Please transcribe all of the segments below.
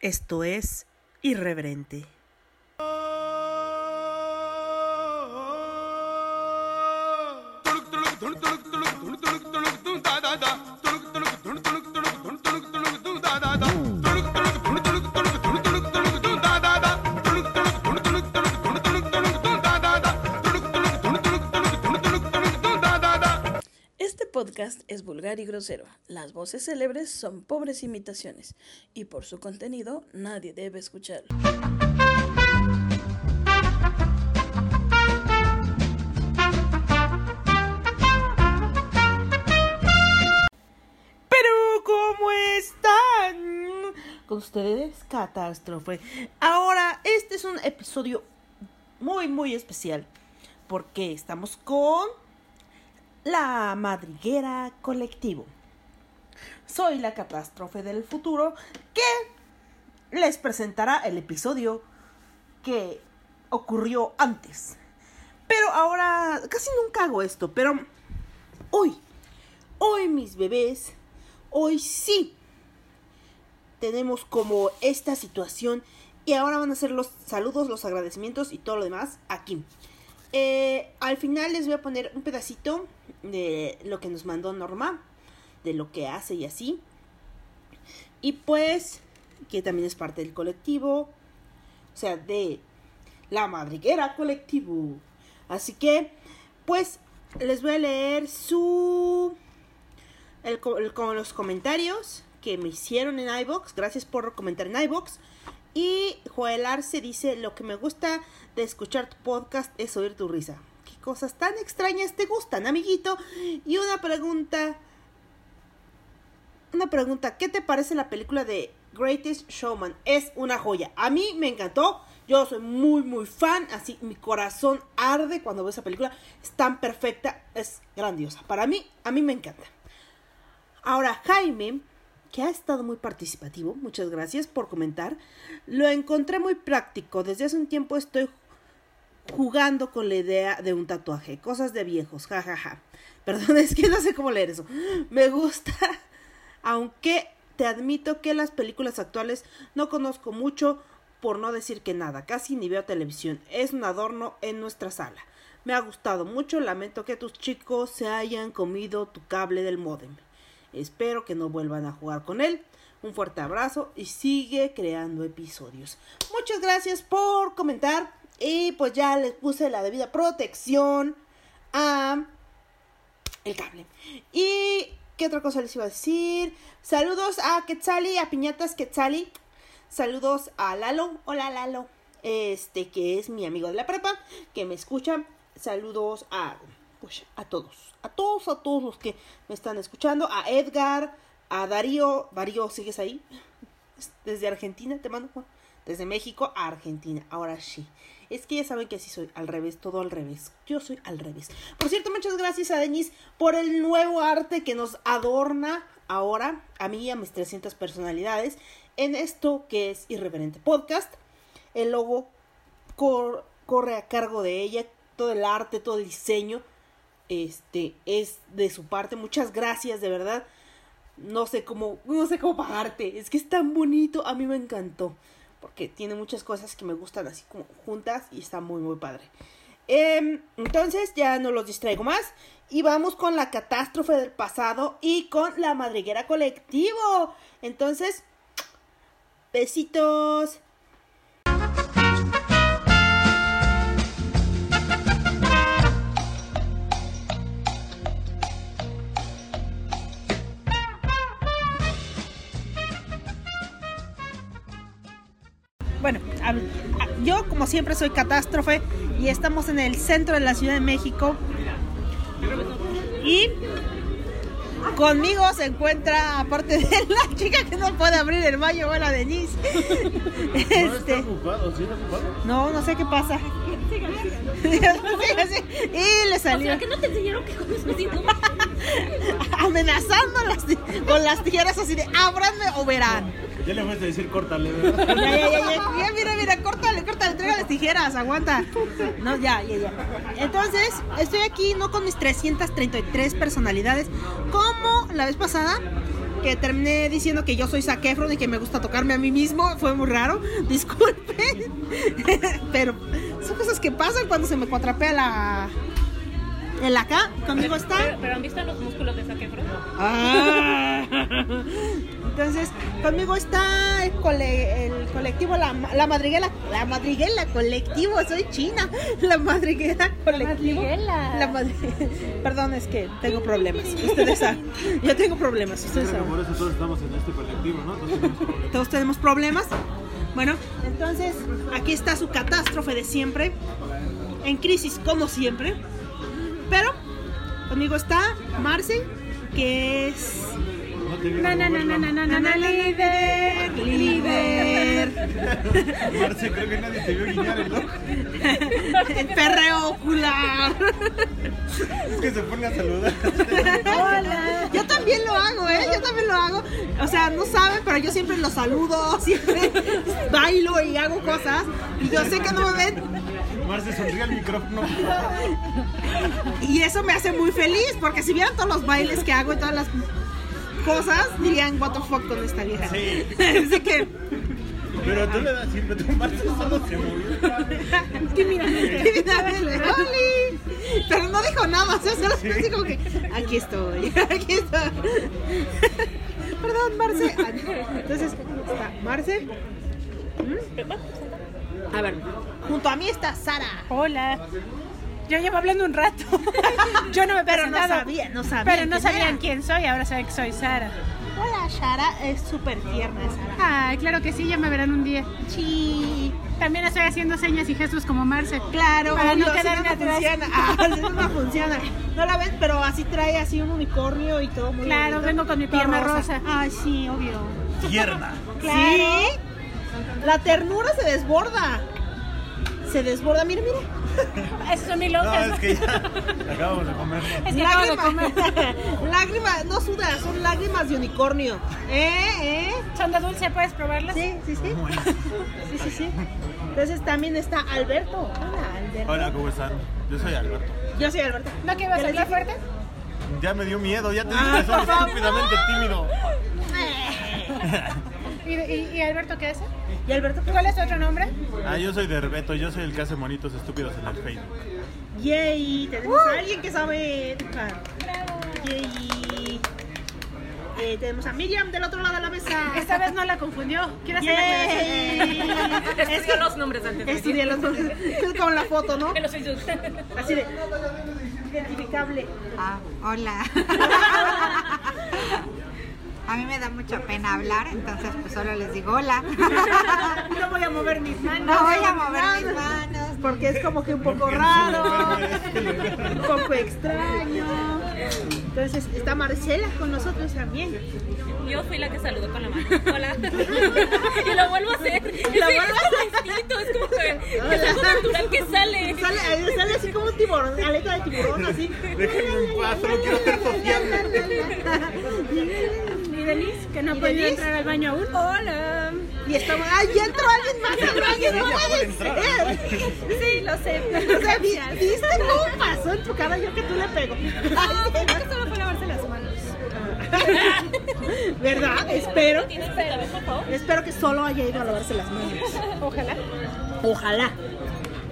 Esto es Irreverente. Este podcast es vulgar y grosero. Las voces célebres son pobres imitaciones y por su contenido nadie debe escucharlo. Pero, ¿cómo están? Con ustedes, catástrofe. Ahora, este es un episodio muy, muy especial. Porque estamos con la madriguera colectivo. Soy la catástrofe del futuro que les presentará el episodio que ocurrió antes. Pero ahora, casi nunca hago esto, pero hoy Hoy mis bebés, hoy sí tenemos como esta situación y ahora van a ser los saludos, los agradecimientos y todo lo demás aquí. Eh, al final les voy a poner un pedacito de lo que nos mandó Norma, de lo que hace y así. Y pues, que también es parte del colectivo, o sea, de la madriguera colectivo. Así que, pues, les voy a leer su el co- el- con los comentarios que me hicieron en iBox. Gracias por comentar en iBox. Y Joel Arce dice: Lo que me gusta de escuchar tu podcast es oír tu risa. ¿Qué cosas tan extrañas te gustan, amiguito? Y una pregunta. Una pregunta, ¿qué te parece la película de Greatest Showman? Es una joya. A mí me encantó. Yo soy muy, muy fan. Así mi corazón arde cuando veo esa película. Es tan perfecta. Es grandiosa. Para mí, a mí me encanta. Ahora, Jaime, que ha estado muy participativo, muchas gracias por comentar, lo encontré muy práctico. Desde hace un tiempo estoy jugando con la idea de un tatuaje. Cosas de viejos, jajaja. Perdón, es que no sé cómo leer eso. Me gusta, aunque te admito que las películas actuales no conozco mucho, por no decir que nada. Casi ni veo televisión. Es un adorno en nuestra sala. Me ha gustado mucho. Lamento que tus chicos se hayan comido tu cable del módem. Espero que no vuelvan a jugar con él. Un fuerte abrazo y sigue creando episodios. Muchas gracias por comentar. Y pues ya les puse la debida protección a el cable. Y qué otra cosa les iba a decir. Saludos a Quetzali, a Piñatas Quetzali. Saludos a Lalo. Hola Lalo. Este que es mi amigo de la prepa, que me escucha. Saludos a pues a todos, a todos, a todos los que me están escuchando, a Edgar, a Darío, Darío, ¿sigues ahí? Desde Argentina te mando, Juan. desde México a Argentina, ahora sí. Es que ya saben que así soy, al revés, todo al revés. Yo soy al revés. Por cierto, muchas gracias a Denise por el nuevo arte que nos adorna ahora, a mí y a mis 300 personalidades, en esto que es Irreverente Podcast. El logo cor- corre a cargo de ella, todo el arte, todo el diseño, este, es de su parte. Muchas gracias, de verdad. No sé cómo, no sé cómo pagarte. Es que es tan bonito, a mí me encantó. Porque tiene muchas cosas que me gustan así como juntas y está muy, muy padre. Em, entonces ya no los distraigo más y vamos con la catástrofe del pasado y con la madriguera colectivo. Entonces, besitos. Bueno, hab- a- yo como siempre soy catástrofe y estamos en el centro de la Ciudad de México. Y conmigo se encuentra, aparte de la chica que no puede abrir el baño, hola Denise. No está Este, ocupado, ¿sí está ocupado? no, no sé qué pasa. y le O salió sea, que no te enseñaron que comes así, no? amenazando las ti- con las tijeras así de ábranme o verán. Ya le fuiste a decir córtale, Ya, ¿verdad? ya, ya, ya, ya, mira, mira, córtale, córtale, traiga las tijeras, aguanta. No, ya, ya, ya. Entonces, estoy aquí no con mis 333 personalidades como la vez pasada, que terminé diciendo que yo soy Zac Efron y que me gusta tocarme a mí mismo. Fue muy raro, disculpen. Pero son cosas que pasan cuando se me cuatrapea la. El acá, conmigo está. Pero, pero han visto los músculos de Zac Efron? Ah. Entonces, conmigo está el, cole- el colectivo, la, ma- la madriguela, la madriguela colectivo, soy china, la madriguela colectivo. madriguela. La madri- Perdón, es que tengo problemas, ustedes saben, yo tengo problemas, ustedes Creo que saben por eso todos estamos en este colectivo, ¿no? Entonces, tenemos problemas. todos tenemos problemas. Bueno, entonces aquí está su catástrofe de siempre, en crisis como siempre. Pero conmigo está Marce, que es No te vieron Na, na, na, mover la- na, na, na, na, na, líder, líder, Marce, creo que nadie te vio guiñar el ojo. el perreo ocular. Es que se pone a saludar. Hola. Yo también lo hago, ¿eh? Yo también lo hago. O sea, no saben, pero yo siempre los saludo, siempre bailo y hago cosas. Y yo sé que no me ven, Marce sonríe al micrófono. Y eso me hace muy feliz, porque si vieran todos los bailes que hago y todas las cosas, dirían, what the fuck con esta vieja. Sí. Así que, Pero tú le das siempre, tú Marce solo se movió. tímidamente, "Oli". Pero no dijo nada, o sea, solo fue así como que, aquí estoy, aquí estoy. Perdón, Marce. Ah, no. Entonces, está Marce. ¿Mm? A ver, junto a mí está Sara. Hola. Yo llevo hablando un rato. Yo no me he Pero no presentado. sabía, no sabía. Pero no sabían quién soy, ahora saben que soy Sara. Hola, Sara. Es súper tierna, Sara. Ay, claro que sí, ya me verán un día. Sí. También estoy haciendo señas y gestos como Marce. Claro, Para obvio, no si quedarme no, no atrás. funciona. Ah, si no, no funciona. No la ven, pero así trae así un unicornio y todo muy Claro, bonito. vengo con mi Todo pierna rosa. Ay, sí, obvio. Tierna. Sí. La ternura se desborda. Se desborda, mire, mire. Esas son mis No, lonjas. es que ya acabamos de comer. Es que acabo de Lágrimas. comer. lágrimas, no suda, son lágrimas de unicornio. ¿Eh? ¿Eh? Son de dulce, ¿puedes probarlas? Sí, sí, sí. Bueno, Sí, sí, sí. Entonces también está Alberto. Hola, Alberto. Hola, ¿cómo están? Yo soy Alberto. Yo soy Alberto. ¿No que ibas ¿Ya a les hablar dije? fuerte? Ya me dio miedo, ya te dije que soy estúpidamente tímido. ¿Y, y- y Alberto qué hace? ¿Y Alberto? ¿Cuál es tu otro nombre? Ah, yo soy de Herbeto, yo soy el que hace monitos estúpidos en el Facebook. Yay, tenemos a alguien que sabe educar. Yay. Eh, tenemos a Miriam del otro lado de la mesa. Esta vez no la confundió. ¿Quiero hacer la aclaración? Yay. Es que los nombres antes. de Estudié los dos. Es como la foto, ¿no? En los Facebook. Así de identificable. Ah, hola. A mí me da mucha pena hablar, entonces pues solo les digo hola. No voy a mover mis manos. No voy a mover mis manos. Porque es como que un poco raro, un poco extraño. Entonces está Marcela con nosotros también. Yo fui la que saludó con la mano. Hola. y lo vuelvo a hacer. Es, que es como instinto, es como que es algo natural que sale. Sale, eh, sale así como un tiburón, aleta de tiburón, así. Déjenme en paz, solo quiero ser sociable. ¿Y Denise? Que no ¿Y ha podido Denise? entrar al baño aún. Hola. Y estamos, ¡ay, ya entró alguien más! ¡Ya entró alguien más! ¡No puede ser! Sí, lo sé. O sea, vi- ¿viste cómo pasó en tu cara? Yo que tú le pego. Solo fue lavarse las manos. ¿Verdad? Espero. ¿Tienes que saber, por favor? Espero que solo haya ido a lavarse las manos. Ojalá. Ojalá.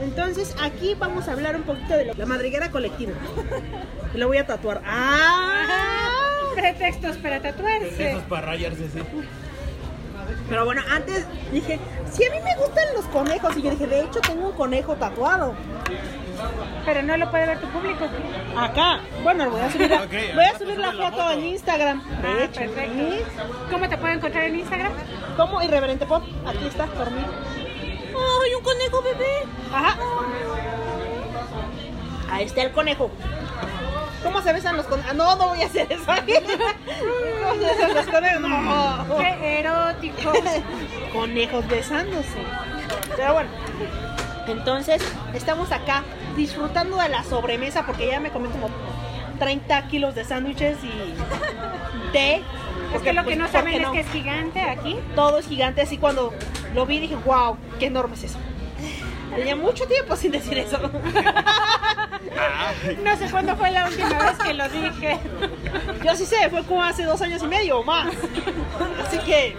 Entonces, aquí vamos a hablar un poquito de lo- la madriguera colectiva. Y Lo voy a tatuar. ¡Ah! Pretextos para tatuarse. para rayarse, sí. Pero bueno, antes dije, sí, a mí me gustan los conejos. Y yo dije, de hecho, tengo un conejo tatuado. Pero no lo puede ver tu público. Ah, Acá. Bueno, lo voy a subir, a- Ok, voy a vas a subir subir la la foto, foto. en Instagram. ¿Eh? De Ah, hecho, ¿sí? perfecto. ¿Cómo te puedo encontrar en Instagram? ¿Cómo? Irreverente Pop, aquí está por mí. ¡Ay, un conejo bebé! Ajá. Ahí está el este, conejo. ¿Cómo se besan los conejos? Ah, no, no voy a hacer eso. ¿Cómo se besan los conejos? No. ¡Qué erótico! Conejos besándose. Pero bueno. Entonces, estamos acá disfrutando de la sobremesa porque ya me comí como 30 kilos de sándwiches y té. Es porque, que lo pues, que no ¿por saben qué es no? que es gigante aquí. todo es gigante. Así cuando lo vi dije, wow, qué enorme es eso. Tenía mucho tiempo sin decir eso. No sé cuándo fue la última vez que lo dije. Yo sí sé, fue como hace dos años y medio o más. Así que,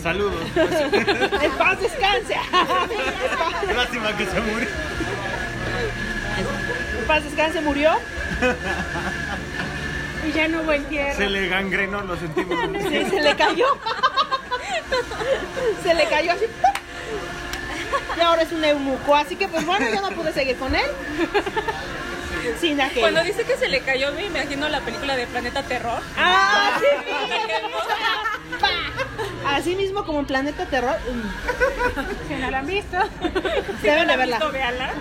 Saludos. en paz descanse. En paz- Lástima que se murió. En paz descanse murió. Y ya no hubo entierro. Se le gangrenó, lo sentimos. Sí, se le cayó. Se le cayó así. ¡pum! Y ahora es un eunuco. Así que, pues bueno, yo no pude seguir con él. Sin aquel. Cuando dice que se le cayó, me imagino la película de Planeta Terror. Ah, sí. La que pues, vemos. Así mismo como en Planeta Terror. mm, Si no lo han visto. Deben de ¿La han verla. visto? Véanla.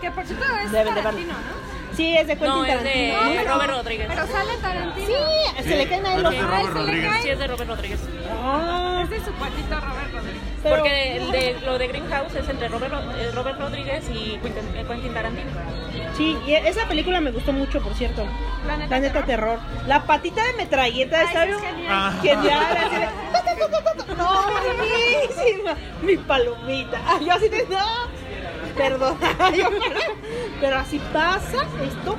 Que por cierto es Deben de verlo. Tarantino, ¿no? Sí, es de Quentin No, es Tarantino. de Robert Rodríguez. Pero sale Tarantino. Sí, se le caen ahí pero los. es de Robert Rodríguez. Sí, es de Robert Rodríguez. Ah, Es de su cuatito Robert Rodríguez. pero- Porque el de- lo de Greenhouse es entre Robert, Rod- eh, Robert Rodríguez y Quentin, eh, Quentin Tarantino. Sí, y esa película me gustó mucho, por cierto. Planeta La neta terror. La patita de metralleta está Ay, es bien genial. Ah. genial, así de- No, buenísima. Mi palomita. Ay, yo así de no. Perdón. Yo- Pero así pasa esto.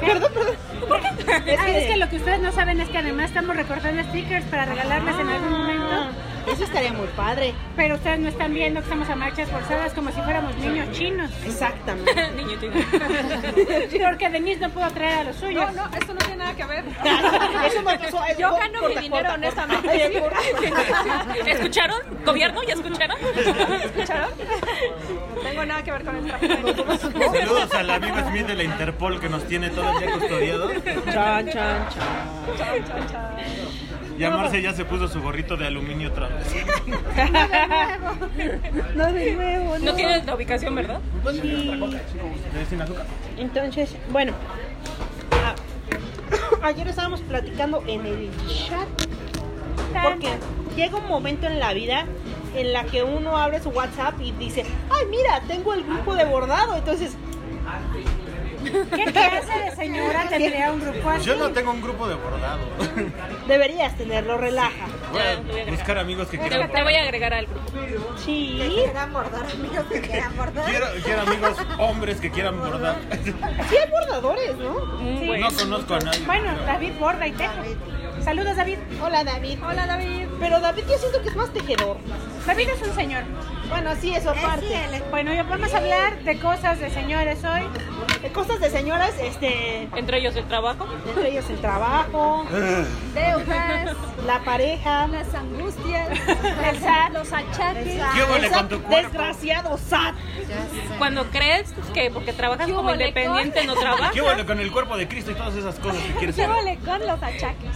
Perdón, perdón. Ah, es que lo que ustedes no saben es que además estamos recortando stickers para regalarles en algún momento. Ah, Eso estaría muy padre. Pero ustedes no están viendo que estamos a marchas forzadas como si fuéramos niños chinos. Exactamente. Niño chico. Porque Denise no pudo traer a los suyos. No, no, esto no tiene nada que ver. Eso me pasó. Yo gano mi dinero, honestamente. ¿Escucharon? ¿Gobierno? ¿Ya escucharon? ¿Escucharon? No tengo nada que ver con el tráfico de niños. Saludos a la amiga Smith de la Interpol que nos tiene todo el día custodiados. Chan, chan, chan. Chao, chao, chao. Y a Marce ya se puso su gorrito de aluminio otra vez. No de nuevo, No tienes la ubicación, ¿verdad? Sin azúcar. Entonces, bueno. ah, Ayer estábamos platicando en el chat. Porque llega un momento en la vida en la que uno abre su WhatsApp y dice, ay mira, tengo el grupo de bordado. Entonces, ¿Qué clase de señora tendría un grupo Pues así? Yo no tengo un grupo de bordado. deberías tenerlo, relaja. Voy Ya, a te voy a agregar. buscar amigos que Te, quieran te voy a agregar al grupo. Sí. Que quieran bordar, amigos, que quieran bordar. Quiero, quiero amigos hombres que quieran bordar. Sí hay bordadores, ¿no? Mm, bueno. No conozco a nadie. Bueno, David borda y tejo. Saludos, David. Hola David. Hola, David. Pero David yo siento que es más tejedor. David es un señor. Bueno, sí, eso Es parte. sí, él es- Bueno, ya vamos a hablar de cosas de señores hoy. Eh, Cosas de señoras, este, Entre ellos el trabajo. entre ellos el trabajo, Deudas, la pareja. las angustias, El SAT. los achaques. ¿Qué huele Esa- con tu cuerpo? desgraciado SAT. Ya sé. Cuando crees que porque trabajas ¿Qué como hubo, le independiente no ¿Qué trabajas. huele con el cuerpo de Cristo y todas esas cosas que quieres ¿Qué saber? vale con los achaques?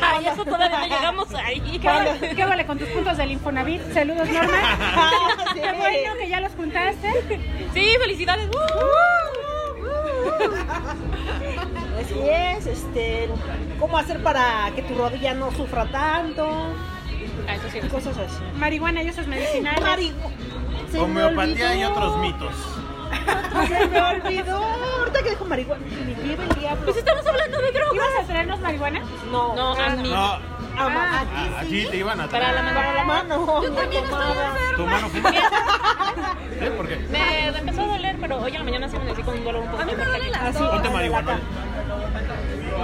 Ay, eso todavía no llegamos ahí. ¿Qué vale, qué vale con tus puntos del Infonavit? Saludos, Norma. Ah, sí. Qué bueno que ya los juntaste. Sí, felicidades. ¡Uh! Así es, este, cómo hacer para que tu rodilla no sufra tanto, Ah, eso sí. y cosas así. Marihuana y usos medicinales. Marigo, se me Homeopatía y olvidó, otros mitos. Se me olvidó. Ahorita que dijo marihuana, me lleva el diablo. Pues estamos hablando de drogas. ¿Ibas a traernos marihuana? No, Ah, No, a mí. No, a ma- a- aquí te iban a Para la traer. para mano. la mano. Yo también Tu mano fumada. ¿Sí? ¿Por qué? Me empezó a doler, pero hoy en la mañana sí amanecí con un dolor un poco. A mí me duele Ah, las Así, dos. Ponte marihuana.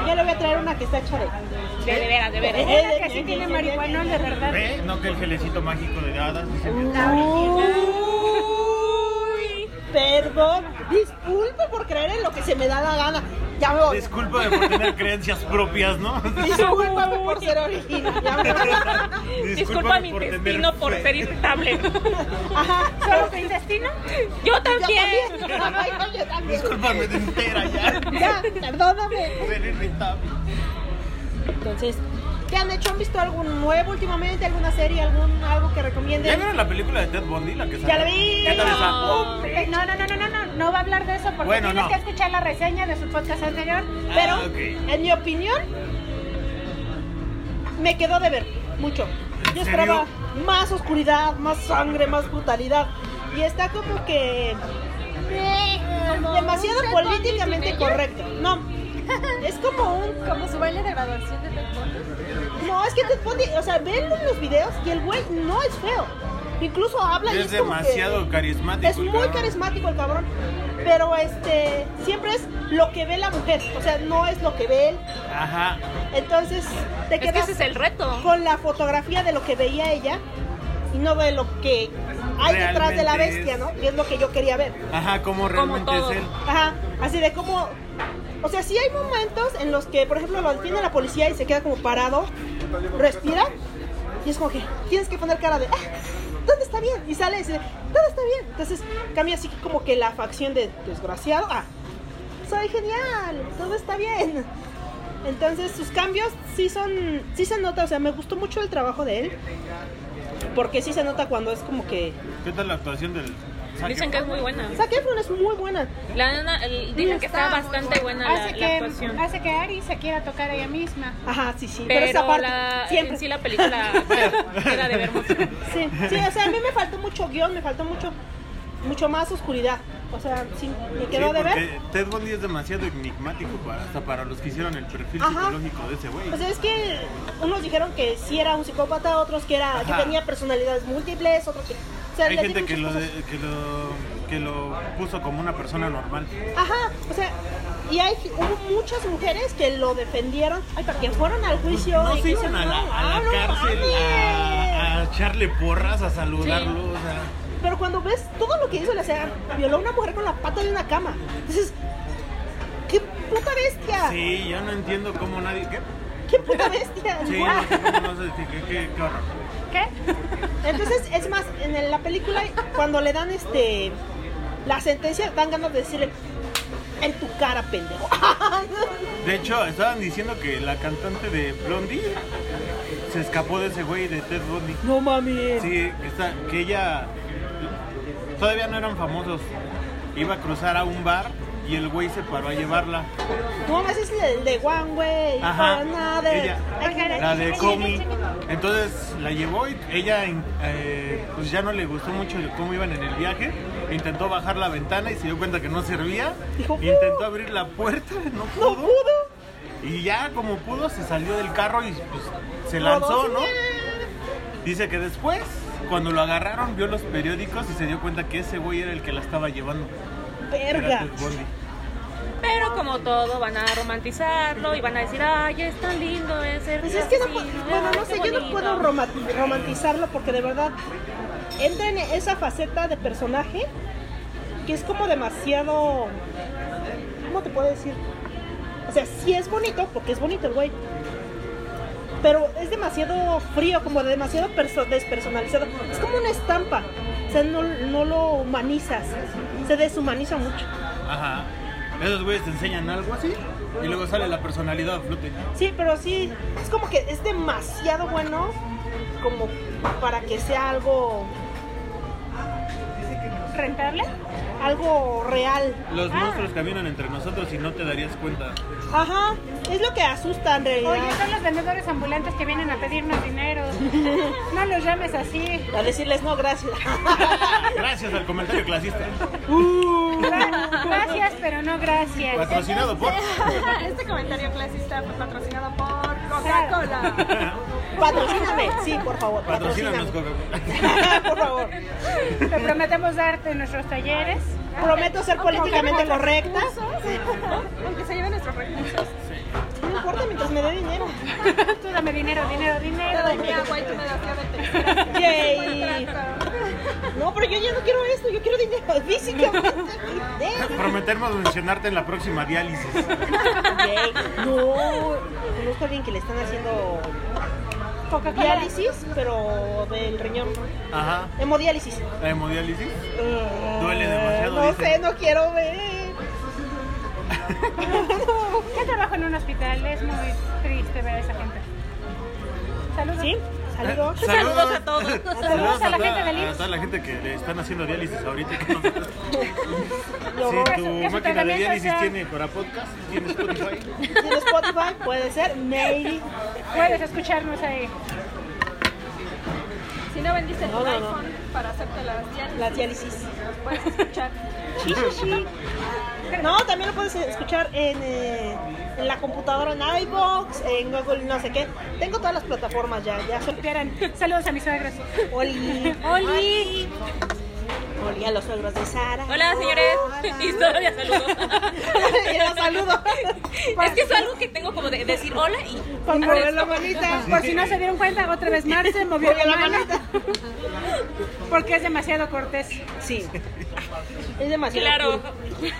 Yo le voy a traer una que está hecha de... De, de veras, de veras. Era que sí tiene marihuana, de verdad. ¿Ve? No que el gelecito mágico de hadas. Uy, perdón, disculpe por creer en lo que se me da la gana. Ya me voy. Disculpa de por tener creencias propias, ¿no? Discúlpame por ser original. Ya me voy. Disculpa mi intestino por ser irritable. Ajá. ¿Solo tu intestino? Yo Yo también. también. Ay, no, yo también. Disculpame de entera ya. Ya, perdóname. Ser irritable. Entonces, ¿qué han hecho? ¿Han visto algo nuevo últimamente? ¿Alguna serie? ¿Algún algo que ¿Ya recomienden? vieron la película de Ted Bundy? La que salió? Ya la vi. ¿Qué tal está? No. Eh, No, no, no, no, no, no, no va a hablar de eso porque Bueno, tienes no. que escuchar la reseña de su podcast anterior. Pero, Ah, ok. en mi opinión, me quedó de ver mucho. Yo ¿En serio? esperaba más oscuridad, más sangre, más brutalidad. Y está como que demasiado políticamente correcto. No, es como un Como su baile de graduación de Ted Bundy. No, es que Ted Bundy, o sea, ven los videos y el güey no es feo. Incluso habla y Es como que- demasiado carismático Es el muy cabrón. carismático el cabrón. Pero este siempre es lo que ve la mujer. O sea, no es lo que ve él. Ajá. Entonces te Es que quedas ese es el reto. con la fotografía de lo que veía ella y no de lo que hay detrás de la Realmente bestia, es. ¿no? Y es lo que yo quería ver. Ajá, como realmente todo. es él. Ajá, así de como... O sea, sí hay momentos en los que, por ejemplo, lo detiene la policía y se queda como parado, respira, y es como que tienes que poner cara de, "Ah, ¿dónde está bien? Y sale y dice, ¿dónde está bien? Entonces cambia así como que la facción de desgraciado a, soy genial, todo está bien. Entonces sus cambios sí son, sí se nota, o sea, me gustó mucho el trabajo de él, porque sí se nota cuando es como que... ¿Qué tal la actuación del Zac Dicen que es muy buena. Zac Efron es muy buena. La nana, el- dicen que está bastante buena la, Hace la que, actuación. hace que Ari se quiera tocar ella misma. Ajá, sí, sí. Pero, Pero esa parte, la, siempre. en sí la película era de ver mucho. Sí, sí, o sea, a mí me faltó mucho guión, me faltó mucho, mucho más oscuridad. O sea, sí, me Sí, quedó de ver. porque Ted Bundy es demasiado enigmático para, hasta para los que hicieron el perfil Ajá. psicológico de ese güey. O sea, es que unos dijeron que sí era un psicópata, otros que era Ajá. que tenía personalidades múltiples, otros que... O sea, Hay le gente dieron que lo, muchas de- que lo que lo puso como una persona normal. cosas. Ajá, o sea, y hay, hubo muchas mujeres que lo defendieron, ay, para que fueron al juicio. no y se que iban hicieron, a la, a "Ah, la no cárcel mames". a, a echarle porras, a saludarlo. O sea, Pero cuando ves todo lo que hizo, o sea, violó a una mujer con la pata de una cama. Dices, ¡qué puta bestia! sí, yo no entiendo cómo nadie. ¿Qué? ¡Qué puta bestia! Sí, Ah, no sé cómo no sé, sí, qué, qué- qué horror. Entonces, es más, en la película, cuando le dan este la sentencia, dan ganas de decirle, en tu cara, pendejo. De hecho, estaban diciendo que la cantante de Blondie se escapó de ese güey de Ted Bundy. No mami. Sí, que está- que ella todavía no eran famosos. Iba a cruzar a un bar y el güey se paró a llevarla. No mames, es el de One Way. Ajá. para nada. Ella, Ay, ay, La de ay, Comi. ay, Entonces la llevó y ella eh, pues ya no le gustó mucho el- cómo iban en el viaje. Intentó bajar la ventana y se dio cuenta que no servía. Dijo, Intentó abrir la puerta, no pudo. No pudo. Y ya como pudo se salió del carro y pues, se Rodó, lanzó, ¿no? señor. Dice que después, cuando lo agarraron, vio los periódicos y se dio cuenta que ese güey era el que la estaba llevando. Era Verga. Ted Bundy. Pero como todo, van a romantizarlo y van a decir, ay, es tan lindo ese Pues es que no asesino, puedo, ay, bueno, no qué sé, yo no bonito". puedo roma- romantizarlo porque de verdad entra en esa faceta de personaje que es como demasiado, ¿cómo te puedo decir? O sea, sí es bonito, porque es bonito el güey, pero es demasiado frío, como demasiado perso- despersonalizado. Es como una estampa, o sea, no, no lo humanizas, se deshumaniza mucho. Ajá. Esos güeyes te enseñan algo así y luego sale la personalidad a flote. Sí, pero sí, es como que es demasiado bueno como para que sea algo ¿Rentable? algo real. Los monstruos caminan entre nosotros y no te darías cuenta. Ajá, es lo que asusta en realidad. Oye, son los vendedores ambulantes que vienen a pedirnos dinero. No los llames así. a decirles no, gracias. Gracias al comentario clasista. Gra- Gracias, pero no gracias. Patrocinado por. Este comentario clasista fue patrocinado por Coca-Cola. Patrocíname, sí, por favor. Patrocínanos, patrocíname. Coca-Cola. por favor. Te prometemos darte en nuestros talleres. Prometo ser políticamente correcta. Aunque se lleven nuestros recursos. No importa mientras me dé dinero. Ah, Tú dame dinero, dinero, Te dinero. doy mi agua y tú me das diabetes. Yay. No, pero yo ya no quiero esto, yo quiero dinero físicamente. Prometemos mencionarte en la próxima diálisis. Yay. No, conozco a alguien que le están haciendo diálisis, pero del riñón. Ajá. Hemodiálisis. La hemodiálisis. Duele demasiado, No dicen. sé, no quiero ver. Yo trabajo en un hospital, es muy triste ver a esa gente. Saludos. ¿Sí? Saludos. Eh, Saludos a todos. Saludos a la gente del A IMSS. toda la gente que le están haciendo diálisis ahorita. que nosotros- Lo Si borras. tu que su máquina de tratamiento diálisis sea- tiene para podcast, tiene Spotify. Tiene Spotify, puede ser, maybe. Puedes escucharnos ahí. Si no vendiste No, tu no, no. iPhone para hacerte las diálisis, La diálisis. las puedes escuchar. No, también lo puedes escuchar en, eh, en la computadora, en iBox, en Google, no sé qué. Tengo todas las plataformas ya. ya soy- Vieran, saludos a mis suegros. Oli, ¡Oli! Oli a los suegros de Sara. Hola, señores. Historia, saludos. Y los Oh, saludo. es que es algo que tengo como de decir hola y. Con mover la manita. Por si no se dieron cuenta, otra vez Marce movió Movió la, la mano. manita. Porque es demasiado cortés. Sí. Es demasiado. Claro. cool.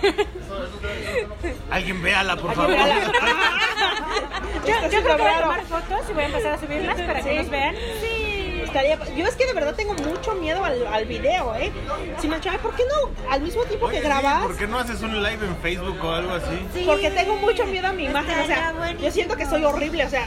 Alguien véala, por favor. Yo, Está yo creo súper que voy a raro. tomar fotos y voy a empezar a subirlas para que nos vean. Estaría- yo es que de verdad tengo mucho miedo al, al video, ¿eh? Si me echaba, ¿por qué no al mismo tiempo Oye, que sí, grabas? ¿Por qué no haces un live en Facebook o algo así? Porque tengo mucho miedo a mi imagen, o sea, yo siento que soy horrible, o sea,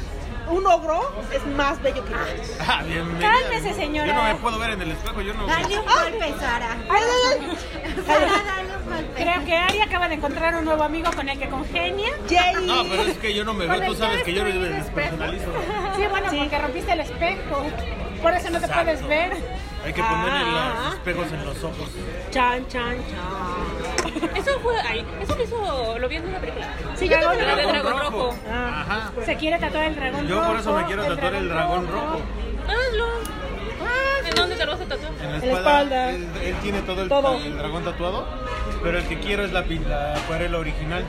un ogro es más bello que yo. Ah, bienvenida. Cálmese, señora. Yo no me puedo ver en el espejo, yo no. Dale un golpe, Sara. Ay, ay, ay. Sara, dale un golpe. Creo que Ari acaba de encontrar un nuevo amigo con el que congenia. Yay. No, pero es que yo no me Con veo, tú el sabes que que yo me destruir despersonalizo. Sí, bueno, porque rompiste el espejo. Por eso no te Exacto. puedes ver. Hay que ponerle Ah. los espejos en los ojos. Chan, chan, chan. Eso fue. Ay, eso lo hizo. Lo vi en una película. Sí, yo La de dragón rojo. Ajá. Se quiere tatuar el dragón Yo rojo. por eso me quiero tatuar el dragón rojo. Hazlo. Ah, ¿En dónde te lo vas a tatuar? En la En la espalda. espalda. Él, él tiene todo el, Todo. el dragón tatuado, pero el que quiero es la, pin- la acuarela original.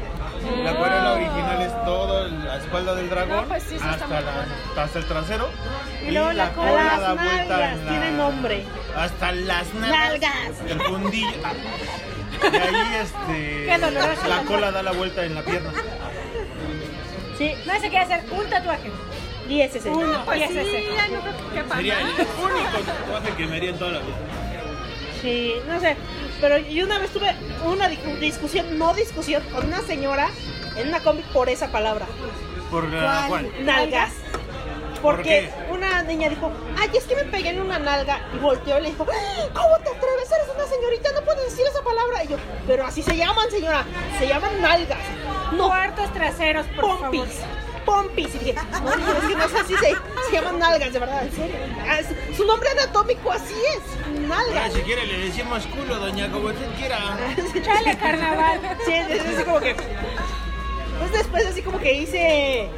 La acuarela original es toda la espalda del dragón No, pues sí, sí está hasta, muy la- buena. hasta el trasero. Y luego la cola, las da vuelta en nalgas, tiene nombre. Hasta las nalgas. Nalgas. El fundillo. Ah. Y ahí este, Qué doloroso. la cola da la vuelta en la pierna. Sí. No se quiere hacer un tatuaje. Y ese es el. Uno. y es Sí, ese. ya no creo que quepa, Sería el ¿no? único tatuaje que me haría en toda la vida. Sí, no sé. Pero yo una vez tuve una discu- discusión, no discusión, con una señora en una cómic por esa palabra. Por la cual. Nalgas. Porque ¿Por una niña dijo, ay, es que me pegué en una nalga. Y volteó y le dijo, "¡Ah! ¿cómo te atreves? Eres una señorita, no puedes decir esa palabra. Y yo, pero así se llaman, señora. Se llaman nalgas. No, Cuartos traseros, por pompis. favor. Pompis. Y dije, no, no, es que no es así, se, se llaman nalgas, de verdad, en serio. Ah, es- su nombre anatómico así es, Ahora, nalgas. si quiere le decimos culo, doña, como usted quiera. Chale, carnaval. Sí, es así como que. Pues después así como que hice.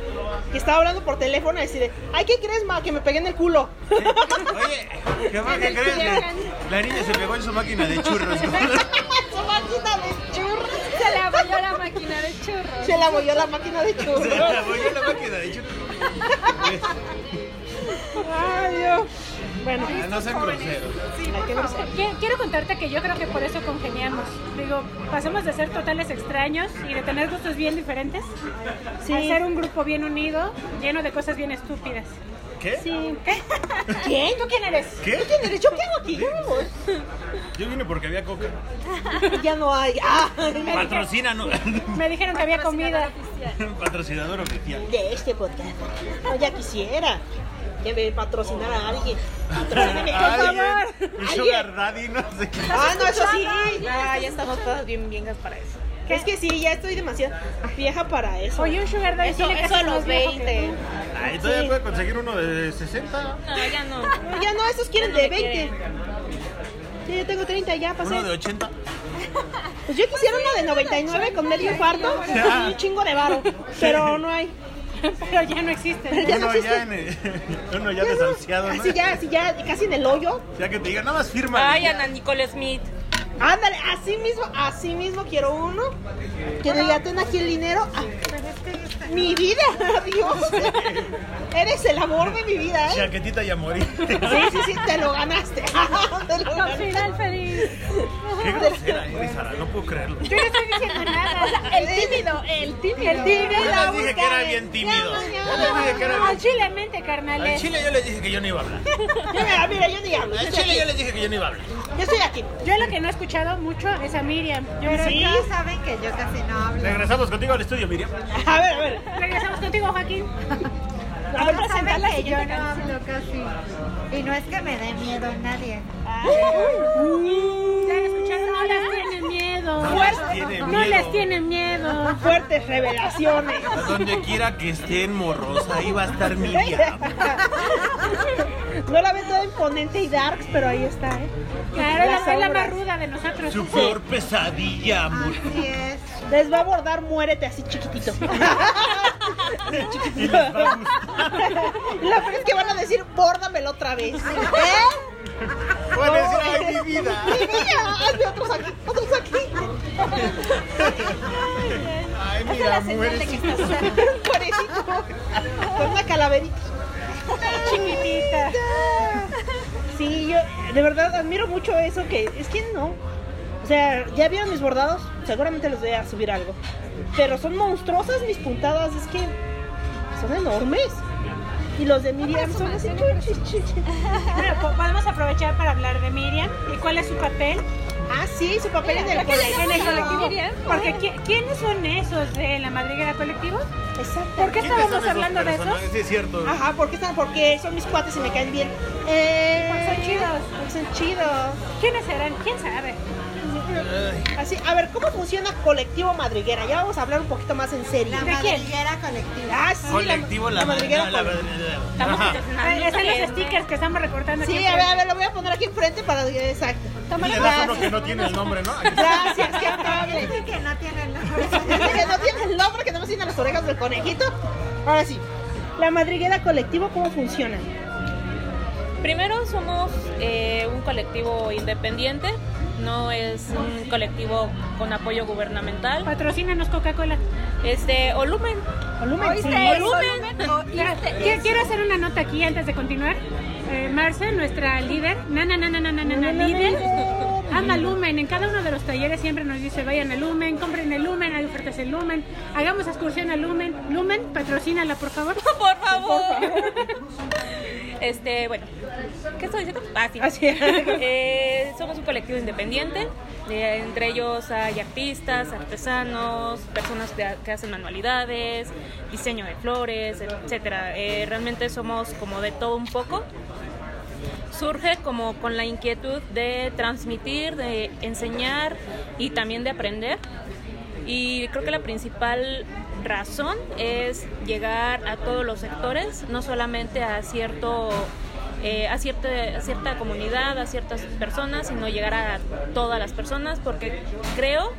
Que estaba hablando por teléfono y así de. Ay, ¿qué crees, ma? Que me pegué en el culo. Oye, ¿qué más que crees? La, la niña se pegó en su máquina de churros. Su máquina de churros. Se le abolló la máquina de churros. Se la movió la máquina de churros. Se la volvió la máquina de churros. Ay, Dios. Bueno, Ah, No sean groseros. la que no sé. Qui- Quiero contarte que yo creo que por eso congeniamos. Digo, pasamos de ser totales extraños y de tener gustos bien diferentes Sí. a ser un grupo bien unido, lleno de cosas bien estúpidas. ¿Qué? Sí. ¿Qué? ¿Quién? ¿Tú quién eres? ¿Qué? ¿Quién eres? ¿Yo qué hago aquí? Yo me voy. Yo vine porque había coca. Ya no hay. Ah. Ay, Me, dije- Patrocina, no. me dijeron que había comida. Patrocinador oficial. de este podcast. No, ya quisiera. Que me patrocinara a alguien. Patrocíname, por Alguien, favor. Un Alguien. sugar daddy, no sé qué. Ah, no, eso sí. Ah, ya estamos todas bien viejas para eso. Es que sí, ya estoy demasiado vieja para eso. Oye, un sugar daddy eso, tiene que eso a ser más los viejo que 20. Ay, todavía Sí. puede conseguir uno de 60. No, ya no. No, ya no, esos quieren de 20. Sí, yo tengo 30, ya pasé. Uno de 80. Pues yo quisiera uno de 99 con medio infarto Ya. y un chingo de varo. Pero no hay. tú, Pero ya no existe. Ya no uno, existe. ya en el- uno ya desahuciado, ¿no? Así ya, así ya, casi en el hoyo. Ya que te diga, nada más firma. Ay, Ana Nicole Smith. Ándale, así mismo, así mismo quiero uno. Que delaten aquí el dinero. Ah, mi vida, Dios. Eres el amor de mi vida, ¿eh? Chaquetita y a morir. Sí, sí, sí, te lo ganaste. Te lo Con ganaste. final feliz. Qué grosera eres, Sara, no puedo creerlo. Yo no estoy diciendo nada. El tímido, el tímido. El tímido. Yo les dije que era bien tímido. Yo les dije que era Al bien... chile mente, Al carnales. chile yo les dije que yo no iba a hablar. Mira, mira, yo ni hablo. Yo Al estoy chile aquí. yo les dije que yo no iba a hablar. Yo estoy aquí. Yo lo que no he escuchado mucho es a Miriam. Yo era- Sí. Todos saben que yo casi no hablo. Regresamos contigo al estudio, Miriam. A ver, a ver. Regresamos contigo, Joaquín. A ver, Todos presentar saben la que yo siguiente no hablo casi. Y no es que me dé miedo a nadie. Ya escucharon, no les tiene miedo. No les tiene No miedo. les tiene miedo. Fuertes revelaciones. A donde quiera que estén, morros, ahí va a estar Miriam. No la ve toda imponente y darks, pero ahí está, ¿eh? Claro, es la, es la sombras. más ruda de nosotros. Su peor pesadilla, amor. Así es. Les va a abordar, muérete así chiquitito. Y les va a gustar. La verdad es que van a decir, bórdamelo otra vez. ¿Eh? Van a decir, ay, mi vida. Mi vida, hazme otros aquí, otros aquí. Ay, mira, mueres. Pobrecito. Con una calaverita. Chiquitita. Sí, yo de verdad admiro mucho eso que es que no. O sea, ya vieron mis bordados, seguramente les voy a subir algo. Pero son monstruosas mis puntadas, es que son enormes. Y los de Miriam son así. chu, chu, chu, chu. Bueno, po- podemos aprovechar para hablar de Miriam y cuál es su papel Ah, sí, su papel en el colegio. en el colectivo. Miriam. Porque qui- ¿quiénes son esos de la madriguera colectivo? Exacto. ¿Por qué ¿Quiénes son estábamos esos hablando de esos? personajes? Sí, es cierto. Ajá, porque están, porque son mis cuates y me caen bien. Eh, Porque son chidos. porque son chidos. ¿Quiénes serán? ¿Quién sabe? Así, a ver, ¿cómo funciona colectivo madriguera? Ya vamos a hablar un poquito más en serio. La ¿De quién? madriguera colectiva. Ah, sí, la- Colectivo, la madriguera. la- la- con- la- Ajá. Eh, están los stickers que estamos recortando Sí, aquí. a ver, a ver, lo voy a poner aquí enfrente para. Exacto. Y le das uno que no tiene el nombre, ¿no? Aquí está. Gracias, qué amable. Dicen que no tienen la Dice que no tiene el nombre, que no me tiene las orejas del conejito. Ahora sí. La madriguera colectivo, ¿cómo funciona? Primero somos eh, un colectivo independiente, no es un colectivo con apoyo gubernamental. Patrocínanos Coca-Cola. Este, o Lumen. Volumen. Sí, Quiero, quiero hacer una nota aquí antes de continuar. Eh, Marce, nuestra líder, na na na na na na na, na, líder, ama Lumen. En cada uno de los talleres siempre nos dice, vayan a Lumen, compren el Lumen, hay ofertas en Lumen, hagamos excursión a Lumen. Lumen, patrocínala, por favor. Por favor. Este, bueno, ¿qué estoy diciendo? Ah, sí. Así es. Eh, somos un colectivo independiente. eh, entre ellos hay artistas, artesanos, personas que, ha- que hacen manualidades, diseño de flores, etcétera. Eh, realmente somos como de todo un poco. Surge como con la inquietud de transmitir, de enseñar y también de aprender. Y creo que la principal razón es llegar a todos los sectores, no solamente a cierto eh, a cierta, a cierta comunidad, a ciertas personas, sino llegar a todas las personas, porque creo,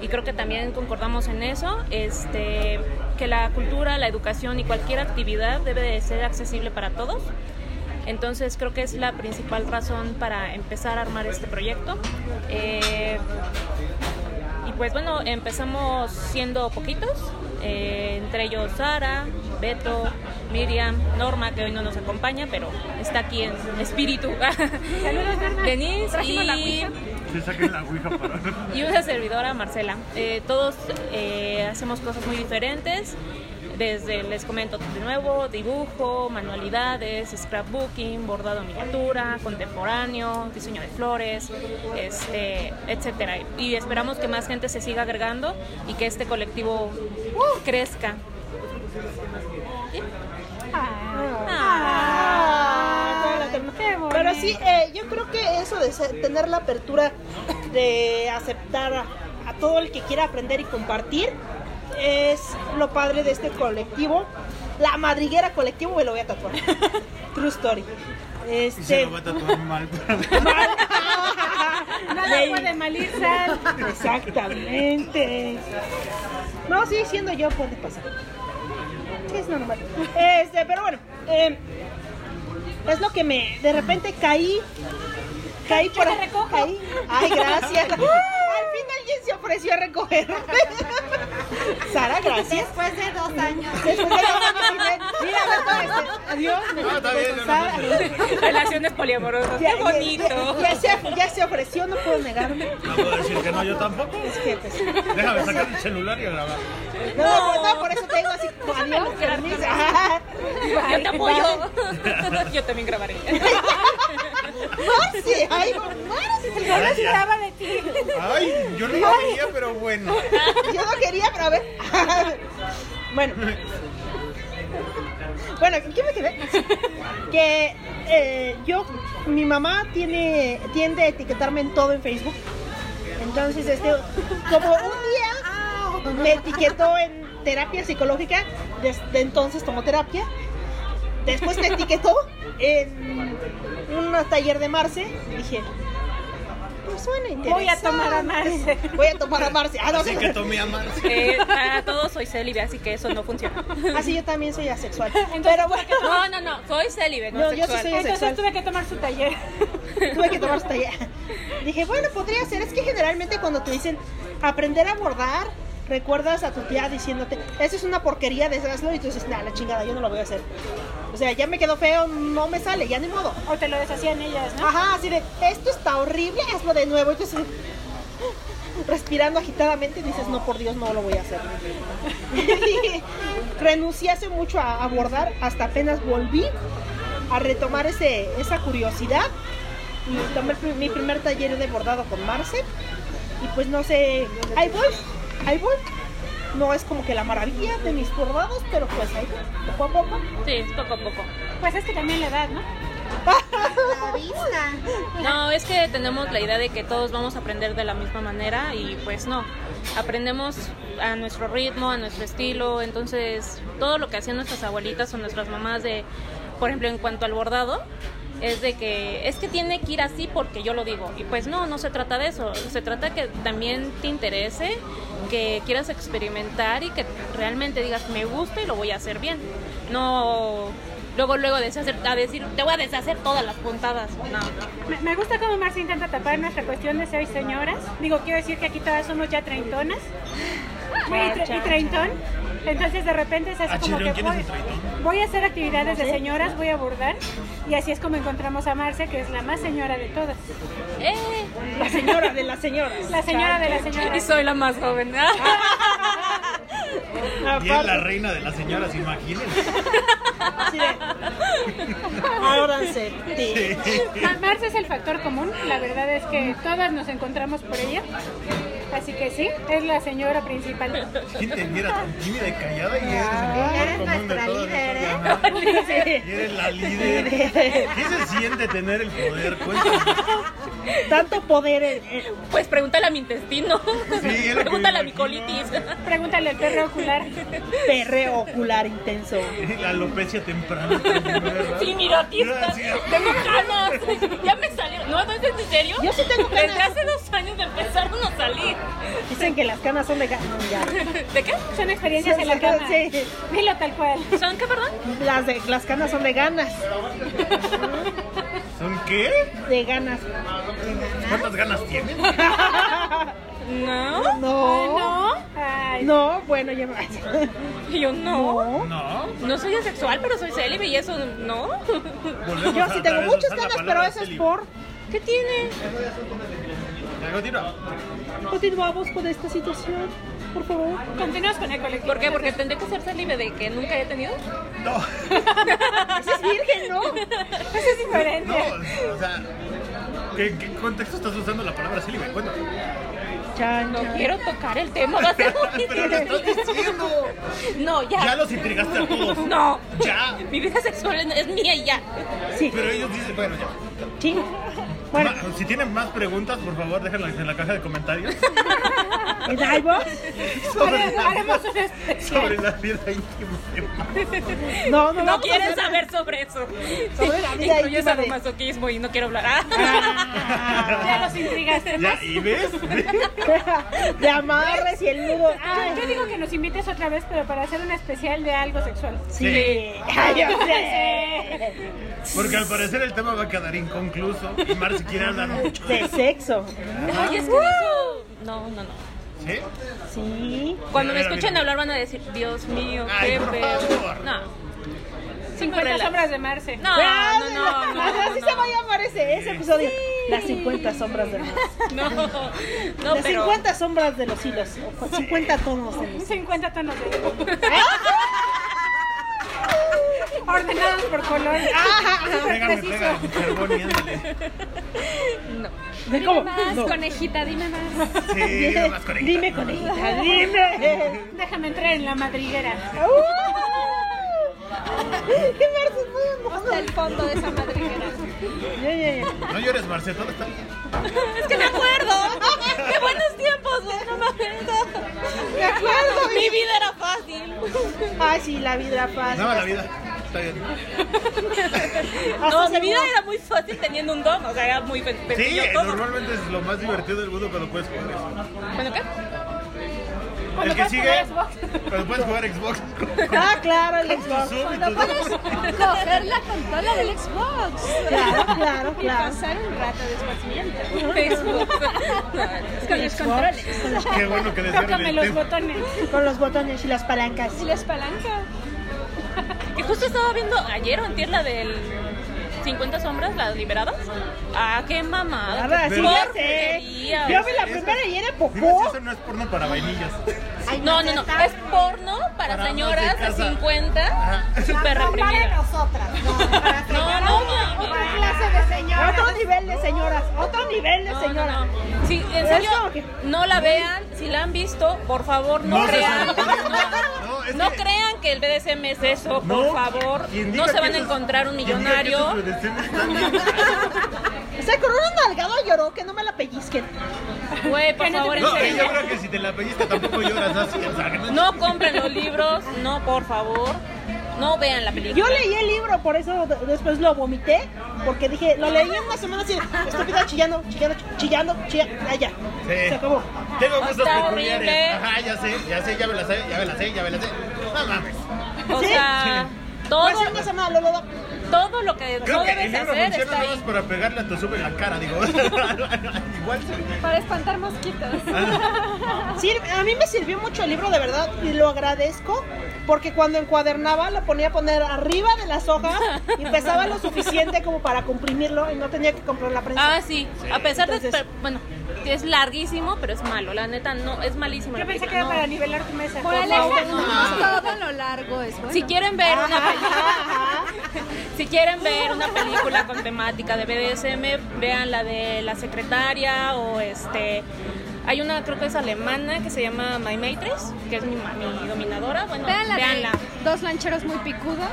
y creo que también concordamos en eso, este, que la cultura, la educación y cualquier actividad debe de ser accesible para todos. Entonces creo que es la principal razón para empezar a armar este proyecto. Eh, y pues bueno, empezamos siendo poquitos, eh, entre ellos Sara, Beto, Miriam, Norma, que hoy no nos acompaña, pero está aquí en espíritu. Saludos, Norma. Denise Trajimos la y, ouija. Se saquen la ouija para... y una servidora, Marcela. Eh, todos eh, hacemos cosas muy diferentes. Desde, les comento de nuevo, dibujo, manualidades, scrapbooking, bordado en miniatura, contemporáneo, diseño de flores, este, etcétera. Y esperamos que más gente se siga agregando y que este colectivo uh, crezca. Ah, Ah, qué bonito. Pero sí, eh, yo creo que eso de ser- tener la apertura de aceptar a, a todo el que quiera aprender y compartir es lo padre de este colectivo. La madriguera colectivo me lo voy a tatuar. True story. Y se Este, lo va a tatuar mal. Nada puede mal ir, Sal. Exactamente. No, sí, siendo yo puede pasar. Es normal. Este, pero bueno, eh, es lo que me. De repente caí. Caí por ahí. Caí. Ay, gracias. Al fin alguien se ofreció a recogerme. Sara, gracias. Después de dos años. Después de dos años y medio. Mira, me parece. Adiós. me No, está junto bien, con no, no, Sara. no. Relaciones poliamorosas. Ya- ¡Qué ya- bonito! Ya, se, ya se ofreció, no puedo negarme. No puedo decir que no, yo tampoco. Es que, pues, Déjame sacar el celular y a grabar. No, no, no, por eso te digo así, adiós, lucrar, permiso. Carmen. Ajá. Yo te apoyo. Yo también grabaré. Marce, ay, Marce. No nos dudaba de ti. Ay, yo no lo veía, pero bueno. Yo no quería, pero a ver. Bueno. Bueno, ¿en ¿qué me quedé? Que eh, yo, mi mamá tiene, tiende a etiquetarme en todo en Facebook. Entonces, este, como un día me etiquetó en terapia psicológica, desde entonces tomó terapia. Después me etiquetó en un taller de Marce. Dije, pues suena interesante. Voy a tomar a Marce. Voy a tomar a Marce. Ah, no, Así que tomé a Marce. Eh, para todos soy célibe, así que eso no funciona. Así Ah, yo también soy asexual. Entonces, Pero bueno, No, no, no, soy célibe, no, No, yo sí sexual. soy Entonces Sexual. tuve que tomar su taller. tuve que tomar su taller. Dije, bueno, podría ser. Es que generalmente cuando te dicen aprender a bordar, recuerdas a tu tía diciéndote, eso es una porquería, deshazlo. Y tú dices, nah, la chingada, yo no lo voy a hacer. O sea, ya me quedó feo, no me sale, ya ni modo. O te lo deshacían ellas, ¿no? Ajá, así de, esto está horrible, hazlo de nuevo. Y tú así, respirando agitadamente, dices, no, por Dios, no lo voy a hacer. Renuncié hace mucho a abordar, hasta apenas volví a retomar ese, esa curiosidad. Y tomé el pri- mi primer taller de bordado con Marce. Y pues no sé, ahí voy, ahí voy. No es como que la maravilla de mis bordados, pero pues ahí voy, poco a poco. Sí, es poco a poco. Pues es que también la edad, ¿no? La vista. No, es que tenemos la idea de que todos vamos a aprender de la misma manera y pues no. Aprendemos a nuestro ritmo, a nuestro estilo, entonces todo lo que hacían nuestras abuelitas o nuestras mamás de, por ejemplo, en cuanto al bordado, es de que es que tiene que ir así porque yo lo digo. Y pues no, no se trata de eso, se trata que también te interese, que quieras experimentar y que realmente digas me gusta y lo voy a hacer bien. No luego luego deshacer, a decir, te voy a deshacer todas las puntadas. No. Me, me gusta cómo Marce intenta tapar nuestra cuestión de ser señoras. Digo, quiero decir que aquí todas somos ya treintonas. Muy tre- y treintón. Entonces de repente es Ah, así como chingón, que ¿quién es voy, el treintón? voy a hacer actividades de señoras, voy a abordar. Y así es como encontramos a Marce, que es la más señora de todas. ¡Eh! La señora de las señoras. La señora de la señora. Y soy la más joven. Bien, la reina de las señoras, imagínense. Así de, ábranse. Sí. Ma- Marce es el factor común, la verdad es que todas nos encontramos por ella. Así que sí, es la señora principal. ¿Quién te viera tan tímida y callada? Y eres, Ay, el eres común de nuestra todas líder, nosotras, ¿eh? ajá. Y eres la líder. ¿Qué se siente tener el poder? Cuéntame. Tanto poder en- en- Pues pregúntale a mi intestino. es lo que pregúntale a mi me imagino. colitis. Pregúntale al perro ocular. perreo ocular intenso. La alopecia temprana. ¿verdad? Sí, mira, Mira, sí. Tengo canas. Ya me salieron. No, no es en serio. Yo sí tengo canas. Desde hace dos años me empezaron a salir. Dicen que las canas son de ga- no, ya. ¿De qué? Son experiencias en la cama. Sí. Dilo tal cual. ¿Son qué, perdón? Las, de, las canas son de ganas. ¿Son qué? De ganas. ¿Cuántas ganas tienen? No. No. ¿No? Ay, No, bueno, ya me Y yo No. no. No. No soy asexual, pero soy célibe y eso no. Volvemos Yo a sí otra tengo vez muchas usar la ganas, pero palabra eso es célibe. por. ¿Qué tiene? Ya, continúa. Continuamos con esta situación, por favor. Continuamos con el colectivo. ¿Por qué? Porque tendré que ser célibe de que nunca he tenido. No, Esa es virgen, ¿no? Eso es diferente. no, o sea, ¿qué, qué contexto estás usando la palabra célibe? Cuéntame. Chan, No chan. quiero tocar el tema. Va a ser muy Pero lo estás diciendo. No, Ya los intrigaste a todos. No. Ya. Mi vida sexual es- es mía y ya. Sí, Pero ellos dicen, bueno, ya. sí. Bueno, Ma- si tienen más preguntas, por favor, déjenlas en la caja de comentarios ¿y algo? sobre, Hare- Haremos un especial. sobre la vida íntima de Ma. No, no, No vamos a quieren hacer- saber sobre eso. Sobre la vida Incluye íntima de- sadomasoquismo y no quiero hablar. Ah. Ah. Ya los intrigaste más. Ya, ¿y ves? De amarres y el nudo. Ah, yo digo que nos invites otra vez, pero para hacer un especial de algo sexual. Sí. Ay, yo sé. Porque al parecer el tema va a quedar inconcluso. Y Mar si quiere hablar mucho. De sexo. Ah. Ay, es que eso. No, no, no. ¿Sí? Sí. Cuando me Mira, escuchen mira. hablar van a decir, Dios mío, Ay, qué por feo. favor. No, 50 sombras de Marce. no, no, no, no, Así no, se va a llamar ese, ese episodio. Las 50 sombras de los no, no, Las pero 50 sombras de los hilos. O 50 tonos de los 50 tonos de Ordenados por color. ¡Ah! Súper Pégame, preciso. pégame con carbón y ándale. ¿De cómo? Más, No. conejita, dime más. Sí, nada más conecta. Dime, conejita, dime. Déjame entrar en la madriguera. ¡Uh! ¡Qué versos muy hermosos! Hasta el fondo de esa madriguera. Ya, ya, ya. No llores, Marce, todo está bien. es que me acuerdo. Qué buenos tiempos, no me acuerdo. Me acuerdo. Mi vida era fácil. Ay, sí, la vida fácil. Nada más la vida. está bien. No, mi vida era muy fácil teniendo un don, o sea, era muy pe- Sí, pequeño eh, todo. normalmente es lo más divertido del mundo cuando puedes jugar eso. Bueno, ¿qué? El que puedes sigue, jugar Xbox. cuando puedes jugar Xbox con Ah, claro, el tu Xbox. Zoom y tu- Coger la consola del Xbox. Claro, claro, claro. Pasar un rato de esparcimiento. Facebook. No, Con los controles. Qué bueno que les dieron Tócame el los tema. botones. Con los botones y las palancas. Y las palancas. Que justo estaba viendo ayer o antier la del 50 sombras, las liberadas. Ah, qué mamada. Nada, qué sí, ya sé. porquería, Yo o vi sea. la primera y era Dime si popó. eso no es porno para vainillas. No, no, no. Es porno para Para señoras amas de de casa. 50, Ajá. súper No para reprimidas. nosotras, no, para No, señoras, no, otra mami. clase de señoras. Otro nivel de señoras. Otro nivel de No, no, señoras. no. Sí, en Es serio, como que- no la vean. Si la han visto, por favor, no, No se crean. sorprendan. No, No, es no que- crean que el BDSM es eso, por No, favor. quien No diga se que van a eso- encontrar un quien diga que eso millonario. es predestino está mal. O sea, con una nalgada lloró, que no me la pellizquen. Güey, por favor, en No, y serio. yo creo que si te la pellizca tampoco lloras así. O sea, que no- No compren los libros, no, por favor. No vean la película. Yo leí el libro, por eso de- después lo vomité, porque dije, lo leí en una semana así, estúpida, chillando, chillando, chillando, chillando, ah, ya. Sí. Se acabó. Tengo gustos Está horrible. peculiares. Ajá, ya sé, ya sé, ya me la sé, ya me la sé, ya me la sé. No mames. O ¿Sí? sea, Fue todo, así una semana, lo, lo, lo. todo lo que Creo no que el debes libro hacer funciona está nada más ahí. para pegarle a tu sube en la cara, digo. Igual se... Para espantar mosquitos. Sirve- a mí me sirvió mucho el libro, de verdad, y lo agradezco, porque cuando encuadernaba lo ponía a poner arriba de las hojas y pesaba lo suficiente como para comprimirlo y no tenía que comprar la prensa. Ah, sí. A pesar de Entonces- que, bueno, que es larguísimo, pero es malo. La neta, no, es malísimo. Yo la pensé que película, era no. para nivelar tu mesa. favor, Moraleja, no. no todo lo largo es bueno. Si quieren ver una Ajá, ajá. Si quieren ver una película con temática de BDSM, vean la de la secretaria o este. Hay una, creo que es alemana, que se llama My Matrix, que es mi, ma- mi dominadora. Bueno, Vean la de veanla. dos lancheros muy picudos.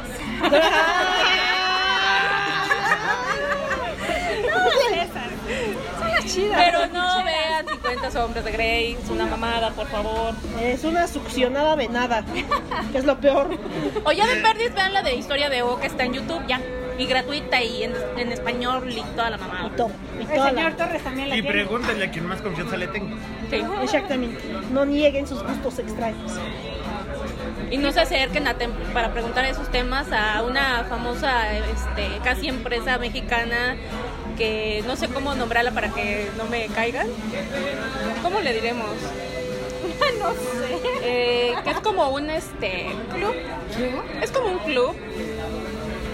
Son las chidas. Pero no vean 50 sombras de Grey, es una mamada, por favor. Es una succionada de nada, que es lo peor. O ya de perdiz, vean la de Historia de O, que está en YouTube ya. Y gratuita y en, en español y toda la mamada. Todo, y El toda la- señor Torres también la Y tiene. pregúntale a quien más confianza le tengo. Sí. Exactamente. No nieguen sus gustos extraños. Y no se acerquen a tem- para preguntar esos temas a una famosa este, casi empresa mexicana que no sé cómo nombrarla para que no me caigan. Ah, ¿Cómo le diremos? No sé. Eh, que es como un este club. Es como un club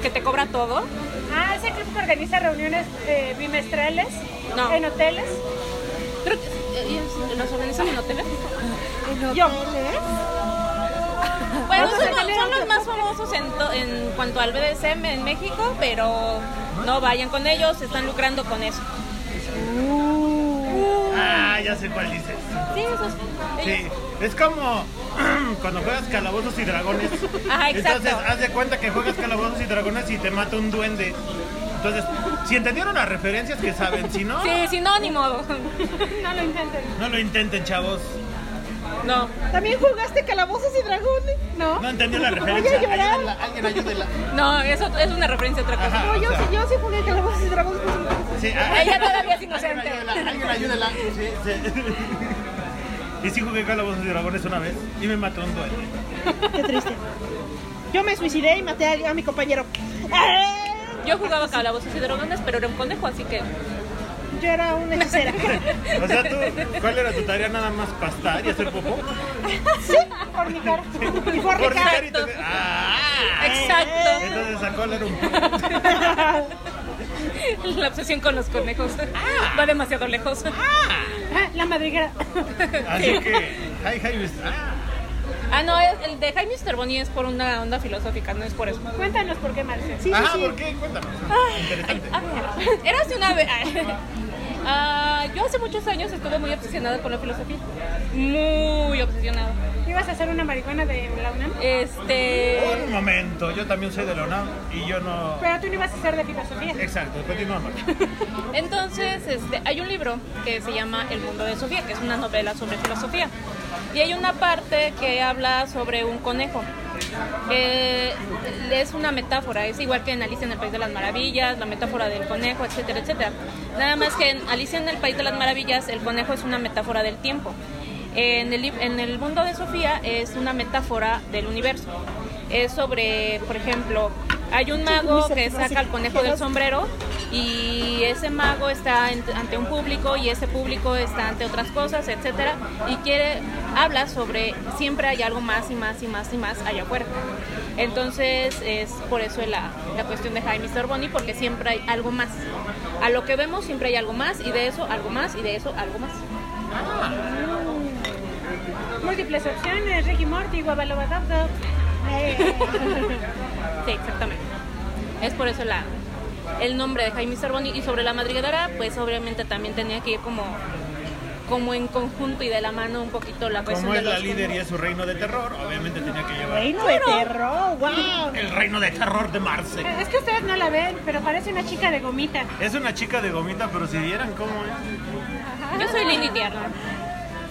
que te cobra todo. Ah, ese club que organiza reuniones eh, bimestrales No. en hoteles. Creo que eh, ellos los organizan en hoteles. Yo. Bueno, son, los- son los más famosos en, to- en cuanto al BDSM en México, pero no vayan con ellos, se están lucrando con eso. Ah, ya sé cuál dices. Sí, eso es. Sí, es como cuando juegas calabozos y dragones. Ajá, Ah, exacto. Entonces, haz de cuenta que juegas calabozos y dragones y te mata un duende. Entonces, si entendieron las referencias que saben, si no, Sí, sí, no, ni modo. No lo intenten. no lo intenten, chavos. No. También jugaste calabozos y dragones. No. No entendió la referencia. llorar. Ayúdenla, alguien ayúdela. No, eso es una referencia a otra cosa. Ajá, o Yo, sea, sí, yo sí jugué calabozos y dragones. sí, ah, Ella todavía es alguien inocente. ayúdela, alguien ayúdela. Sí, sí. Y sí jugué calabozos y dragones una vez y me mató un duende. Qué triste. Yo me suicidé y maté a, a mi compañero. ¡Eh! Yo jugaba calabozos y dragones, pero era un conejo, así que Yo era una hechicera. O sea, tú, ¿cuál era tu tarea? Nada más pastar y hacer popó. sí, fornicar. Y Fornicar fornicar. y tener- ¡Ah! Exacto. Entonces sacó el un la obsesión con los conejos va demasiado lejos. Ah, la madriguera. Así que, hi, hi, Mr. Ah, Ah, no, el el de Jaime Sterboni es por una onda filosófica, no es por eso. Cuéntanos por qué, Marce. Sí, sí, Ajá, sí. ¿por qué? Cuéntanos. Interesante. Ah, Era hace una vez. Ah, yo hace muchos años estuve muy obsesionada con la filosofía. Muy obsesionada. ¿Ibas a hacer una marihuana de la UNAM? Este. Un momento, yo también soy de la UNAM y yo no. Pero tú no ibas a hacer de filosofía. Exacto, continuamos. Entonces, este, hay un libro que se llama El mundo de Sofía, que es una novela sobre filosofía. Y hay una parte que habla sobre un conejo. que es una metáfora, es igual que en Alicia en el País de las Maravillas, la metáfora del conejo, etcétera, etcétera. Nada más que en Alicia en el País de las Maravillas el conejo es una metáfora del tiempo. En el, lib- en el mundo de Sofía es una metáfora del universo. Es sobre, por ejemplo, hay un mago que saca al conejo del sombrero y ese mago está en- ante un público y ese público está ante otras cosas, etcétera, y quiere habla sobre siempre hay algo más y más y más y más allá afuera. Entonces es por eso la, la cuestión de Jaime Sorboni, porque siempre hay algo más. A lo que vemos siempre hay algo más y de eso algo más y de eso algo más. Múltiples opciones, Ricky Morty, Guabalobadabdo. Eh, Sí, exactamente. Es por eso la, el nombre de Jaime Sorboni. Y sobre la madriguera, pues obviamente también tenía que ir como, como en conjunto y de la mano un poquito la cuestión Como de es la los líder y es su reino de terror, obviamente tenía que llevar Reino de terror, wow. el reino de terror de Marce. Es que ustedes no la ven, pero parece una chica de gomita. Es una chica de gomita, pero si vieran cómo es. Yo soy Lindy Tierna.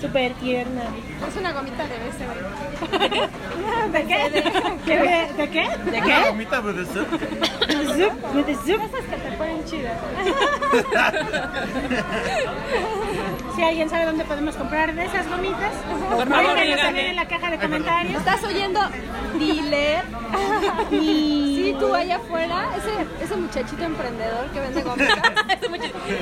Súper tierna. Es una gomita de beso. ¿De qué? ¿De, de qué? Ah, ¿De Una qué? gomita, pero de ser- Zup, with the zup. Cosas que te ponen chidas. si alguien sabe dónde podemos comprar de esas gomitas, favor, pónganos díganme. también en la caja de comentarios. ¿Estás oyendo? Dealer. Sí, tú allá afuera, ese, ese muchachito emprendedor que vende gomitas.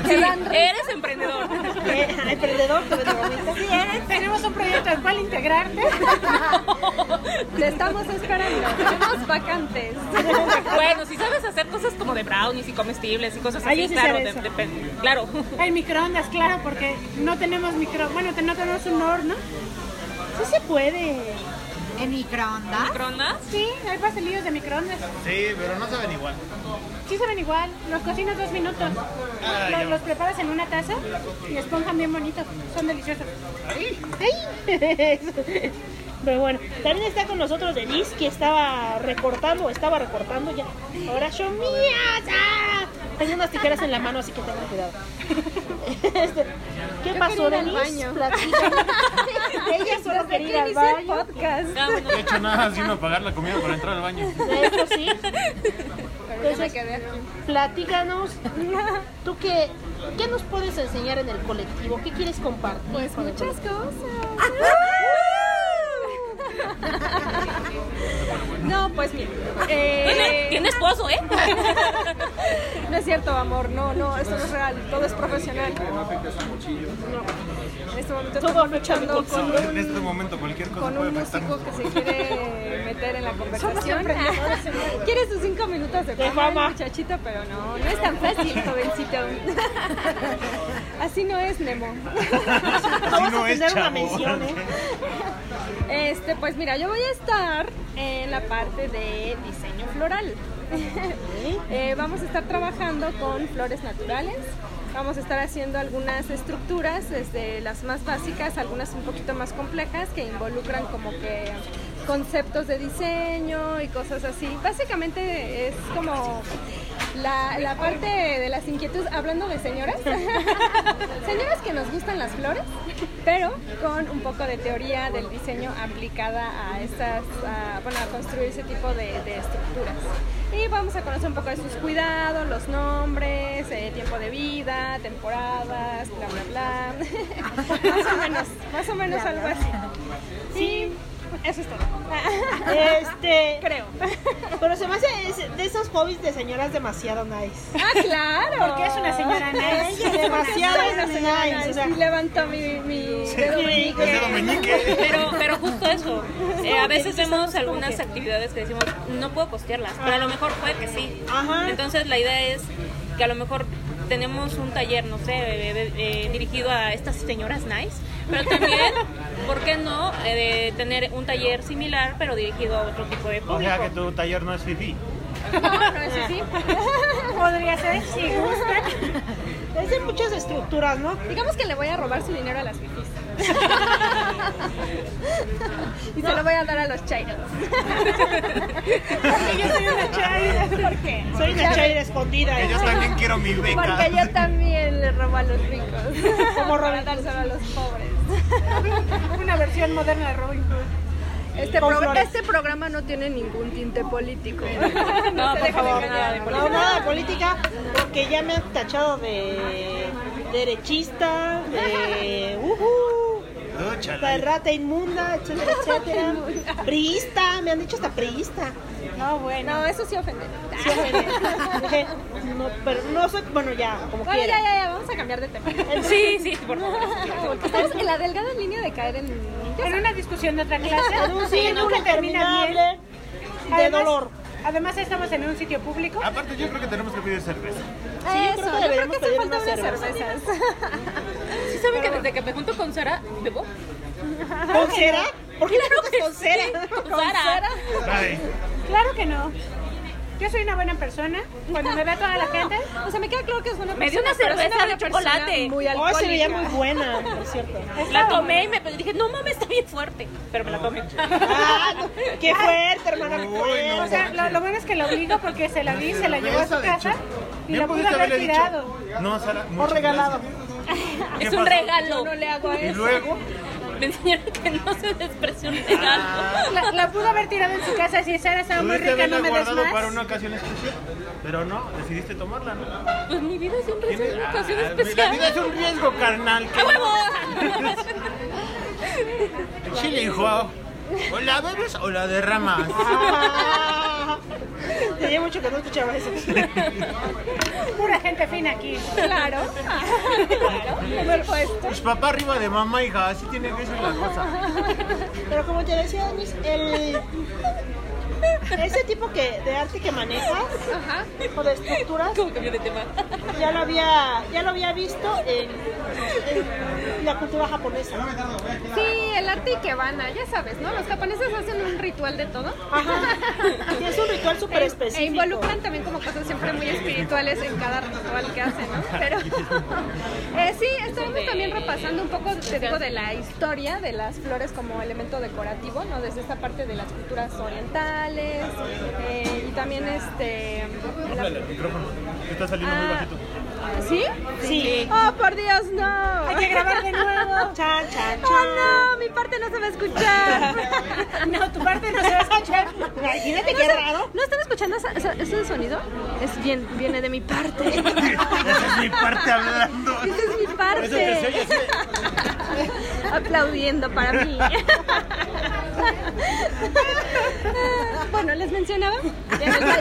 Sí, eres emprendedor. Eh, Emprendedor, que vende gomitas. Sí, ¿eh? Tenemos un proyecto al cual integrarte. Te estamos esperando. Tenemos vacantes. Bueno, si sabes hacer cosas como de brownies y comestibles y cosas Ay, así, Ah, yo sí claro, sé de- eso. depende. Claro. Hay microondas, claro, porque no tenemos micro... Bueno, te- no tenemos un horno. Sí se puede. En microondas. ¿Cronas? Sí, hay pastelillos de microondas. Sí, pero no saben igual. Sí saben igual, los cocinas dos minutos. Ah, Los, ya. los preparas en una taza y esponjan bien bonito. Son deliciosos. Ay. Pero bueno, también está con nosotros Denise, que estaba recortando, estaba recortando ya. Ahora yo mías. ¡Ah! Tengo unas tijeras en la mano, así que tengan cuidado. Este, ¿Qué pasó, quería ir al Denise? baño. Platícanos. Ella solo Desde quería que ir al inició el baño. podcast. Ah, bueno. De hecho, nada, sino pagar la comida para entrar al baño. De hecho, sí. Pero yo me quedé aquí. Platícanos, ¿tú qué, qué nos puedes enseñar en el colectivo? ¿Qué quieres compartir? Pues con el muchas cosas. No, pues mira. Tiene, eh, tiene esposo, ¿eh? No es cierto, amor. No, no, esto no es real. Todo es profesional. No. En este momento Todo estamos lucha luchando de con, En este momento cualquier cosa con puede un afectarnos. músico que se quiere meter en la conversación. Quiere sus cinco minutos de De fama, fama. el muchachito, pero no, no es tan fácil, jovencito. Así no es, Nemo. Vamos no a es, tener una chavo. mención, ¿eh? Este, pues mira, yo voy a estar en la parte de diseño floral. Eh, vamos a estar trabajando con flores naturales. Vamos a estar haciendo algunas estructuras, desde las más básicas, algunas un poquito más complejas, que involucran como que conceptos de diseño y cosas así. Básicamente es como la, la parte de las inquietudes, hablando de señoras, señoras que nos gustan las flores, pero con un poco de teoría del diseño aplicada a estas, a, bueno, a construir ese tipo de, de estructuras. Y vamos a conocer un poco de sus cuidados, los nombres, eh, tiempo de vida, temporadas, bla, bla, bla. más o menos, más o menos algo así. Sí, eso es todo. Este, Creo. pero se me hace es de esos hobbies de señoras demasiado nice. Ah, claro. Porque es una señora nice. demasiado Soy una señora nice. O sea, nice. Levanto mi, mi dedo meñique. El dedo meñique. Pero, pero justo eso. Eh, a veces que vemos estamos como algunas que- actividades que decimos, no puedo postearlas, pero a lo mejor puede que sí. Ajá. Entonces la idea es que a lo mejor tenemos un taller, no sé, eh, eh, eh, dirigido a estas señoras nice, pero también, ¿por qué no eh, de tener un taller similar, pero dirigido a otro tipo de O público? sea que tu taller no es fifi. No, no es así. Podría ser, si gusta. es de muchas estructuras, ¿no? Digamos que le voy a robar su dinero a las fifis. y se lo voy a dar a los chairos. Porque yo soy una chaira. ¿Por qué? Soy una chaira escondida. Que ¿eh? yo también quiero mi beca. Porque yo también le robo a los ricos. Como Robin Para dárselo a los pobres. Una versión moderna de Robin Hood. Este, Con pro- flores. este programa no tiene ningún tinte político. No, por favor, nada de No, política. nada de política, porque ya me han tachado de derechista, de uhu, de rata inmunda, etcétera, etcétera. Priista, me han dicho hasta priista. No, bueno. No, eso sí ofende. Sí, bueno, dije, no, pero no soy, bueno, ya, como Bueno, quiera. ya, ya, ya, vamos a cambiar de tema. Sí, sí, por favor. Porque estamos en la delgada línea de caer en... Ah, En una discusión de otra clase, En un sí, nunca nunca termina terminable bien. de Además- dolor. Además, estamos en un sitio público. Aparte, yo creo que tenemos que pedir cerveza. creo Eso, que Ah, yo creo deberíamos que hace pedir falta unas unas cervezas. Sí saben que desde que me junto con Sara, bebo. ¿Con cera? ¿Por qué no con cera? Con Sara. Ay, Claro que no. Yo soy una buena persona. Cuando me ve a toda la gente, O sea, me queda claro que es una persona... Me dio una pero es cerveza de persona chocolate. Muy Oh, alcohólica. se veía muy buena, por cierto. La tomé y me dije, no mames, está bien fuerte. Pero me la tomé. Ah, no, ¡Qué fuerte, hermana! qué Uy, no. fuerte. o sea, lo, lo bueno es que la obligo porque se la vi, se la llevó a cerveza su de casa chu- y Bien la pudo pudiste haber haberle dicho, tirado. No, Sara. O muchas regalado. gracias". Es ¿Qué pasó? un regalo. No le hago a Y eso. luego, Me enseñaron que no se despreció un regalo. La, la pudo haber tirado en su casa si Sara estaba muy pudiste rica, no haberla me des guardado más. para una ocasión especial. Pero no, decidiste tomarla, ¿no? Pues mi vida siempre es Tienes- una ocasión Ah, La vida es especial. un riesgo, carnal. ¡A huevo! Chile, hijo. O la bebes o la derramas. Ah, Tenía mucho que no escuchaba eso. Pura gente fina aquí. Claro. Claro, por supuesto. Pues papá arriba de mamá, hija. Así tiene que ser la cosa. Pero como te decía, Denise, el... ese tipo que, de arte que manejas, Ajá. o de estructuras, ¿Cómo cambió de tema? ya lo había, ya lo había visto en, en la cultura japonesa. Sí, el arte ikebana, ya sabes, ¿no? Los japoneses hacen un ritual de todo. Ajá. Sí, es un ritual súper E- específico. E involucran también como cosas siempre muy espirituales en cada ritual que hacen, ¿no? Pero eh, sí, estaremos también repasando un poco, te digo, de la historia de las flores como elemento decorativo, ¿no? Desde esta parte de las culturas orientales eh, y también este... la- Dale el micrófono. que Está saliendo muy Ah, bajito. ¿Sí? Sí. ¡Oh, por Dios, no! Hay que grabar de nuevo. Chan, chan, ¡Oh, chan. no! Mi parte no se va a escuchar. No, tu parte no se va a escuchar. Imagínate No qué sé- raro. ¿No están escuchando esa- esa- ese sonido? Es bien, viene de mi parte. Esa es mi parte hablando. Esa es mi Por eso que se oye parte. así. Aplaudiendo para mí. bueno, les mencionaba. Regresando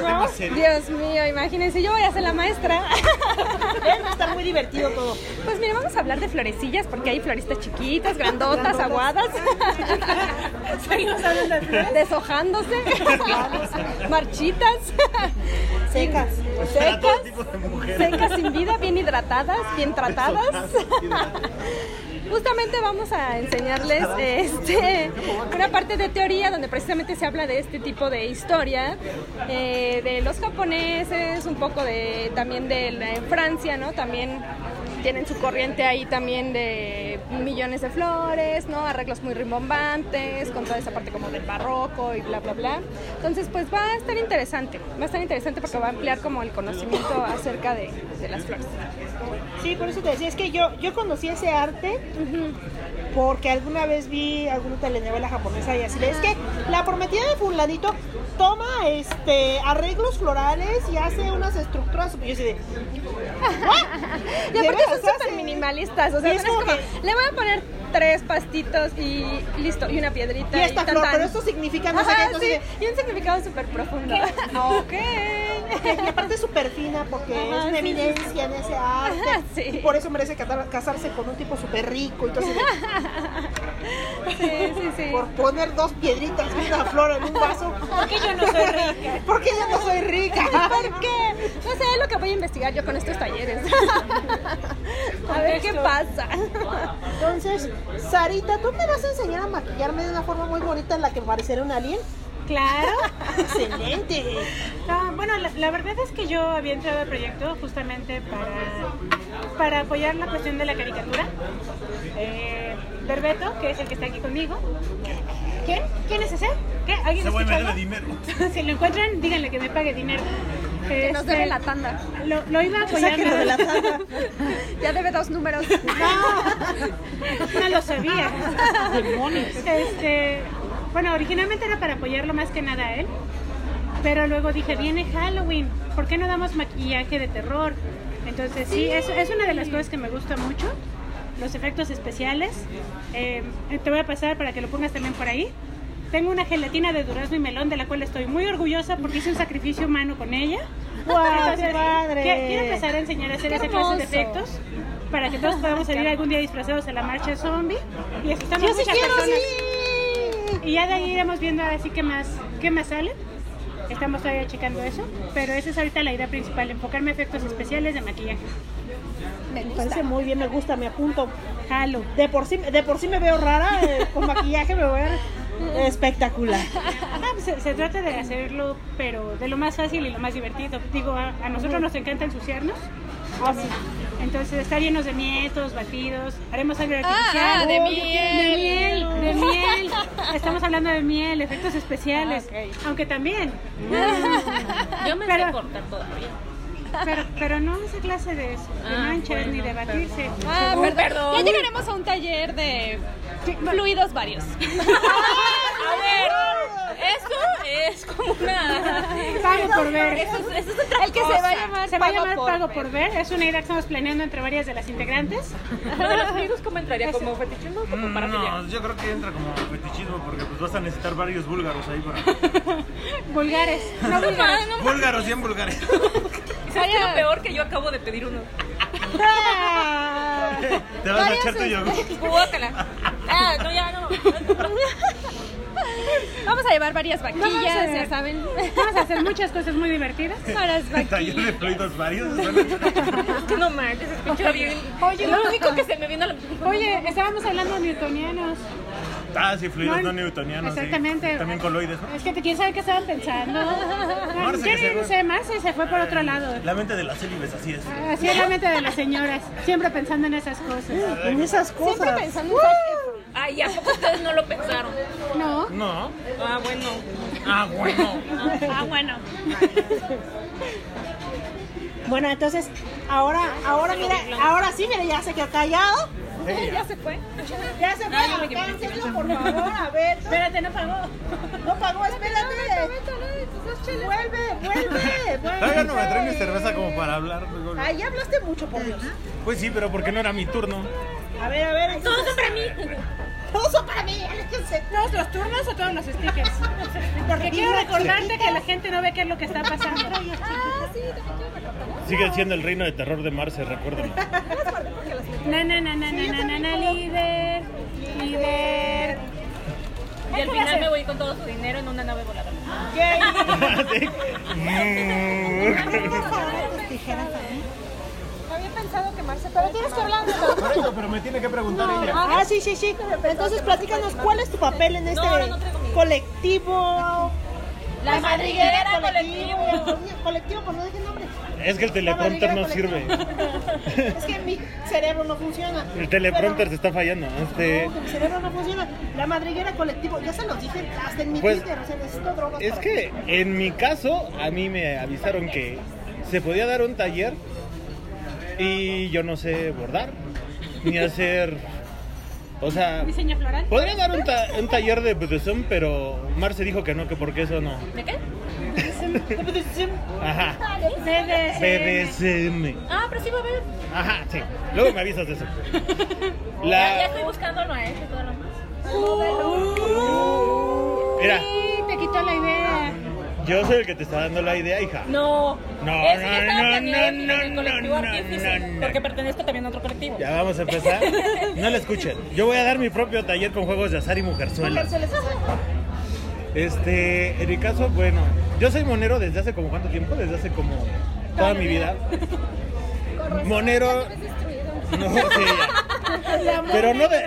a temas serios. Dios mío, imagínense, yo voy a ser la maestra. Debe estar muy divertido todo. Pues mira, vamos a hablar de florecillas porque hay floristas chiquitas, grandotas, aguadas. Deshojándose. Marchitas. Secas. Para todo Secas. tipo de mujeres. secas sin vida, bien hidratadas, bien tratadas. Justamente vamos a enseñarles este, una parte de teoría donde precisamente se habla de este tipo de historia, eh, de los japoneses, un poco de también de la- en Francia, ¿no? También tienen su corriente ahí también de millones de flores, ¿no? Arreglos muy rimbombantes, con toda esa parte como del barroco y bla, bla, bla. Entonces, pues va a estar interesante, va a estar interesante porque va a ampliar como el conocimiento acerca de, de las flores. Sí, por eso te decía, es que yo, yo conocí ese arte porque alguna vez vi alguna telenovela japonesa y así. de, Es que la prometida de fulanito toma este arreglos florales y hace unas estructuras. Y yo así de, Y veras, aparte son hace- súper minimalistas, o sea, Y es son así como como, le voy a poner tres pastitos y listo, y una piedrita y y, esta tan, flor, tan. pero esto significa no sé Ajá, qué. Entonces, sí, y un significado súper profundo. ok. Y aparte es súper fina porque Ajá, es una sí, sí, eminencia en ese arte. Ajá, Ah, sí. Y por eso merece catar- casarse con un tipo súper rico. Entonces, Sí, sí, sí. por poner dos piedritas y una flor en un vaso. ¿Por qué yo no soy rica? ¿Por qué yo no soy rica? ¿Por qué? No sé, es lo que voy a investigar yo con estos talleres. a ver qué pasa. Entonces, Sarita, tú me vas a enseñar a maquillarme de una forma muy bonita en la que pareciera un alien. Claro. Excelente. No, bueno, la, la verdad es que yo había entrado al proyecto justamente para, para apoyar la cuestión de la caricatura. Eh, Berbeto, que es el que está aquí conmigo. ¿Quién? ¿Quién es ese? ¿Qué? ¿Alguien Se está voy a meter escuchando? dinero. si lo encuentran, díganle que me pague dinero. Que nos Este, debe la tanda. Lo, lo iba a apoyar. Sáquenlo de la nada- tanda. Ya debe dos números. No lo sabía. Este, bueno, originalmente era para apoyarlo más que nada a él. Pero luego dije, viene Halloween, ¿por qué no damos maquillaje de terror? Entonces, sí, es, es una de las cosas que me gusta mucho. Los efectos especiales. Eh, te voy a pasar para que lo pongas también por ahí. Tengo una gelatina de durazno y melón de la cual estoy muy orgullosa porque hice un sacrificio humano con ella. ¡Guau, qué Entonces, padre! qui- Quiero empezar a enseñar a hacer ¡Qué esa clase de hermoso! efectos para que todos podamos salir algún día disfrazados a la marcha zombie y asistamos Yo sí muchas quiero, personas. sí. Y ya de ahí iremos viendo ahora sí qué más, qué más sale. Estamos todavía checando eso, pero esa es ahorita la idea principal, enfocarme a efectos especiales de maquillaje. Me parece muy bien, me gusta, me apunto. Halo. De por sí, de por sí me veo rara, eh, con maquillaje me voy a ver espectacular. Ah, pues, se, se trata de hacerlo, pero de lo más fácil y lo más divertido. Digo, a, a nosotros nos encanta ensuciarnos. Entonces está llenos de nietos, batidos, haremos sangre artificial. ah, de Oh, miel. yo quiero- De miel, de miel. Estamos hablando de miel, efectos especiales. Ah, ok. Aunque también. Yo me Pero- sé cortar todavía. Pero, pero no esa clase de, de Ah, manchas bueno, ni de batirse. Ah, Uy, perdón. perdón. Ya llegaremos a un taller de fluidos varios. A ver, esto es como una. Pago por ver. Esto es, esto es otra El que se va a cosa. llamar Se va a Pago llamar por Pago Ver. por Ver. Es una idea que estamos planeando entre varias de las integrantes. Lo de los amigos, ¿cómo entraría? ¿Como fetichismo o como para No, yo creo que entra como fetichismo porque pues vas a necesitar varios búlgaros ahí para... Vulgares. No vulgares. búlgaros, bien búlgaros. ¿Sabes qué es lo peor que yo acabo de pedir uno? Te vas a echar tu yogur. Guácala. Ah, no, ya no. Vamos a llevar varias vaquillas, Vamos a- ya saben. Vamos a hacer muchas cosas muy divertidas. Varias Taller de vaquillas. fluidos varios. suena- No manches, se escucha bien. Oye, lo único que se me vino a la Oye, estábamos hablando de newtonianos. Ah, sí, fluidos No, no, newtonianos. sí. exactamente. También coloides, ¿no? Es que te quieren saber qué estaban pensando. Marce, que se Quieren fue. irse más y se fue por otro lado. La mente de las célibes, así es. Así es la mente de las señoras. Siempre pensando en esas cosas. En esas Siempre cosas. pensando en Zac Efron. Ay, ¿a poco ustedes no lo pensaron? No. No. Ah, bueno. Ah, bueno. Ah, bueno. Bueno, entonces, ahora, ahora mira, ahora sí, mira, ya se quedó callado. Ya se fue. Ya se fue, Ah, yo me quedé alcáncenlo, por favor, a ver. Espérate, no pagó. No pagó, espérate. Vuelve, vuelve, vuelve. Todavía Ah, no me traen mi cerveza como para hablar. luego- Ay, ya hablaste mucho, por Dios. Pues sí, pero porque no era mi turno. A ver, a ver. Todo para mí. Todos son para mí, aléjense. ¿Todos los turnos o todos los stickers? Porque quiero recordarte que la gente no ve qué es lo que está pasando. Sigue siendo el reino de terror de Marce, recuérdame. Na, na, na, na, na, na, na, na, líder. Líder. Y al final me voy con todo su dinero en una nave voladora. Sí. Había pensado quemarse, pero tienes que hablar. Por eso, pero me tiene que preguntar ella. Ah, sí, sí, sí. Entonces, platícanos, ¿cuál es tu papel en este No, no traigo mi- colectivo? Pues, La madriguera colectivo. Colectivo, pues no dije nombre. Es que el teleprompter no sirve. Es que mi cerebro no funciona. El teleprompter se está fallando. Este, Pero- No, que mi cerebro no funciona. La madriguera colectivo, ya se los dije hasta en mi Pues, Twitter. O sea, necesito drogas. es para- que en mi caso, a mí me avisaron que se podía dar un taller y yo no sé bordar ni hacer. O sea, Diseño floral. podría dar un, ta- un taller de BDSM, pero Marce dijo que no, que porque eso no. ¿De qué? Ajá, BDSM. BDSM. Ah, pero sí va a haber. Ajá, sí. Luego me avisas de eso. Ya, ya La. estoy buscando no es todo lo más. Uh, Mira, Sí, te quitó la idea. yo soy el que te está dando la idea, hija. No. No, Eso ya no, estaba no, planeado no, en el no, colectivo no, no, artífice, no, no. Porque pertenezco también a otro colectivo. Ya vamos a empezar. No la escuchen. Yo voy a dar mi propio taller con juegos de azar y mujerzuelas. Este, en mi caso, bueno, yo soy monero desde hace como cuánto tiempo, desde hace como toda mi vida. Monero. No, sí, ya. Pero no de.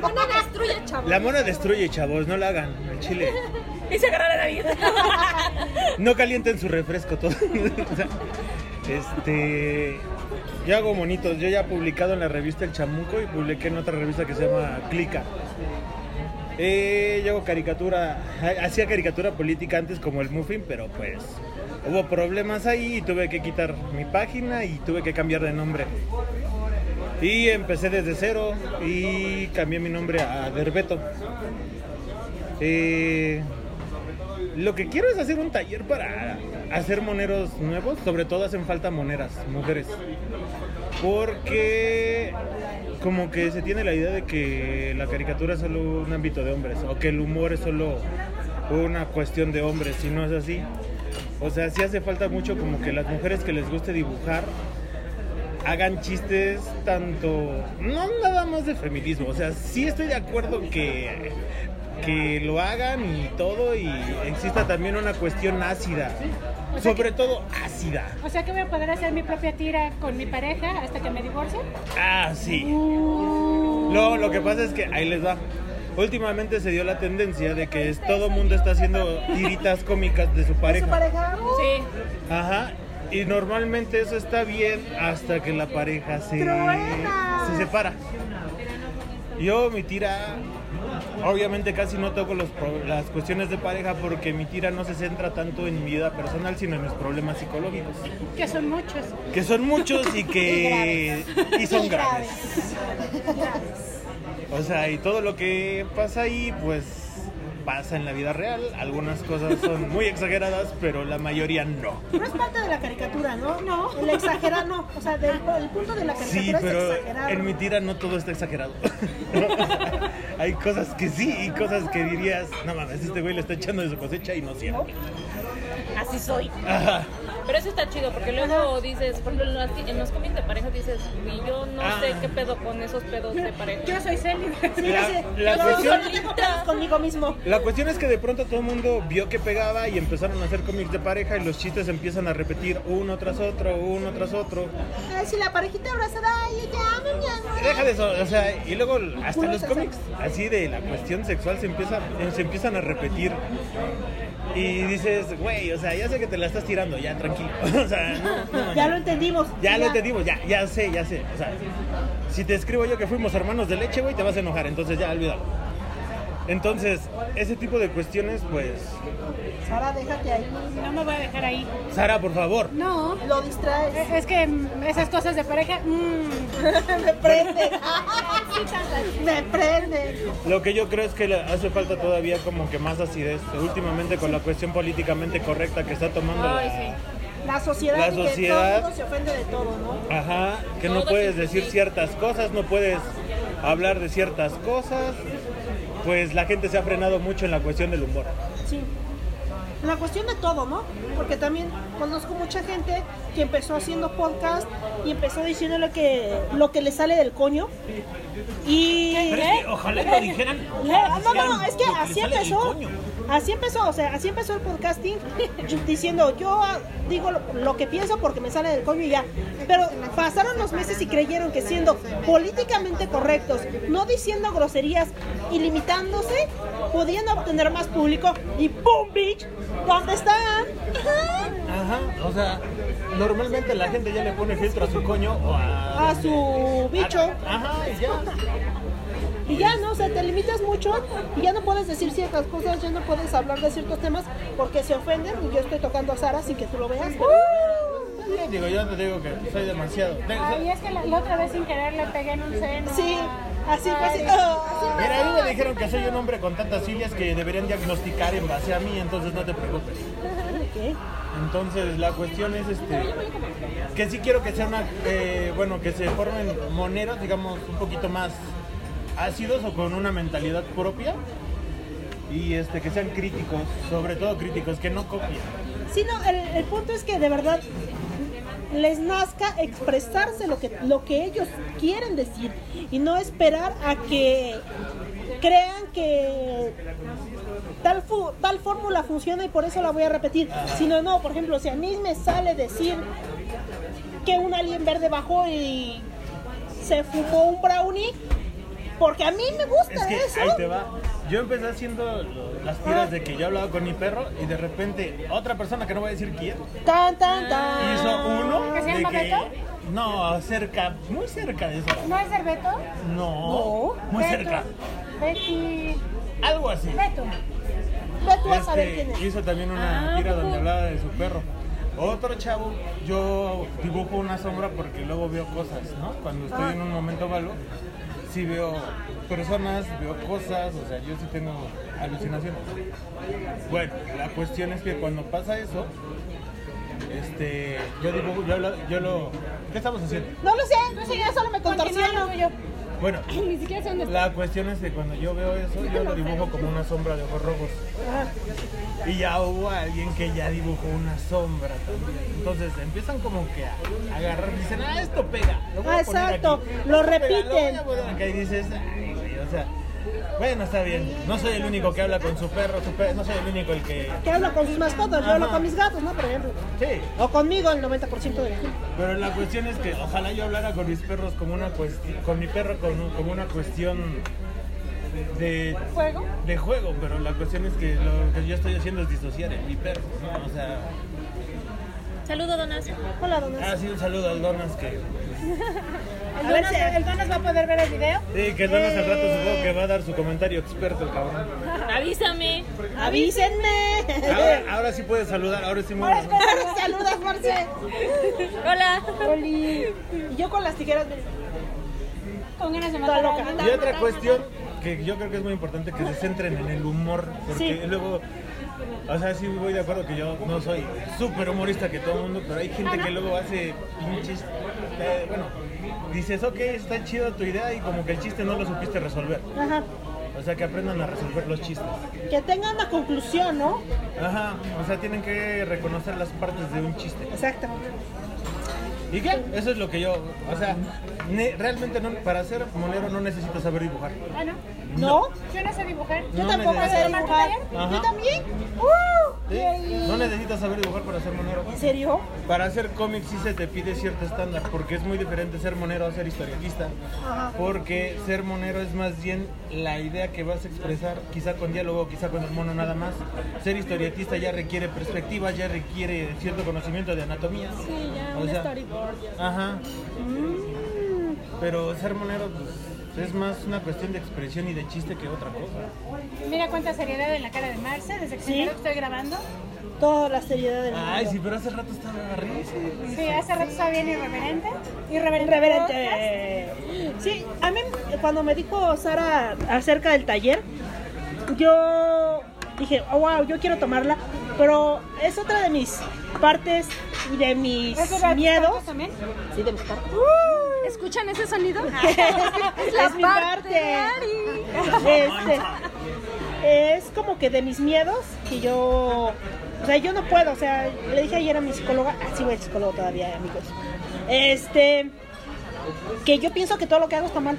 Bueno, destruye, chavo. La mona destruye, chavos, no la hagan en Chile. Y se agarra la nariz. No calienten su refresco todo. O sea, este. Yo hago monitos. Yo ya he publicado en la revista El Chamuco y publiqué en otra revista que se llama Clica. Eh, yo hago caricatura, ha- hacía caricatura política antes como el Muffin, pero pues hubo problemas ahí y tuve que quitar mi página y tuve que cambiar de nombre. Y empecé desde cero y cambié mi nombre a Derbeto. Eh, lo que quiero es hacer un taller para hacer moneros nuevos, sobre todo hacen falta moneras, mujeres. Porque como que se tiene la idea de que la caricatura es solo un ámbito de hombres o que el humor es solo una cuestión de hombres y no es así. O sea, sí hace falta mucho como que las mujeres que les guste dibujar hagan chistes tanto, no nada más de feminismo, o sea, sí estoy de acuerdo que, que lo hagan y todo y exista también una cuestión ácida, O sea sobre todo ácida. O sea que voy a poder hacer mi propia tira con mi pareja hasta que me divorcie. Ah, sí. No, lo que pasa es que ahí les va. Últimamente se dio la tendencia de que es- todo mundo está haciendo tiritas cómicas de su pareja. Sí. Ajá. Y normalmente eso está bien hasta que la pareja se, se separa. Yo mi tira, obviamente casi no toco los pro- las cuestiones de pareja porque mi tira no se centra tanto en mi vida personal sino en mis problemas psicológicos, Que son muchos. que son muchos y que y son graves. O sea, y todo lo que pasa ahí, pues pasa en la vida real. Algunas cosas son muy exageradas, pero la mayoría no. No es parte de la caricatura, ¿no? No. El exagerar, no. O sea, del, el punto de la Sí, caricatura es pero exagerar. en mi tira no todo está exagerado. Hay cosas que sí y cosas que dirías, no mames, este güey le está echando de su cosecha y no cierra. Así soy. Ajá. Pero eso está chido, porque luego dices, por ejemplo, en las- en los cómics de pareja dices, y yo no Ah. sé qué pedo con esos pedos de pareja. Yo soy célibe. La- la Yo cuestión- solo tengo pedos conmigo mismo. La cuestión es que de pronto todo el mundo vio que pegaba y empezaron a hacer cómics de pareja y los chistes empiezan a repetir uno tras otro, uno tras otro. Ay, si la parejita abrazada, ay, ya, mi amor. Deja de eso, o sea, y luego hasta Culo los sexual. cómics así de la cuestión sexual se, empieza, eh, se empiezan a repetir. Y dices, güey, o sea, ya sé que te la estás tirando, ya tranquilo. O sea, no, no, Ya lo entendimos. ya lo entendimos, ya, ya sé, ya sé. O sea, si te escribo yo que fuimos hermanos de leche, güey, te vas a enojar, entonces ya, olvídalo. Entonces, ese tipo de cuestiones, pues, Sara, déjate ahí. No me voy a dejar ahí. Sara, por favor, No. Lo distraes. Es que mm, esas cosas de pareja. mm, Me prende. Me prende. Lo que yo creo es que le hace falta todavía como que más acidez. Últimamente con la cuestión políticamente correcta que está tomando la- La sociedad, La y que sociedad. todo el mundo se ofende de todo, ¿no? Ajá, que no puedes decir ciertas cosas, no puedes hablar de ciertas cosas. Pues la gente se ha frenado mucho en la cuestión del humor. Sí. La cuestión de todo, ¿no? Porque también conozco mucha gente que empezó haciendo podcast y empezó diciendo lo que, lo que le sale del coño. Y. ojalá lo dijeran. No, ¿Eh? ah, no, no, es que así empezó. Así empezó, o sea, así empezó el podcasting diciendo yo ah, digo lo, lo que pienso porque me sale del coño y ya. Pero pasaron los meses y creyeron que siendo políticamente correctos, no diciendo groserías y limitándose, podían obtener más público y ¡pum, bitch! ¿Dónde están? Ajá, o sea, normalmente la gente ya le pone filtro a su coño o a. A su bicho. Ajá, y ya. Y ya, ¿no? O sea, te limitas mucho y ya no puedes decir ciertas cosas, ya no puedes hablar de ciertos temas porque se ofenden y yo estoy tocando a Sara sin que tú lo veas. pero- Digo, yo te digo que soy demasiado. Ay, es que la, la otra vez sin querer le pegué en un seno. Sí, así fue así. Ay, ¡Ah! Mira, a mí me dijeron que soy un hombre con tantas filias que deberían diagnosticar en base a mí, entonces no te preocupes. Ok. Entonces la cuestión es este, que sí quiero que sea una, eh, bueno, que se formen moneros, digamos, un poquito más ácidos o con una mentalidad propia y este, que sean críticos, sobre todo críticos, que no copien. Sí, no, el, el punto es que de verdad les nazca expresarse lo que, lo que ellos quieren decir y no esperar a que crean que tal, fu- tal fórmula funciona y por eso la voy a repetir. Sino, no, por ejemplo, si a mí me sale decir que un alien verde bajó y se fumó un brownie, porque a mí me gusta Es que eso. ahí te va. Yo empecé haciendo lo- las tiras de que yo hablaba con mi perro y de repente otra persona que no voy a decir quién Tan, tan, tan. hizo uno ¿Que se de llama que Beto? no cerca muy cerca de eso Oh, ¿No es Cerveto? no muy cerca Betty. Algo así. Beto. Ve tú a saber Este, quién es. hizo también una Ah, tira ¿poco? donde hablaba de su perro. Otro chavo, yo dibujo una sombra porque luego veo cosas, ¿no? Cuando estoy Ah. en un momento malo, sí veo personas, veo cosas, o sea, yo sí tengo alucinaciones. Bueno, la cuestión es que cuando pasa eso, este, yo dibujo, yo lo, yo lo- ¿qué estamos haciendo? No lo sé, no sé, ya solo me contorsiono. Bueno, Ni siquiera sé dónde está. la cuestión es que cuando yo veo eso, yo lo dibujo como una sombra de ojos rojos. Y ya hubo alguien que ya dibujó una sombra también. Entonces empiezan como que a a agarrar, dicen, ah, esto pega. Lo voy a Ah, poner exacto, aquí. Esto lo pega, voy a repiten. poner acá. Y dices, "Ay, güey", o sea, bueno, está bien. No soy el único que habla con su perro, su perro- no soy el único el que... Que habla con sus mascotas, yo hablo Ajá. con mis gatos, ¿no? Por ejemplo. Sí. O conmigo el 90% de la gente. Pero la cuestión es que ojalá yo hablara con mis perros como una cuestión, con mi perro como, como una cuestión de ¿Juego? de juego, pero la cuestión es que lo que yo estoy haciendo es disociar en mi perro, ¿no? O sea, Saludo, donas. Hola, ha sido un saludo al Donas que. A ver si el Donas va a poder ver el video. Sí, que el Donas al rato supongo que va a dar su comentario experto, el cabrón. Avísame. ¡Avísenme! Ahora, ahora sí puedes saludar, ahora sí Ahora mueves. ¿no? espera, saludas, Marce. Hola. Oli. Y yo con las tijeras. miren. Con ganas de Está matar a loca. alguien. Y otra cuestión que yo creo que es muy importante que se centren en el humor, porque Sí. luego. O sea, sí voy de acuerdo que yo no soy súper humorista que todo el mundo, pero hay gente que luego hace pinches. eh, bueno, dices, ok, está chida tu idea y como que el chiste no lo supiste resolver. Ajá. O sea, que aprendan a resolver los chistes. Que tenga una conclusión, ¿no? Ajá, o sea, tienen que reconocer las partes de un chiste. Exacto. ¿Y qué? Eso es lo que yo, o sea, ne- realmente no, para ser monero no necesito saber dibujar. Ah, no. ¿No? Yo no sé dibujar. Yo No tampoco necesito. sé dibujar. Ajá. ¿Yo también? ¡Uh! ¿Sí? Yay. No necesitas saber dibujar para ser monero. ¿En serio? Para hacer cómics sí se te pide cierto estándar, porque es muy diferente ser monero a ser historialista. Porque ser monero es más bien la idea que vas a expresar, quizá con diálogo, quizá con el mono nada más. Ser historietista ya requiere perspectiva, ya requiere cierto conocimiento de anatomía. Sí, ya, un Mm. storyboard. Ajá. Pero ser monero pues, es más una cuestión de expresión y de chiste que otra cosa. Mira cuánta seriedad en la cara de Marce desde que Sí. primero estoy grabando. Toda la seriedad del mundo. Ay, sí, pero hace rato estaba risa. Sí, hace rato estaba bien irreverente. Irreverente. Reverente. Sí, a mí cuando me dijo Sara acerca del taller, yo dije, "Oh, wow, yo quiero tomarla, pero es otra de mis partes y de mis ¿Eso era miedos. también? Sí, de mis partes. ¿Escuchan ese sonido? es, la mi parte de parte. Este, es como que de mis miedos que yo, o sea, yo no puedo, o sea, le dije ayer a mi psicóloga, así voy al psicólogo todavía, amigos. Este, que yo pienso que todo lo que hago está mal.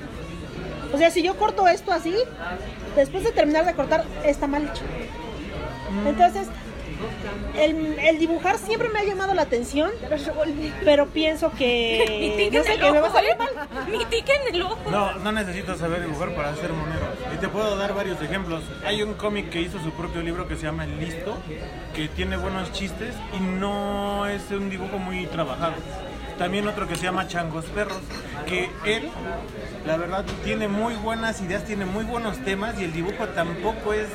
O sea, si yo corto esto así, después de terminar de cortar, está mal hecho. Entonces, el, el dibujar siempre me ha llamado la atención, pero pienso Mi que tic no en sé el que me va a ojo, salir ¿eh? mal. Mi tic en el ojo. No, no necesitas saber dibujar para ser monero. Y te puedo dar varios ejemplos. Hay un cómic que hizo su propio libro que se llama El Listo, que tiene buenos chistes y no es un dibujo muy trabajado. También otro que se llama Changos Perros, que él, la verdad, tiene muy buenas ideas, tiene muy buenos temas y el dibujo tampoco es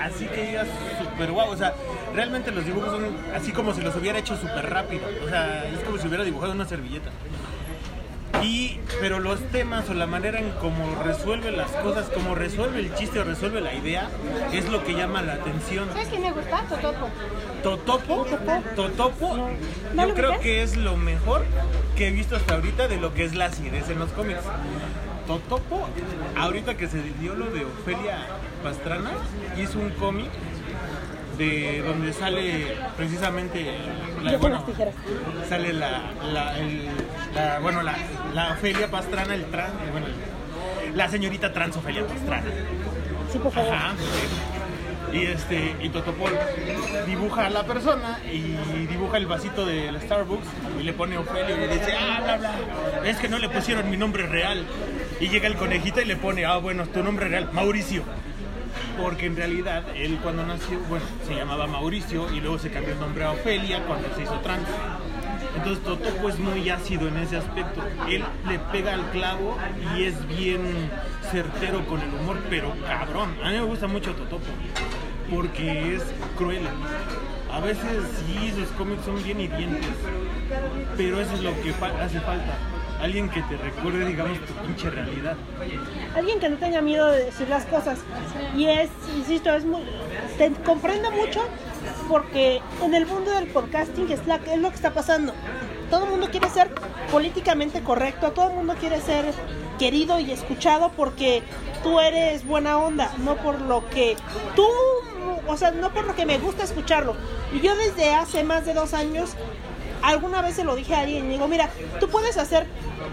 así que digas súper guau. O sea, realmente los dibujos son así como si los hubiera hecho súper rápido. O sea, es como si hubiera dibujado una servilleta. Y, pero los temas o la manera en cómo resuelve las cosas, cómo resuelve el chiste o resuelve la idea, es lo que llama la atención. ¿Sabes quién me gusta? Totopo. Totopo, Totopo, ¿No yo lo creo ubicas? que es lo mejor que he visto hasta ahorita de lo que es la acidez en los cómics. Totopo, ahorita que se dio lo de Ofelia Pastrana, hizo un cómic de donde sale precisamente la, Yo con bueno, las tijeras. sale la, la- el- la- bueno la, la Ofelia Pastrana el trans bueno, la señorita trans Ofelia Pastrana Sí, por favor. Ajá. Y este, y Totopol dibuja a la persona y dibuja el vasito del Starbucks y le pone Ofelio y le dice, ah, bla, bla, es que no le pusieron mi nombre real. Y llega el conejito y le pone, ah, bueno, tu nombre real, Mauricio. Porque en realidad él cuando nació, bueno, se llamaba Mauricio y luego se cambió el nombre a Ofelia cuando se hizo trans. Entonces Totopo es muy ácido en ese aspecto. Él le pega al clavo y es bien certero con el humor, pero cabrón. A mí me gusta mucho Totopo porque es cruel. A veces sí, sus cómics son bien hirientes, pero eso es lo que fa- hace falta. Alguien que te recuerde, digamos, tu pinche realidad. Alguien que no tenga miedo de decir las cosas. Y es, insisto, es muy, te comprendo mucho porque en el mundo del podcasting es, la- es lo que está pasando. Todo el mundo quiere ser políticamente correcto, todo el mundo quiere ser querido y escuchado porque tú eres buena onda, no por lo que tú, o sea, no por lo que me gusta escucharlo. Y yo desde hace más de dos años alguna vez se lo dije a alguien, digo, mira, tú puedes hacer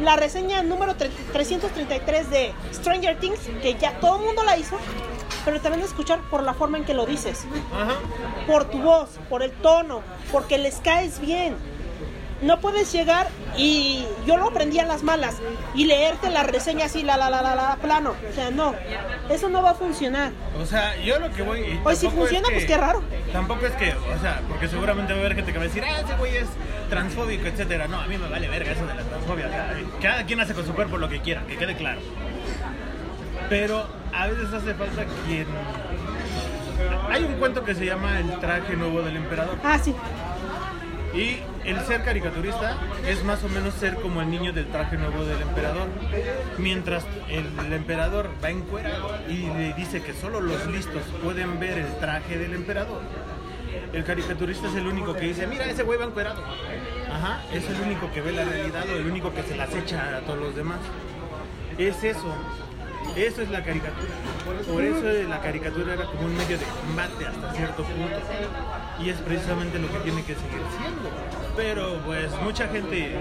la reseña número tre- 333 de Stranger Things, que ya todo el mundo la hizo, pero te van a escuchar por la forma en que lo dices, por tu voz, por el tono, porque les caes bien. No puedes llegar y yo lo aprendí a las malas y leerte la reseña así, la la la la la plano. O sea, no, eso no va a funcionar. O sea, yo lo que voy. y Pues si tampoco es funciona, que- pues qué raro. Tampoco es que, o sea, porque seguramente va a haber gente que va a decir, ah, ese güey es transfóbico, etcétera. No, a mí me vale verga eso de la transfobia. O sea, cada quien hace con su cuerpo lo que quiera, que quede claro. Pero a veces hace falta quien. Hay un cuento que se llama El traje nuevo del emperador. Ah, sí. Y el ser caricaturista es más o menos ser como el niño del traje nuevo del emperador. Mientras el, emperador va en y le dice que solo los listos pueden ver el traje del emperador. El caricaturista es el único que dice, mira, ese güey va encuerado. Ajá, es el único que ve la realidad o el único que se las echa a todos los demás. Es eso. Eso es la caricatura. Por eso eh, la caricatura era como un medio de combate hasta cierto punto. Y es precisamente lo que tiene que seguir siendo. Pero pues mucha gente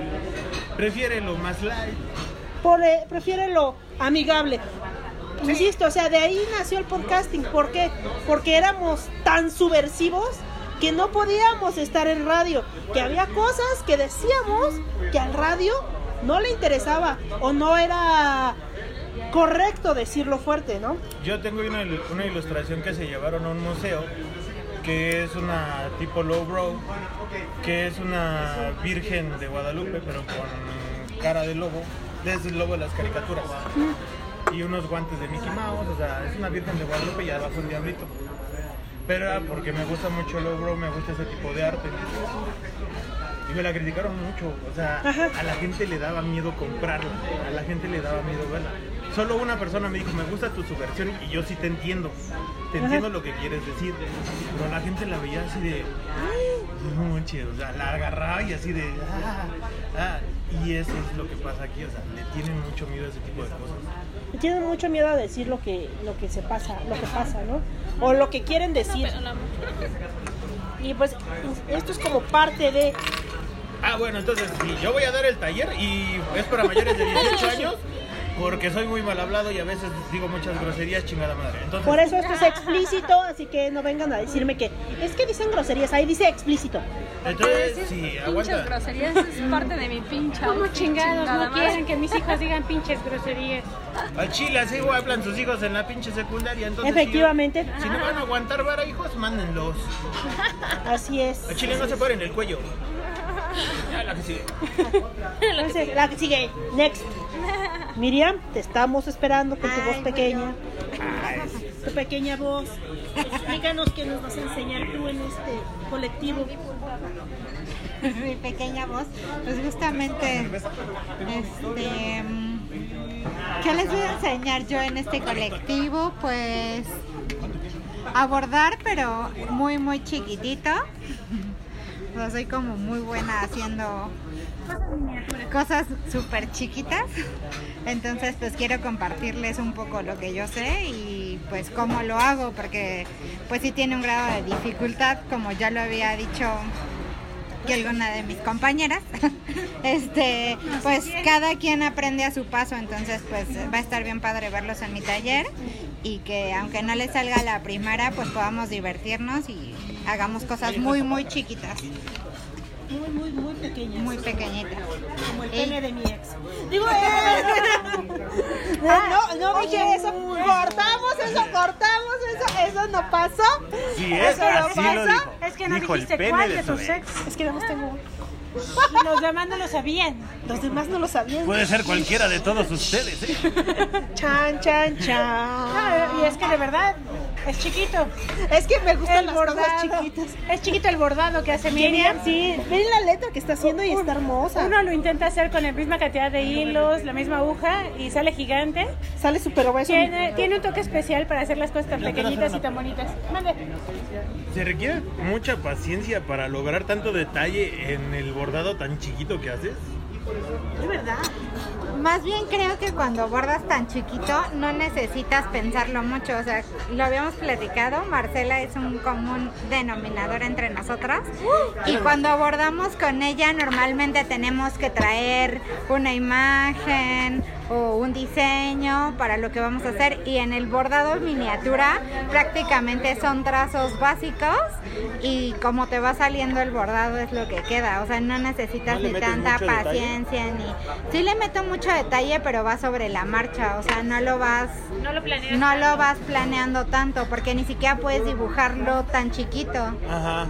prefiere lo más light. por, eh, prefiere lo amigable. Insisto, o sea, de ahí nació el podcasting. ¿Por qué? Porque éramos tan subversivos que no podíamos estar en radio. Que había cosas que decíamos que al radio no le interesaba o no era correcto decirlo fuerte, ¿no? Yo tengo una, il- una ilustración que se llevaron a un museo, que es una tipo lowbrow, que es una virgen de Guadalupe, pero con cara de lobo. Es el lobo de las caricaturas. Y unos guantes de Mickey Mouse, o sea, es una virgen de Guadalupe y abajo un diablito. Pero era porque me gusta mucho el lowbrow, me gusta ese tipo de arte. Y me la criticaron mucho, o sea, a la gente le daba miedo comprarla, a la gente le daba miedo verla. Solo una persona me dijo, me gusta tu subversión y yo sí te entiendo, te entiendo lo que quieres decir, pero la gente la veía así de, "Ay, no manches", o sea, la agarraba y así de, "Ah, ah". y eso es lo que pasa aquí, o sea, le tienen mucho miedo a ese tipo de cosas. Y Tienen mucho miedo a decir lo que, lo que se pasa, lo que pasa, ¿no? O lo que quieren decir. Y pues esto es como parte de Ah, bueno, entonces sí, yo voy a dar el taller y es para mayores de 18 años. Porque soy muy mal hablado y a veces digo muchas groserías, chingada madre. Entonces, Por eso esto es explícito, así que no vengan a decirme que es que dicen groserías, ahí dice explícito. Entonces, sí, Pinches aguanta. groserías es parte de mi pincha. Como chingados, Chingada no madre. quieren que mis hijos digan pinches groserías. Al chile, así hablan sus hijos en la pinche secundaria. Entonces, sí, Efectivamente. Si, no van a aguantar vara, hijos, mándenlos. Así es. Al chile no se paren el cuello. Ya, la que sigue. Entonces, la que sigue, next. Miriam, te estamos esperando con tu voz pequeña. Tu pequeña voz. Explícanos qué nos vas a enseñar tú en este colectivo. mi pequeña voz, pues justamente, este, mm, ¿qué les voy a enseñar yo en este colectivo? Pues abordar, pero muy, muy chiquitito. O sea, soy como muy buena haciendo cosas súper chiquitas. Entonces, pues quiero compartirles un poco lo que yo sé y pues cómo lo hago, porque pues sí tiene un grado de dificultad, como ya lo había dicho y alguna de mis compañeras. este, pues cada quien aprende a su paso, entonces pues va a estar bien padre verlos en mi taller y que aunque no les salga la primera, pues podamos divertirnos y hagamos cosas muy muy chiquitas, Muy, muy, muy pequeña. muy pequeñitas. como el Ey. pene de mi ex. Digo, eh, no, no dije eso. Cortamos eso, cortamos eso. Eso no pasó. Sí, es, eso no así lo pasó. dijo. Es que no Dijo el dijiste pene cuál de de su tus ex. ex. Es que nada más tengo uno. Los demás no lo sabían. Los demás no lo sabían. Puede ser cualquiera de todos ustedes, ¿eh? Chan, chan, chan. No, y es que de verdad es chiquito. Es que me gustan El las bordado. cosas chiquitas. Es chiquito el bordado que hace Miriam. Miriam, sí, ven la letra que está haciendo y está hermosa. Uno lo intenta hacer con la misma cantidad de hilos, la misma aguja y sale gigante. Sale súper obeso. Tiene, tiene un toque especial para hacer las cosas tan Yo quiero pequeñitas hacer y tan bonitas. Mande. Se requiere mucha paciencia para lograr tanto detalle en el bordado tan chiquito que haces. Más bien creo que cuando bordas tan chiquito no necesitas pensarlo mucho. O sea, lo habíamos platicado, Marcela es un común denominador entre nosotras. Y cuando bordamos con ella normalmente tenemos que traer una imagen o un diseño para lo que vamos a hacer. Y en el bordado miniatura prácticamente son trazos básicos y como te va saliendo el bordado es lo que queda. O sea, no necesitas ¿No le ni metes tanta mucho detalle? paciencia ciencia ni- Sí le meto mucho detalle, pero va sobre la marcha, o sea, no lo vas No lo planeas. no lo vas planeando tanto porque ni siquiera puedes dibujarlo tan chiquito. Ajá.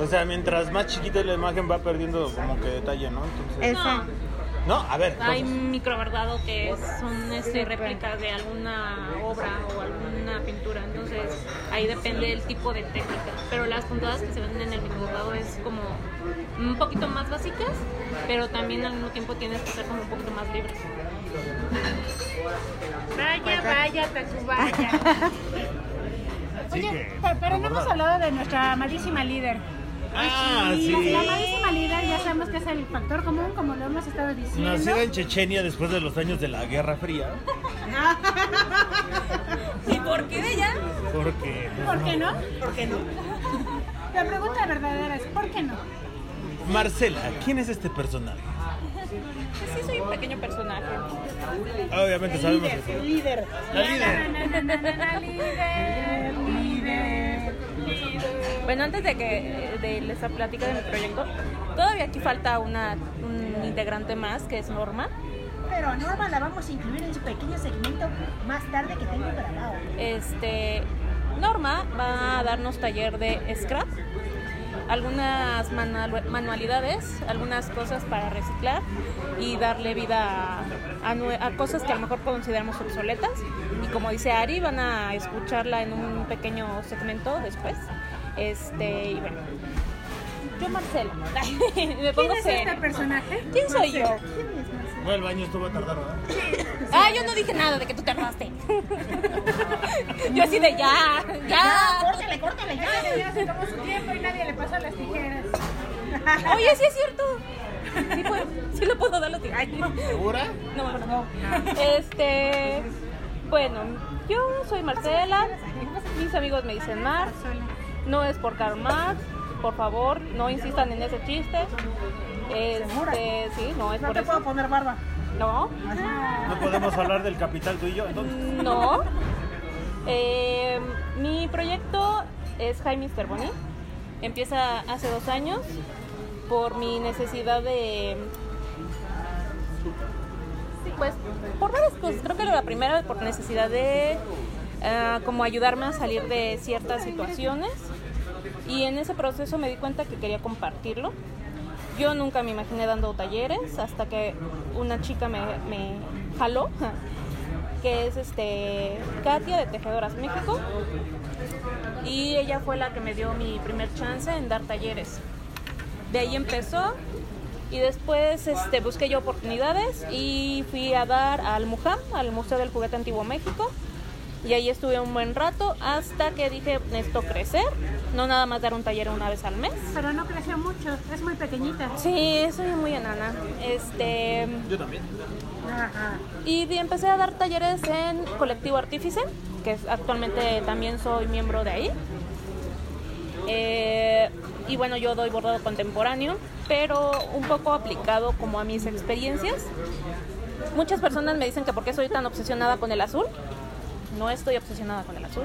O sea, mientras más chiquita es la imagen va perdiendo como que detalle, ¿no? Entonces, Ese. no, a ver. Hay entonces, microbardado que son este, réplicas de alguna obra o alguna pintura, entonces ahí depende el tipo de técnica. Pero las puntadas que se ven en el microbardado es como un poquito más básicas, pero también al mismo tiempo tienes que ser como un poquito más libres. Vaya, vaya, Tacubaya. sí Oye, que- pe- pero no hemos bordado. hablado de nuestra amadísima líder. Ah, Y sí. La amadísima líder ya sabemos que es el factor común, como lo hemos estado diciendo. Nacida en Chechenia después de los años de la Guerra Fría. ¿Y por qué de ella? Porque. pues, ¿Por qué no? ¿Por qué no? La pregunta verdadera es, ¿por qué no? Marcela, ¿quién es este personaje? Pues sí, soy un pequeño personaje. Obviamente El sabemos líder, eso. el líder. La líder. Na, na, na, na, líder, líder. Bueno, antes de que de les platique de mi proyecto, todavía aquí falta una, un integrante más que es Norma. Pero a Norma la vamos a incluir en su pequeño segmento más tarde que tengo grabado. Este, Norma va a darnos taller de scrap, algunas manal- manualidades, algunas cosas para reciclar y darle vida a, a nue- a cosas que a lo mejor consideramos obsoletas. Y como dice Ari, van a escucharla en un pequeño segmento después. Este, y bueno. Yo Marcela. Me pongo ¿Quién es seria. este personaje? ¿Quién soy yo? Bueno, el baño estuvo ¿eh? a tardar, ¿verdad? Ah, yo no dije nada de que tú te armaste. yo así de ya, ya. Córtale, córtale, ya. Ya se tomó su tiempo y nadie le pasó las tijeras. Oye, sí es cierto. Sí, puedo, sí le puedo dar los tiros. ¿Segura? No, no, no. Este, bueno, yo soy Marcela. Mis amigos me dicen Mar. No es por Karl Marx. Por favor, no insistan en ese chiste. Este, sí, no es No por te puedo eso. poner barba. No. No podemos hablar del capital tú y yo, entonces. No. Eh, mi proyecto es Hi Mr. Bonnie. Empieza hace dos años por mi necesidad de. Pues por varias cosas. Creo que la primera por necesidad de ah, como ayudarme a salir de ciertas situaciones. Y en ese proceso me di cuenta que quería compartirlo. Yo nunca me imaginé dando talleres hasta que una chica me, me jaló, que es este Katia de Tejedoras México. Y ella fue la que me dio mi primer chance en dar talleres. De ahí empezó y después este, busqué yo oportunidades y fui a dar al MUJAM, al Museo del Juguete Antiguo México. Y ahí estuve un buen rato hasta que dije, necesito crecer, no nada más dar un taller una vez al mes. Pero no creció mucho, es muy pequeñita. Sí, soy muy enana. Este. Yo también. Y de- empecé a dar talleres en Colectivo Artífice, que es- actualmente también soy miembro de ahí. Eh, y bueno, yo doy bordado contemporáneo, pero un poco aplicado como a mis experiencias. Muchas personas me dicen que por qué soy tan obsesionada con el azul. No estoy obsesionada con el azul.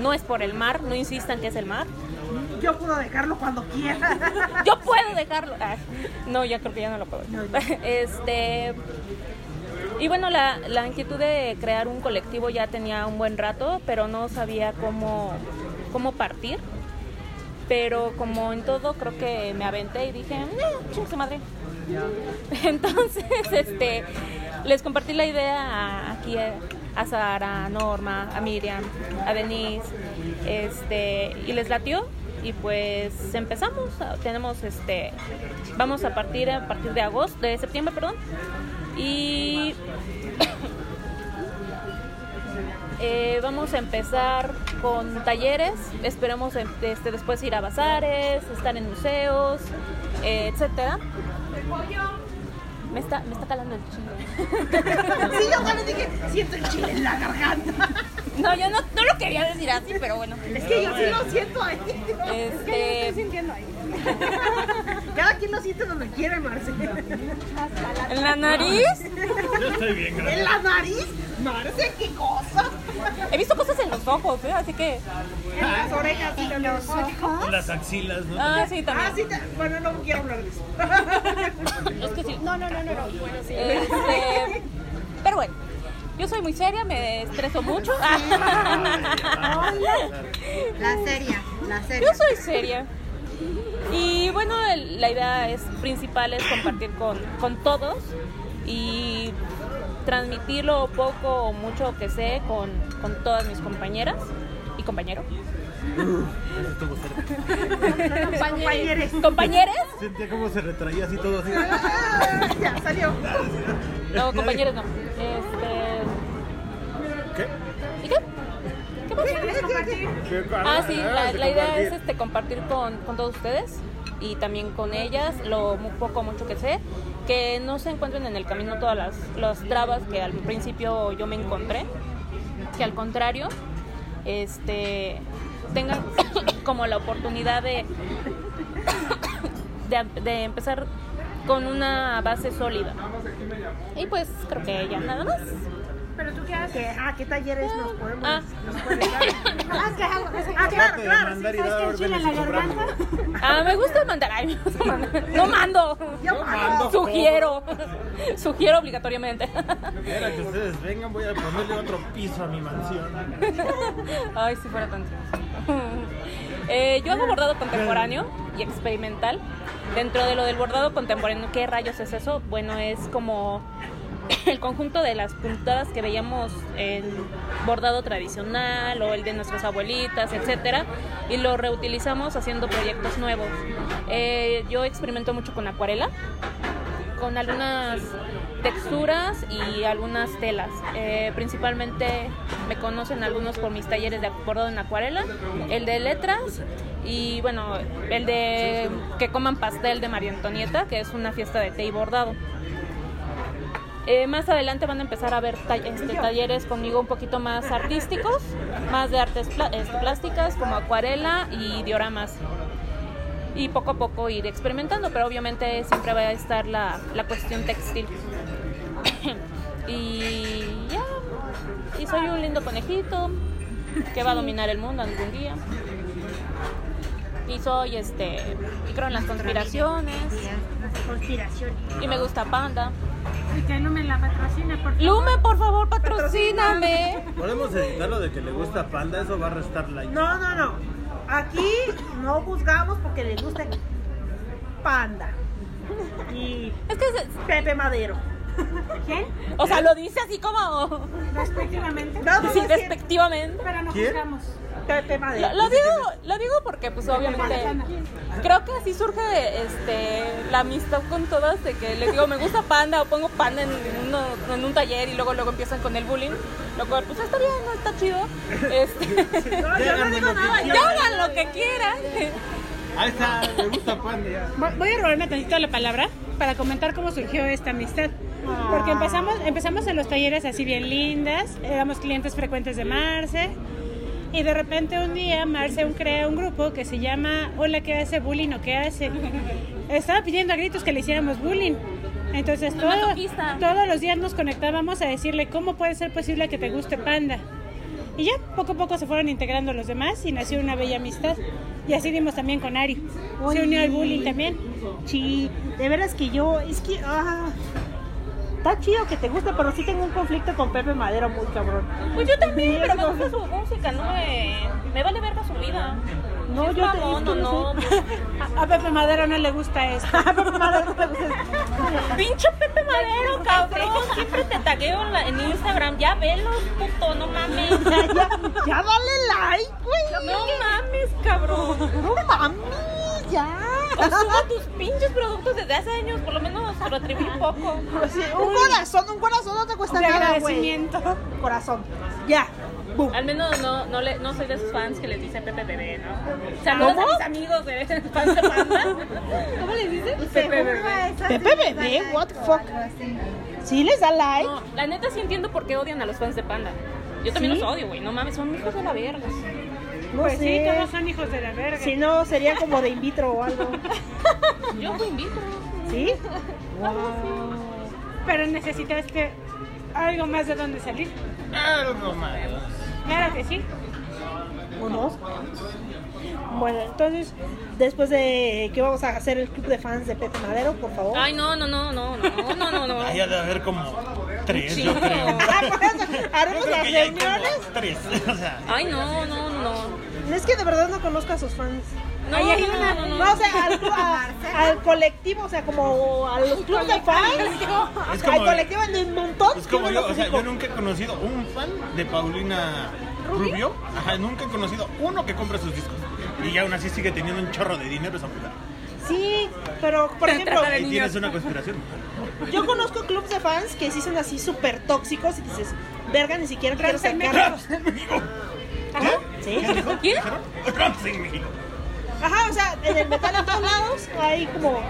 No es por el mar, no insistan que es el mar. Yo puedo dejarlo cuando quiera. Yo puedo dejarlo. Ah, no, ya creo que ya no lo puedo. Este. Y bueno, la, la inquietud de crear un colectivo ya tenía un buen rato, pero no sabía cómo, cómo partir. Pero como en todo, creo que me aventé y dije, "Mm, no, chingue su madre. Entonces, este, les compartí la idea a- aquí a, a Sara, a Norma, a Miriam, a Denise, este, y les latió. Y pues empezamos, tenemos este, vamos a partir a partir de agosto, de septiembre, perdón. Y Eh, vamos a empezar con talleres, esperemos em- este, después ir a bazares, estar en museos, eh, etcétera. Me está, me está calando el chile. Sí, yo también dije, siento el chile en la garganta. No, yo no, no lo quería decir así, pero bueno. Es que yo sí lo siento ahí. Es que yo Este, estoy sintiendo ahí. Cada quien lo siente donde quiere, Marce. en la nariz Yo estoy bien, gracias. En la nariz, Marce, qué cosa. he visto cosas en los ojos, ¿eh? así que. En las orejas y los ojos. Las axilas, ¿no? Ah, sí, Ah, también. sí, te- bueno, no quiero hablar de eso. Es que sí. No, no, no, no. no. Este, pero bueno, yo soy muy seria, me estreso mucho. La seria, la seria. Yo soy seria. Y bueno, el- la idea es, principal es compartir con, con todos y transmitir lo poco o mucho que sé con, con todas mis compañeras y compañeros. Compañeres. ¿Compañeres? Sentía como se retraía así todo así. Ah, ya salió. No, compañeros no. Este, ¿Qué? ¿Y qué? ¿Qué pasa? ¿Qué? Ah, sí, la, la idea es compartir. este, compartir con, con todos ustedes y también con ellas lo mu- poco o mucho que sé, que no se encuentren en el camino todas las, las trabas que al principio yo me encontré, que al contrario, este, tengan como la oportunidad de, de, de empezar con una base sólida. Y pues creo que ya nada más. Pero tú qué haces. ¿Qué? Ah, ¿qué talleres nos podemos? Ah, Ah, claro, Ah, Aparte claro, de claro. sí, mandar y ¿Sabes dar qué el chile en la órdenes y cobrar. garganta? ah, me gusta mandar. Ay, me gusta mandar. No mando. Yo mando. Sugiero, sugiero obligatoriamente. Era que ustedes vengan, voy a ponerle otro piso a mi mansión. Ay, si fuera tan sencillo. Eh, yo hago bordado contemporáneo y experimental. Dentro de lo del bordado contemporáneo, ¿qué rayos es eso? Bueno, es como el conjunto de las puntadas que veíamos en bordado tradicional o el de nuestras abuelitas, etcétera, y lo reutilizamos haciendo proyectos nuevos. Eh, yo experimento mucho con acuarela con algunas texturas y algunas telas. Eh, principalmente me conocen algunos por mis talleres de bordado en acuarela, el de letras y bueno, el de que coman pastel de María Antonieta, que es una fiesta de té y bordado. Eh, más adelante van a empezar a ver ta- este, talleres conmigo un poquito más artísticos, más de artes pla- este, plásticas como acuarela y dioramas y poco a poco ir experimentando, pero obviamente siempre va a estar la, la cuestión textil. y ya, y soy un lindo conejito que va a dominar el mundo algún día. Y soy este, y creo en las conspiraciones, Conspiraciones. y me gusta Panda. Y que Lumen la patrocina, por favor. Lume, por favor, patrocíname. Podemos editar lo de que le gusta panda, eso va a restar like. No, no, no. Aquí no juzgamos porque le gusta Panda. Y Es que, se- Pepe Madero. ¿Quién? o sea, lo dice así como Respectivamente. No, no, sí, no, sí, despectivamente. Pero no ¿Quién? juzgamos. Pepe Lo, Madero. lo digo, lo digo porque pues obviamente creo que así surge este la amistad con todas de que les digo me gusta panda o pongo panda en, uno- en un taller y luego luego empiezan con el bullying, lo cual pues está bien, no está chido. Este, No, yo no Déjame digo lo que nada. ya hagan lo que quieran. Ahí está, le gusta panda. ya. Voy voy a robarme tantito la palabra para comentar cómo surgió esta amistad. Porque empezamos, empezamos en los talleres así bien lindas, éramos clientes frecuentes de Marce. Y de repente un día Marce aún crea un grupo que se llama Hola, ¿qué hace bullying o qué hace? Estaba pidiendo a gritos que le hiciéramos bullying. Entonces todo- masoquista. todos los días nos conectábamos a decirle cómo puede ser posible que te guste Panda. Y ya poco a poco se fueron integrando los demás y nació una bella amistad. Y así dimos también con Ari. Se unió al bullying también. Sí, de veras que yo, es que, ah, está chido que te gusta, pero sí tengo un conflicto con Pepe Madero muy cabrón. Pues yo también, pero me gusta su música, no me, me vale verga su vida. No, yo te mamón es que o no? pues, sé. A, a Pepe Madero no le gusta esto. Ah, pero madre, no me gusta eso. Pinche Pepe Madero, cabrón. Siempre te tagueo en, la- en Instagram. Ya velo, puto, no mames. Ya, ya, ya dale like, güey. No mames, cabrón. No mames, ya. O suba tus pinches productos desde hace años, por lo menos lo atribuí un poco. Sí, un corazón, un corazón no te cuesta De nada, güey. agradecimiento. Corazón. Ya. Boom. Al menos no, no, le, no soy de esos fans que les dicen Pepe Bebé, ¿no? Saludos a mis amigos de fans de Panda. ¿Cómo les dicen? Pepe Bebé. Pepe bebé, what the fuck. Sí les da like. No, Eh, la neta sí entiendo por qué odian a los fans de Panda. Yo también los odio, güey. No mames, son hijos de la verga. No Pues sí, sé. todos son hijos de la verga. si no, sería como de in vitro o algo. Yo te invito. ¿Sí? Pero necesitaste algo más de dónde salir. Algo más. Claro que sí. ¿O no? Bueno, entonces, después de que vamos a hacer el club de fans de Pepe Madero, por favor. Ay, no, no, no, no, no, no, no, no. Ahí ha de haber como tres, Sí. yo creo. Ah, por eso, Yo haremos creo las que ya hay como reuniones. tres. O sea, Ay, no, no, no, no. Es que de verdad no conozco a sus fans. No, Ay, hay no, una- no, no, no, o sea, al, a- al colectivo, o sea, como a los clubes de fans. Es al como- colectivo de un montón. Es como yo yo, no o sea, conozco. yo nunca he conocido un fan de Paulina Rubio. Ajá, nunca he conocido uno que compre sus discos. Y aún así sigue teniendo un chorro de dinero esa puta. Sí, pero por ejemplo, trata de Ahí niños. tienes una conspiración. yo conozco clubes de fans que sí son así súper tóxicos y dices, verga, ni siquiera quiero Tranza en sacarlos. México. Sí. ¿Quién? Rams en México. Ajá, o sea, en el metal a todos lados hay como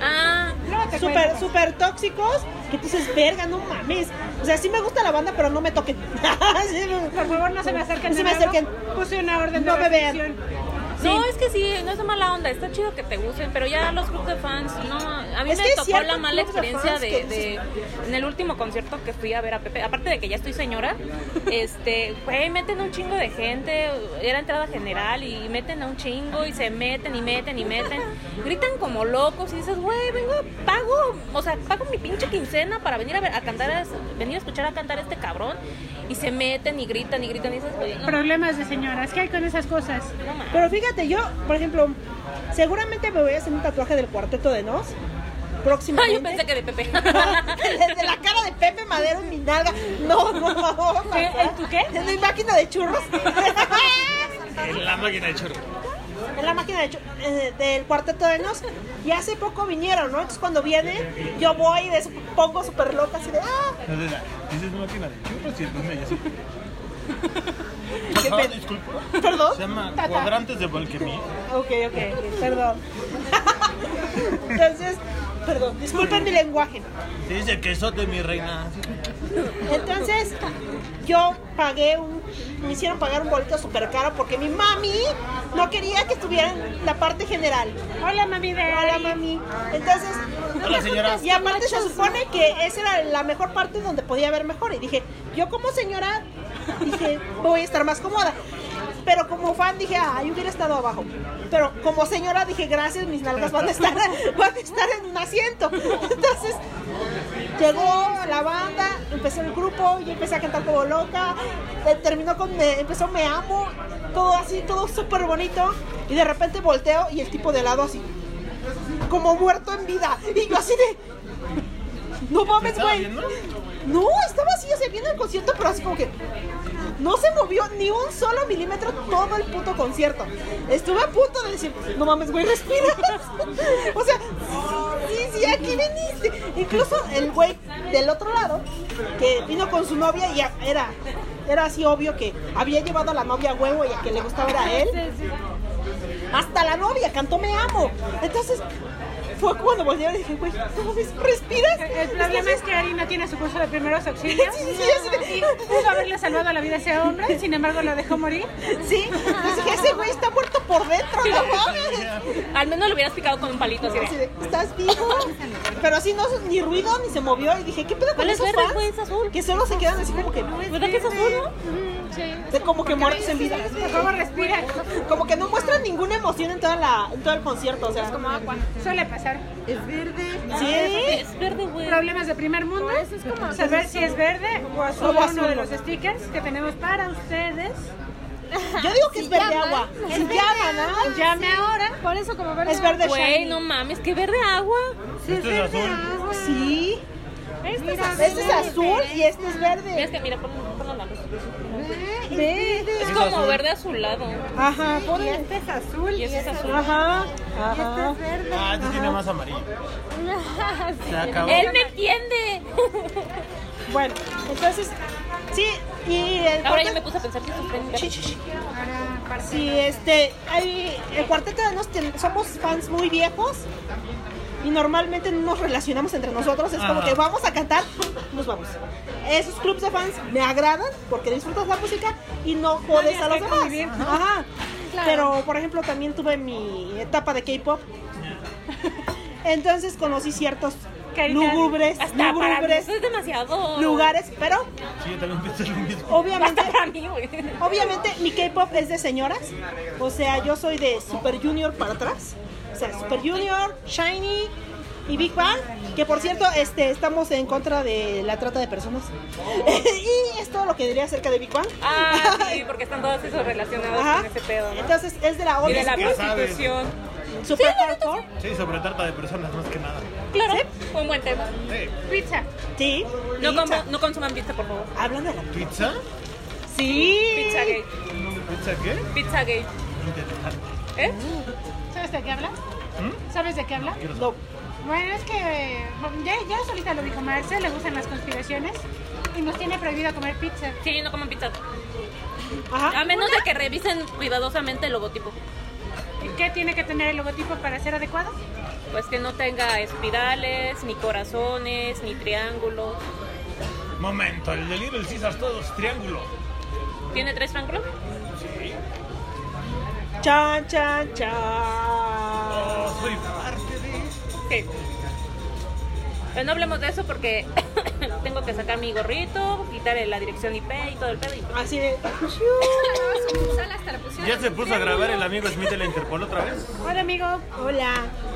Ah, súper, súper tóxicos que tú dices, verga, no mames. O sea, sí me gusta la banda, pero no me toquen. Sí, Por favor, no se me acerquen. No se me de nuevo. acerquen. Puse una orden No de me vean. restricción. No, es que sí, no es de mala onda, está chido que te gusten, pero ya los grupos de fans, no, a mí Es me que tocó ciertos la mala grupos de experiencia fans que de, de- en el último concierto que fui a ver a Pepe, aparte de que ya estoy señora, este, güey, meten un chingo de gente, era entrada general y meten a un chingo y se meten y meten y meten, gritan como locos y dices, güey, vengo, pago, o sea, pago mi pinche quincena para venir a ver, a cantar, a- venir a escuchar a cantar a este cabrón y se meten y gritan y gritan y dices, güey, no, Problemas de señoras. ¿Qué hay con esas cosas? no mames. Pero fíjate, yo, por ejemplo, seguramente me voy a hacer un tatuaje del cuarteto de Nos Ah, próximamente. yo pensé que de Pepe. Desde la cara de Pepe Madero en mi nalga. No, no, no. ¿Qué? ¿En tu qué? En mi máquina de churros. En la máquina de chorro. en la máquina de chu- eh, del cuarteto de nos y hace poco vinieron, ¿no? Entonces cuando vienen yo voy y les pongo súper loca así de ah, Entonces, dices máquina de churros y el nombre ya se. Por favor, Ah, disculpa. perdón. Se llama Cuadrantes de Valquemí. Ok, ok, perdón. Entonces, perdón, disculpen mi lenguaje. Se dice que sote mi reina. Entonces, yo pagué un, me hicieron pagar un boleto súper caro porque mi mami no quería que estuviera en la parte general. Hola, mami de Hola mami. Entonces, Hola, señora. y aparte se supone que esa era la mejor parte donde podía haber mejor. Y dije, yo como señora, dije, voy a estar más cómoda. Pero como fan dije, ay, yo hubiera estado abajo. Pero como señora dije, gracias, mis nalgas van a estar, van a estar en un asiento. Entonces, llegó la banda, empezó el grupo, yo empecé a cantar como loca, eh, terminó con me, empezó me amo, todo así, todo súper bonito. Y de repente volteo y el tipo de lado así como muerto en vida. Y yo así de. No mames, ¿Estaba güey. viendo? No, estaba así, o sea, viendo el concierto, pero así como que. No se movió ni un solo milímetro todo el puto concierto. Estuve a punto de decir, no mames, güey, respira. o sea, sí, sí, aquí viniste. Incluso el güey del otro lado, que vino con su novia y a- era, era así obvio que había llevado a la novia a huevo y a que le gustaba era él. Hasta la novia cantó Me Amo. Entonces, fue cuando voltearon y dije, güey, ¿tú no ves? ¿Respiras? El problema es que Ari no tiene su curso de primeros auxilios. Sí, sí, sí, así de- Y pudo haberle salvado la vida a ese hombre, sin embargo lo dejó morir. Sí. Entonces dije, ese güey está muerto por dentro, no mames. Al menos lo hubieras picado con un palito así Así de. de, ¿Estás vivo? Pero sí, no, ni ruido, ni se movió. Y dije, ¿qué pedo con ¿Cuál es esos verde, fans? güey? Es azul. Que solo se quedan así como que, ¿Verdad que es azul, no? de como que muertos en vida. Por favor, respira. Como que no muestran ninguna emoción en, toda la, en todo el concierto. O sea, es como agua. Suele pasar. Sí. Es verde, güey. Problemas de primer mundo. es como saber si es verde o azul O uno azul. de los stickers que tenemos para ustedes. Yo digo que es verde agua. Si llaman, ¿ah? Llame ahora. Por eso como verde Es verde Güey, shiny. no mames, qué verde agua. Esto Este es azul. Sí. Este es azul. Este es azul y este es verde. Es que mira, ponlo, ponlo la luz. Ve. Es como verde azulado. Ajá, Y ponle. este es azul y, Y ese es este azul. Ajá. y este Ajá. es verde. Ah, este tiene más amarillo. Se acabó. Él me entiende. Bueno, entonces, sí, y el Ahora cuarteto- yo me puse a pensar que Sí, estos sí, sí. Sí, este, hay, el cuarteto de nos ten- somos fans muy viejos y normalmente no nos relacionamos entre nosotros, es como Ajá. que vamos a cantar, nos vamos. Esos clubs de fans me agradan porque disfrutas la música y no jodes a los demás. Ajá. Pero, por ejemplo, también tuve mi etapa de K-pop. Entonces conocí ciertos lúgubres, Hasta para mí, lúgubres eso es demasiado. lugares, pero Sí, yo también pensé lo mismo. obviamente Para mí, güey. Obviamente mi K-pop es de señoras, o sea, yo soy de Super Junior para atrás, o sea, Super Junior, Shiny y Big Bang, que por cierto, este, estamos en contra de la trata de personas. y es todo lo que diría acerca de Big Bang. Ah, sí, porque están todos esos relacionados Ajá. con ese pedo, ¿no? Entonces es de la Y de old la school, prostitución. super hardcore. Sí, sobre tarta de personas más que nada. Eh, Claro, fue un buen tema. Pizza. Sí. No, pizza. como, no consuman pizza, por favor. Hablando de la ¿Pizza? Sí. Pizza gay. ¿Pizza qué? Pizza gay. ¿Eh? ¿Sabes de qué habla? ¿Mm? ¿Sabes de qué habla? No. Bueno, es que bueno, ya, ya solita lo dijo Marce, le gustan las conspiraciones y nos tiene prohibido comer pizza. Sí, no coman pizza. Ajá. A menos de que revisen cuidadosamente el logotipo. ¿Y qué tiene que tener el logotipo para ser adecuado? Pues que no tenga espirales, ni corazones, ni triángulos. Momento, el de Little Caesars todos triángulo. ¿Tiene tres triángulos? Chan, chan, chan. Oh, soy parte de... Sí. Pero Pues no hablemos de eso porque tengo que sacar mi gorrito, quitar la dirección IP y todo el pedo. y- Así de. ¿Ya se puso a grabar el amigo Smith de la Interpol otra vez? Hola, amigo. Hola.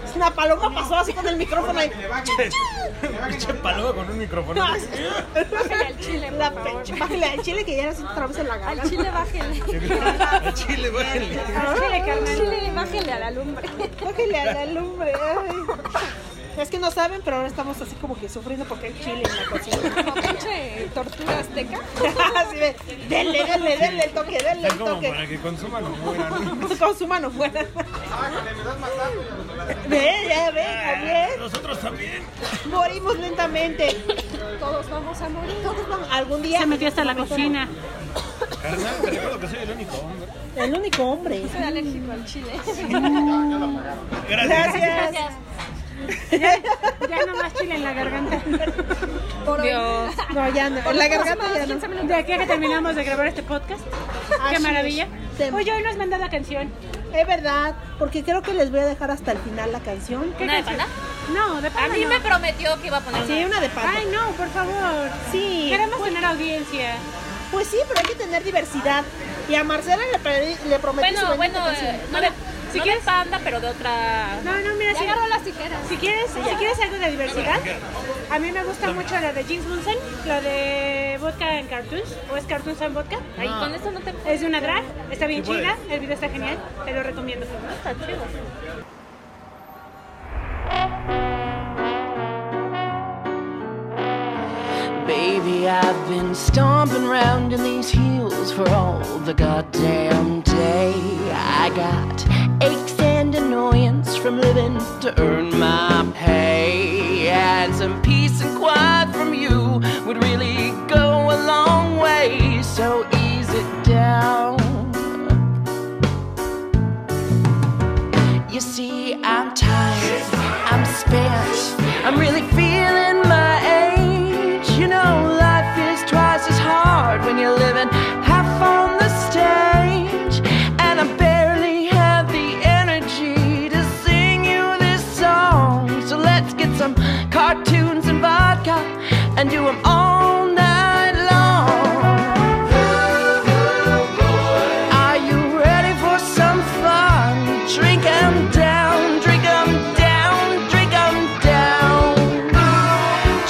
Es Una paloma pasó así con el micrófono ahí. Pinche paloma con un micrófono. Bájale al chile, la pecho. Bájale al chile que ya nos otra vez en la garganta. Chile, bájenle. A Chile, bájale. Chile, carnal. Chile, bájenle a la lumbre. Bájale a la lumbre. ay. Es que no saben, pero ahora estamos así como que sufriendo porque hay chile en la cocina. Como pinche tortura azteca. Así de, denle, denle, denle el toque, denle Es el como toque. para que consuman o mueran. Consuman o fuera. Ve, ya ve, también. Nosotros también. Morimos lentamente. Todos vamos a morir. Todos vamos- Algún día. Se metió hasta la cocina. Carnal, te recuerdo que soy el único hombre. El único hombre. Soy alérgico al chile. Gracias. Gracias. Ya no más chile en la garganta. Dios. No, ya no. En la garganta ya no. De aquí a que terminamos de grabar este podcast. Así Qué es. maravilla. Te- Oye, hoy no has mandado canción. Es verdad, porque creo que les voy a dejar hasta el final la canción. ¿Qué ¿Una de canción? panda? No, de A panda mí no. me prometió que iba a poner una. Sí, una de panda. Ay, no, por favor. Sí, Queremos tener audiencia. pues sí, pero hay que tener diversidad. Y a Marcela le, pre- le prometí su bendita Bueno, bueno, canción. eh, no de, no de panda, pero de otra. No, no, mira, Ya si, agarró las tijeras. si quieres, si quieres algo de diversidad, a mí me gusta mucho la de James Munson, la de vodka en cartoons, o es cartoons en vodka. Ay, con esto no te. Es una drag, está bien Sí chida, el video está genial, te lo recomiendo. Está chido. Baby, I've been stomping round in these heels for all the goddamn day. I got aches and annoyance from living to earn my pay. And some peace and quiet from you would really go a long way. So ease it down. You see, I'm tired, I'm spent, I'm really feeling my age. You know, life is twice as hard when you're living half on the stage. And I barely have the energy to sing you this song. So let's get some cartoons and vodka and do them all night long. Are you ready for some fun? Drink 'em down, drink 'em down, drink 'em down.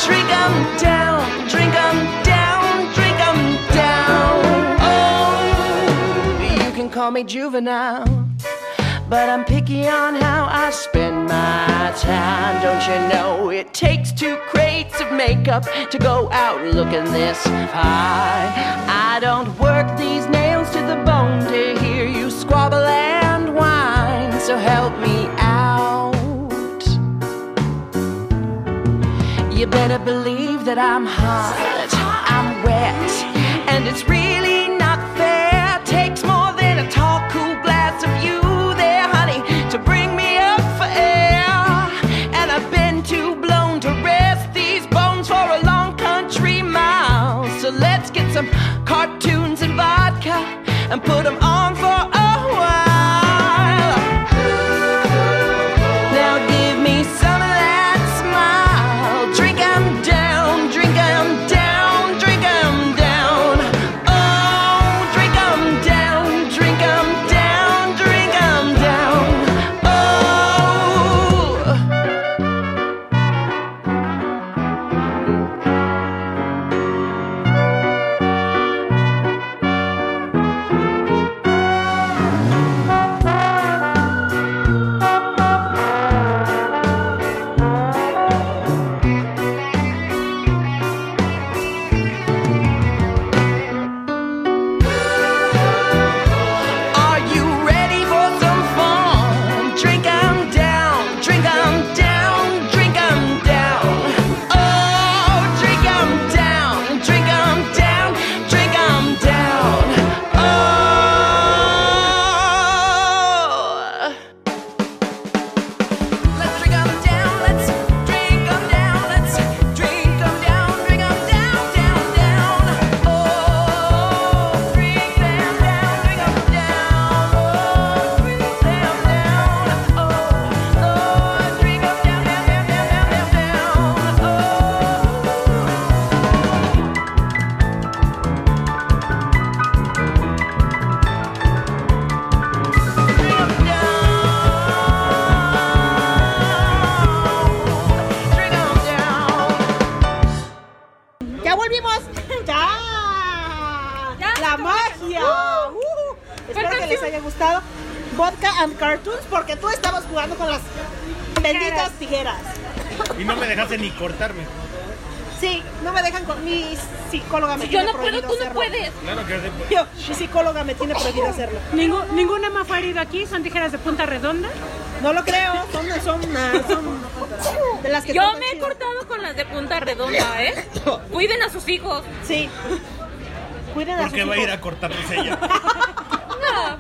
Drink 'em down, drink 'em down, drink 'em down. Oh, call me juvenile. But I'm picky on how I spend my time. Don't you know it takes two crates of makeup to go out looking this high? I don't work these nails to the bone to hear you squabble and whine. So help me out. You better believe that I'm hot, I'm wet, and it's really not fair. Takes more than a tall, cool glass of you there, honey, to bring me up for air. And I've been too blown to rest these bones for a long country mile. So let's get some cartoons and vodka and put them on for a while. Now give me some of that smile. Drink 'em down, drink 'em down, drink 'em down. Oh, drink 'em down, drink 'em down, drink 'em down. Oh. Are you ready for some fun? Drink 'em down, drink 'em down, drink 'em down. Oh, drink 'em down, drink 'em down, drink 'em down. Oh. Let's drink 'em down, let's drink 'em down, let's drink 'em down, drink 'em down, down, down. Oh, drink 'em down, drink 'em down. Oh, drink 'em down. Oh, oh, drink 'em down, down, down, down, down, down, down. Oh. ¡Ya volvimos! ¡Ya! Ya, ¡La se acabó. magia! Uh. Uh. Espero que canción? les haya gustado Vodka and Cartoons porque tú estabas jugando con las benditas tijeras. Y no me dejaste ni cortarme. Sí, no me dejan con... Mi psicóloga me Si yo tiene no puedo, prohibido tú no hacerlo. puedes. Claro que pues, Yo, mi psicóloga me tiene prohibido hacerlo. Ningú- ninguna más fue herido aquí, son tijeras de punta redonda. No lo creo, son, son, ah, son de las que Yo tocan me he chido. cortado con las de punta redonda, ¿eh? Cuiden a sus hijos. Sí. Cuiden a sus porque va a ir hijos. a cortarnos ella. No.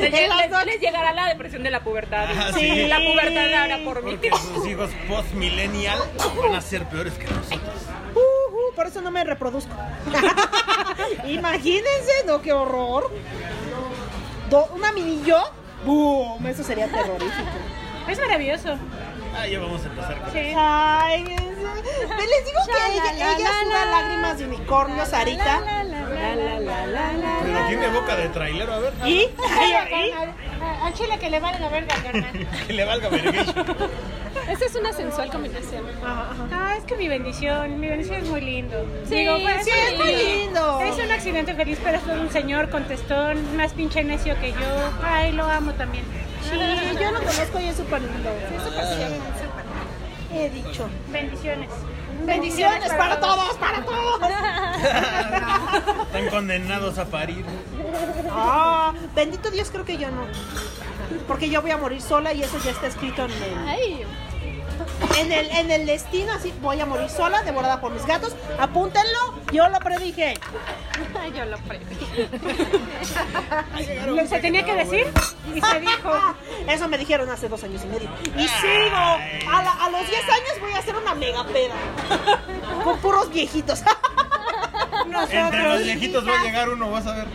Les, les- les llegará la depresión de la pubertad. Ah, Sí. La pubertad ahora por mí. Porque sus hijos post-millennial van a ser peores que nosotros. Uh, uh, por eso no me reproduzco. Imagínense, no, qué horror. Do- una mini yo. Boom, eso sería terrorífico. Es maravilloso. Ah, ya vamos a empezar con Sí. Ay, eso- Te les digo que ella, Sha-la-la-la-la. ella suda lágrimas de unicornio, Sarita. La, la, la, la, la, la, la. Pero tiene boca de trailero, a ver. Y A- Al chile que le vale la verga, carnal. Que le valga vergüenza. Esa es una sensual combinación. Ah, es que mi bendición, mi bendición es muy lindo. Sí, pues, sí, es muy lindo. Es un accidente feliz, pero es un señor contestón, más pinche necio que yo. Ay, lo amo también. sí, yo lo conozco y es súper lindo. He dicho. Bendiciones. Bendiciones para todos, para todos. Están condenados a parir. Ah, bendito Dios, creo que yo no. Porque yo voy a morir sola y eso ya está escrito en el, Ay, en el, en el destino. Así voy a morir sola, devorada por mis gatos. Apúntenlo, yo lo predije. yo lo pregunto. Lo se tenía que decir y se dijo. Eso me dijeron hace dos años y medio. Y sigo. A, la- a los 10 años voy a hacer una mega peda. Con puros viejitos. Entre los viejitos va a llegar uno, vas a ver.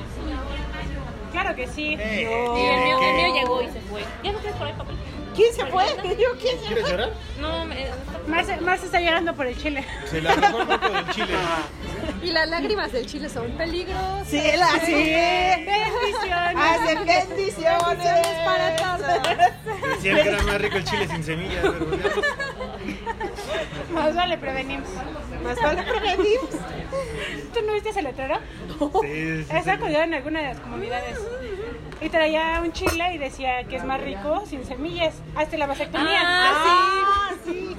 Claro que sí. Eh, Y el mío, el mío ¿qué? llegó y se fue. ¿Ya no quieres por ahí papel? ¿Quién se fue? Yo, ¿quién se ¿Quieres fue? llorar? No, me- Marce, Marce está llorando por el chile. Se la arrancó el barco del chile. Y las lágrimas del chile son peligros. Sí, él así. Bendiciones. Hace bendiciones para todos. Decían que era más rico el chile sin semillas, pero ya. Más vale prevenimos. Más vale prevenimos. ¿Tú no viste ese letrero? Sí, sí, Está sí. colgado en alguna de las comunidades. y traía un chile y decía que es más rico sin semillas. Hazte la vasectomía. Ah, sí.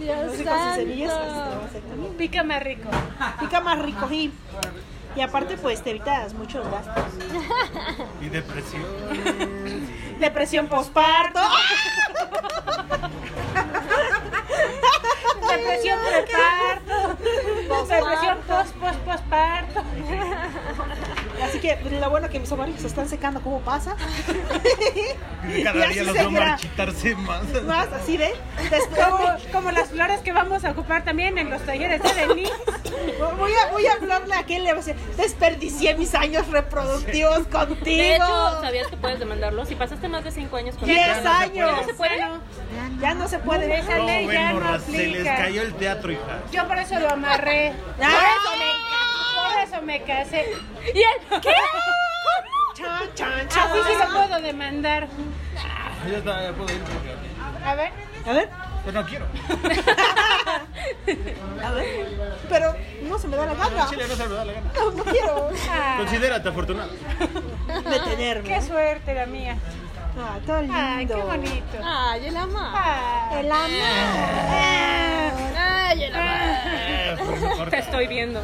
Los ricos sin semillas, hasta la vasectomía. Pica más rico. Pica más rico, sí. Y aparte, pues te evitas muchos gastos. Y depresión. Depresión posparto. Depresión preparto. Depresión post, post, postparto. Así que pues, lo bueno que mis ovarios se están secando, ¿cómo pasa? Cada Y así día los seguirá. va a marchitarse más. Más así de. Después Como, como las flores que vamos a ocupar también en los talleres de Denise. voy a, voy a hablarle a aquel le voy a decir, desperdicié mis años reproductivos contigo. De hecho, ¿sabías que puedes demandarlo? Si pasaste más de 5 años con Diez ella, no se puede. años. ¿No se puede? ya no se puede. Esa No, ley ven, ya no morras, se les aplica. cayó el teatro, hija. Yo por eso lo amarré. Por eso me, por eso me casé. ¿Y él? ¿Qué? Chan, chan, chan. Así sí lo puedo demandar. Yo está, ya puedo ir porque A ver. A ver, yo no quiero. a ver. Pero no se me da la gana. Chile no se me da la gana. No, no quiero Ah, Considérate afortunado. qué detenerme. suerte la mía. Ah, todo lindo. Ay, qué bonito. Ay, el ama. Ah, El amor. Ay, el ama. Eh, pues, no Te corta. estoy viendo.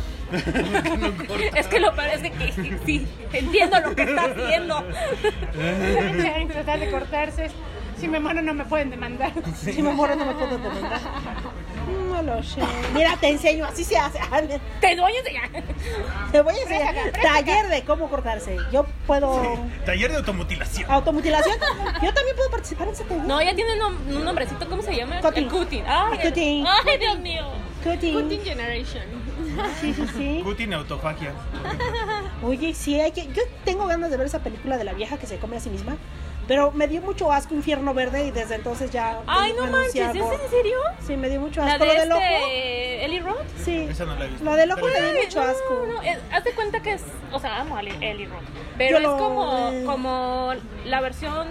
No corta. Es que lo parece que sí, sí, entiendo lo que estás haciendo. Eh, deben tratar de cortarse. Si me muero no me pueden demandar. Si me muero no me puedo demandar. No lo sé. Mira, te enseño, así se hace. Ah, Te doy a enseñar. Te voy a enseñar. Taller de cómo cortarse. Yo puedo. Taller de automutilación. Ah, Automutilación. Yo también puedo participar en ese taller. No, ella tiene nom- un nombrecito, ¿cómo se llama? Cutting. El cutting. Ay, el- Cutting. Ay, Dios mío. Cutting. Cutting Generation. Sí, sí, sí. Putin autofagia. Oye, sí, hay que. Yo tengo ganas de ver esa película de la vieja que se come a sí misma. Pero me dio mucho asco Infierno Verde y desde entonces ya. Ay, no renuncié manches, a ¿es Gore. en serio? Sí, me dio mucho La asco. Lo de del ojo. este Ellie Roth. Sí. Esa no la he visto. Lo del ojo me Pero- dio mucho no, asco. No, eh, haz de cuenta que es, o sea, amo a Eli- Eli Roth, pero Yo es lo- como, eh. como la versión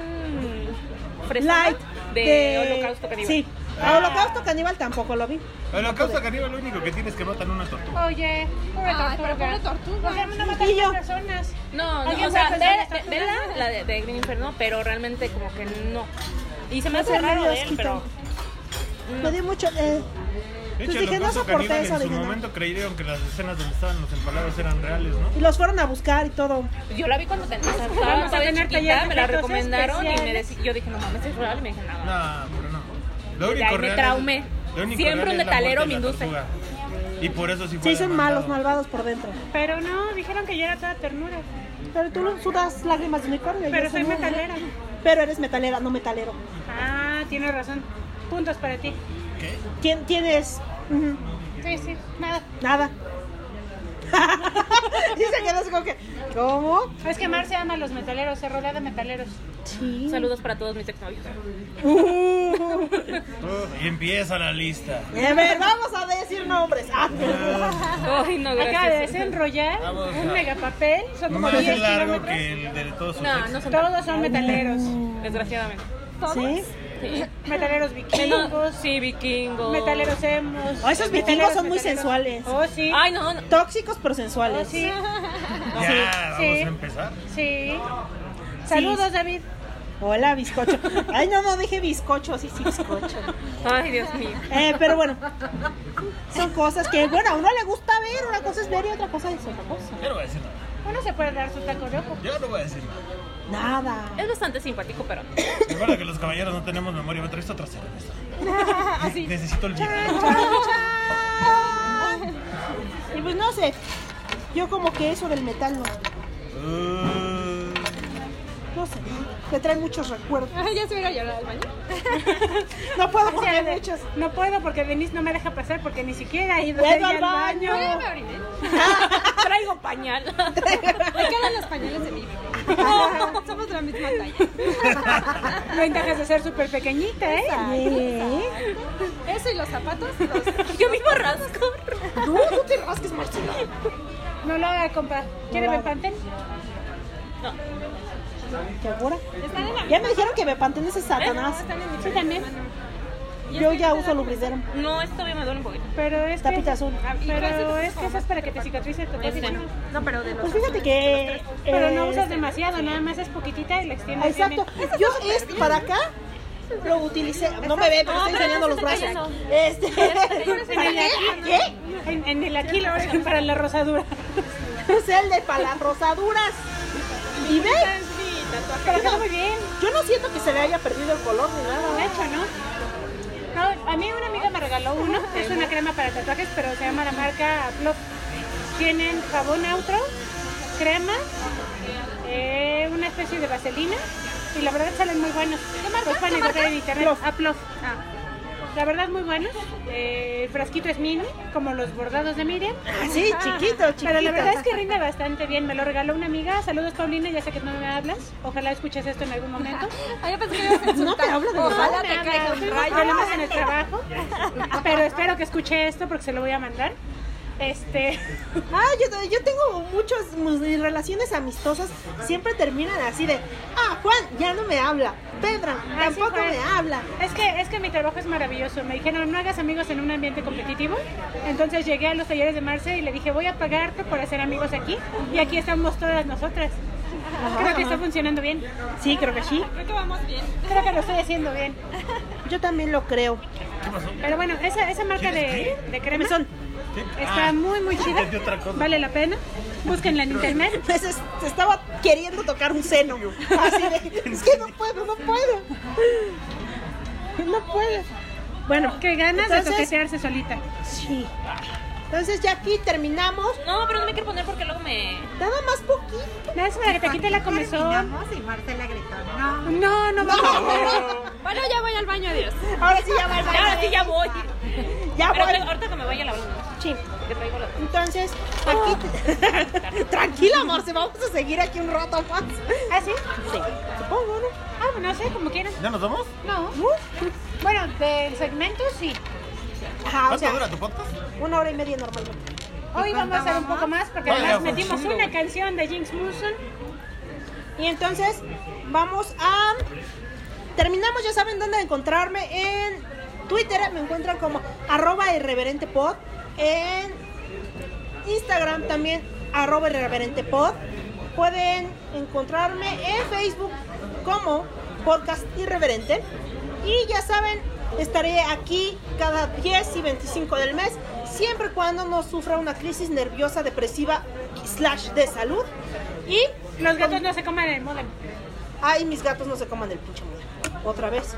fresca Light. de, Holocausto Caníbal. Sí. Ah. Holocausto Caníbal tampoco lo vi. Holocausto caníbal lo único que tiene es que matan una tortuga. Oye, pobre Ay, pero tortuga. pobre tortuga. O sea, no matan Y yo. a personas. No, no, Alguien o sea, sabe ve- pensar en ve- estas vela, cosas. la de, de Green Inferno, pero realmente como que no. Y se me hace pero me raro dio de él, asquito. pero Me dio mucho. Eh, De pues hecho, dije, no Holocausto soporté caníbal eso. en su Dije, no. momento creyeron que las escenas donde estaban los empalados eran reales, ¿no? Y los fueron a buscar y todo. yo la vi cuando ten- o sea, Vamos estaba a todavía tener chiquita, talleres me la de efectos recomendaron y me especiales. decí- yo dije, no mames, es real, y me dije, no. No, pero no. Lo De ahí me real traumé. lo único Siempre real un es la muerte metalero de me la induce. tortuga. Y por eso sí fue Se hicieron malos, demandado. malvados por dentro. Pero no, dijeron que yo era toda ternura. Pero tú no sudas lágrimas de unicornio. y Pero eso soy no. metalera. Pero eres metalera, no metalero. Ah, tienes razón. Puntos para ti. ¿Quién tienes? Ujú, Sí, sí, nada. Nada. Dice que no sé como que. ¿Cómo? Es que Mar se ama a los metaleros, se rodea de metaleros. Sí. Saludos para todos mis exnovios. Uh. Y empieza la lista. A ver, vamos a decir nombres. Ah, Ay, no, Acaba de gracias. desenrollar Vamos un a- megapapel, son como Más 10 largo kilómetros. que el de todos sus No, ex. no son tan- Todos son metaleros. desgraciadamente. ¿Sí? Sí. Metaleros Menos- vikingos, sí, vikingos. metaleros emos. Oh, esos vikingos metaleros, son muy metaleros- sensuales. Oh, sí. Ay, no, no. Tóxicos pero Oh, sensuales. sí. Ya, Sí, vamos sí. a empezar. Sí. Saludos, David. Hola, bizcocho. Ay, no, no, dije bizcocho. Sí, sí, bizcocho. Ay, Dios mío. Eh, pero bueno, son cosas que, bueno, a uno le gusta ver. Una cosa es ver y otra cosa es otra cosa. Yo no voy a decir nada. Uno se puede dar su taco de ojo. Yo no voy a decir nada. Nada. Es bastante simpático, pero. Recuerda que los caballeros no tenemos memoria. Me trajiste otra cerveza. Necesito el video. Y pues no sé, yo como que eso del metal no, no sé, me trae muchos recuerdos. Ay, ya se hubiera llorado al baño. No puedo O sea, porque de- muchos. No puedo porque Denise no me deja pasar porque ni siquiera he ido Puedo ella al al baño. baño. Ay, me oriné. Traigo pañal. Me quedan los pañales de mi vida. Somos de la misma talla. Ventajas de ser súper pequeñita, ¿eh? ¿Eh? Eso y los zapatos, los... Yo mismo rasco. No, no te rasques, Marcela. No lo haga, compa. ¿Quiere No lo ver haga. Pantene? ¿Qué ahora? Están en la Ya me dijeron que me pantenes es Satanás. Sí, también. Yo ya uso lubricero. No, esto todavía me duele un poquito. Pero es que- Tapita azul. Ah, ¿Y cuál es el Pero es uso que eso es para que te cicatrice tu Este. cuerpo. No, pero de los Pues fíjate que. Pero no eh, usas demasiado, nada más es poquitita y la Ah, extiendes. Exacto. Yo este para acá lo utilicé. No me ve, pero Ah, No, estoy pero enseñando no los se brazos. está Este. En el aquí, ¿Qué? En, en el aquí para la rosadura. Es el de para las rosaduras. Y ve. Pero está muy bien. Yo no siento que se le haya perdido el color ni De nada. hecho, ¿no? No, a mí una amiga me regaló uno, es una crema para tatuajes, pero se llama la marca Flop. Tienen jabón neutro, crema, eh, una especie de vaselina y la verdad salen muy buenos. Los pueden encontrar en internet. Ah, Plof. Ah. La verdad muy buenos. Eh, el frasquito es mini, como los bordados de Miriam. Ah. Así, Ah, chiquito, chiquito. Pero la verdad es que rinde bastante bien. Me lo regaló una amiga. Saludos, Paulina. Ya sé que no me hablas. Ojalá escuches esto en algún momento. Ay, yo pensé que ibas a No te hablo de Ojalá verdad. te caiga un Tuvimos rayo. problemas en el trabajo, pero espero que escuche esto porque se lo voy a mandar. Este, Ah, yo, yo tengo muchas mis relaciones amistosas siempre terminan así de, ah, Juan ya no me habla, Pedra Ah, sí, tampoco Juan. me habla. es que es que mi trabajo es maravilloso. Me dijeron, "No hagas amigos en un ambiente competitivo." Entonces llegué a los talleres de Marce y le dije, "Voy a pagarte por hacer amigos aquí." Y aquí estamos todas nosotras. Creo que está funcionando bien. Sí, creo que sí. Creo que vamos bien. Creo que lo estoy haciendo bien. Yo también lo creo. Pero bueno, esa, esa marca de, de crema Mesón, está muy muy chida. entendí Ah. otra cosa. Vale la pena. Búsquenla en internet. pues es- se estaba queriendo tocar un seno. Así de, es que no puedo, no puedo. No puedo. Bueno, Qué ganas Entonces- de toquetearse solita. sí. Entonces ya aquí terminamos. No, pero no me quiero poner porque luego me. Nada más poquito. Nada más para que te quite la comezón. Terminamos y Marcela gritó, no. No, no vamos. Bueno, ya voy al baño, adiós. Ahora sí ya va el Ahora sí ya voy. Ya Pero voy. ahorita- ahorita que me vaya a lavar los dientes, Sí. que traigo la. Entonces, Oh. aquí. Tranquila, amor, se vamos a seguir aquí un rato más. ¿Ah, sí? Sí, supongo, ¿no? Ah, bueno, no sé, como quieran. ¿Ya nos vamos? No. Bueno, del segmento sí. Ajá, o ¿Cuánto sea, dura tu podcast? una hora y media normalmente. Hoy vamos a hacer un poco más pues, porque Vaya, además fue un metimos chingo, una güey. canción de Jinx Muson. Y entonces, vamos a. Terminamos, ya saben dónde encontrarme. En Twitter me encuentran como arroba irreverentepod. En Instagram también arroba irreverentepod. Pueden encontrarme en Facebook como podcast irreverente. Y ya saben, estaré aquí cada 10 y 25 del mes, siempre y cuando no sufra una crisis nerviosa, depresiva, slash de salud. Y Los gatos no se comen el modem. Ay, mis gatos no se coman el pinche mole. Otra vez.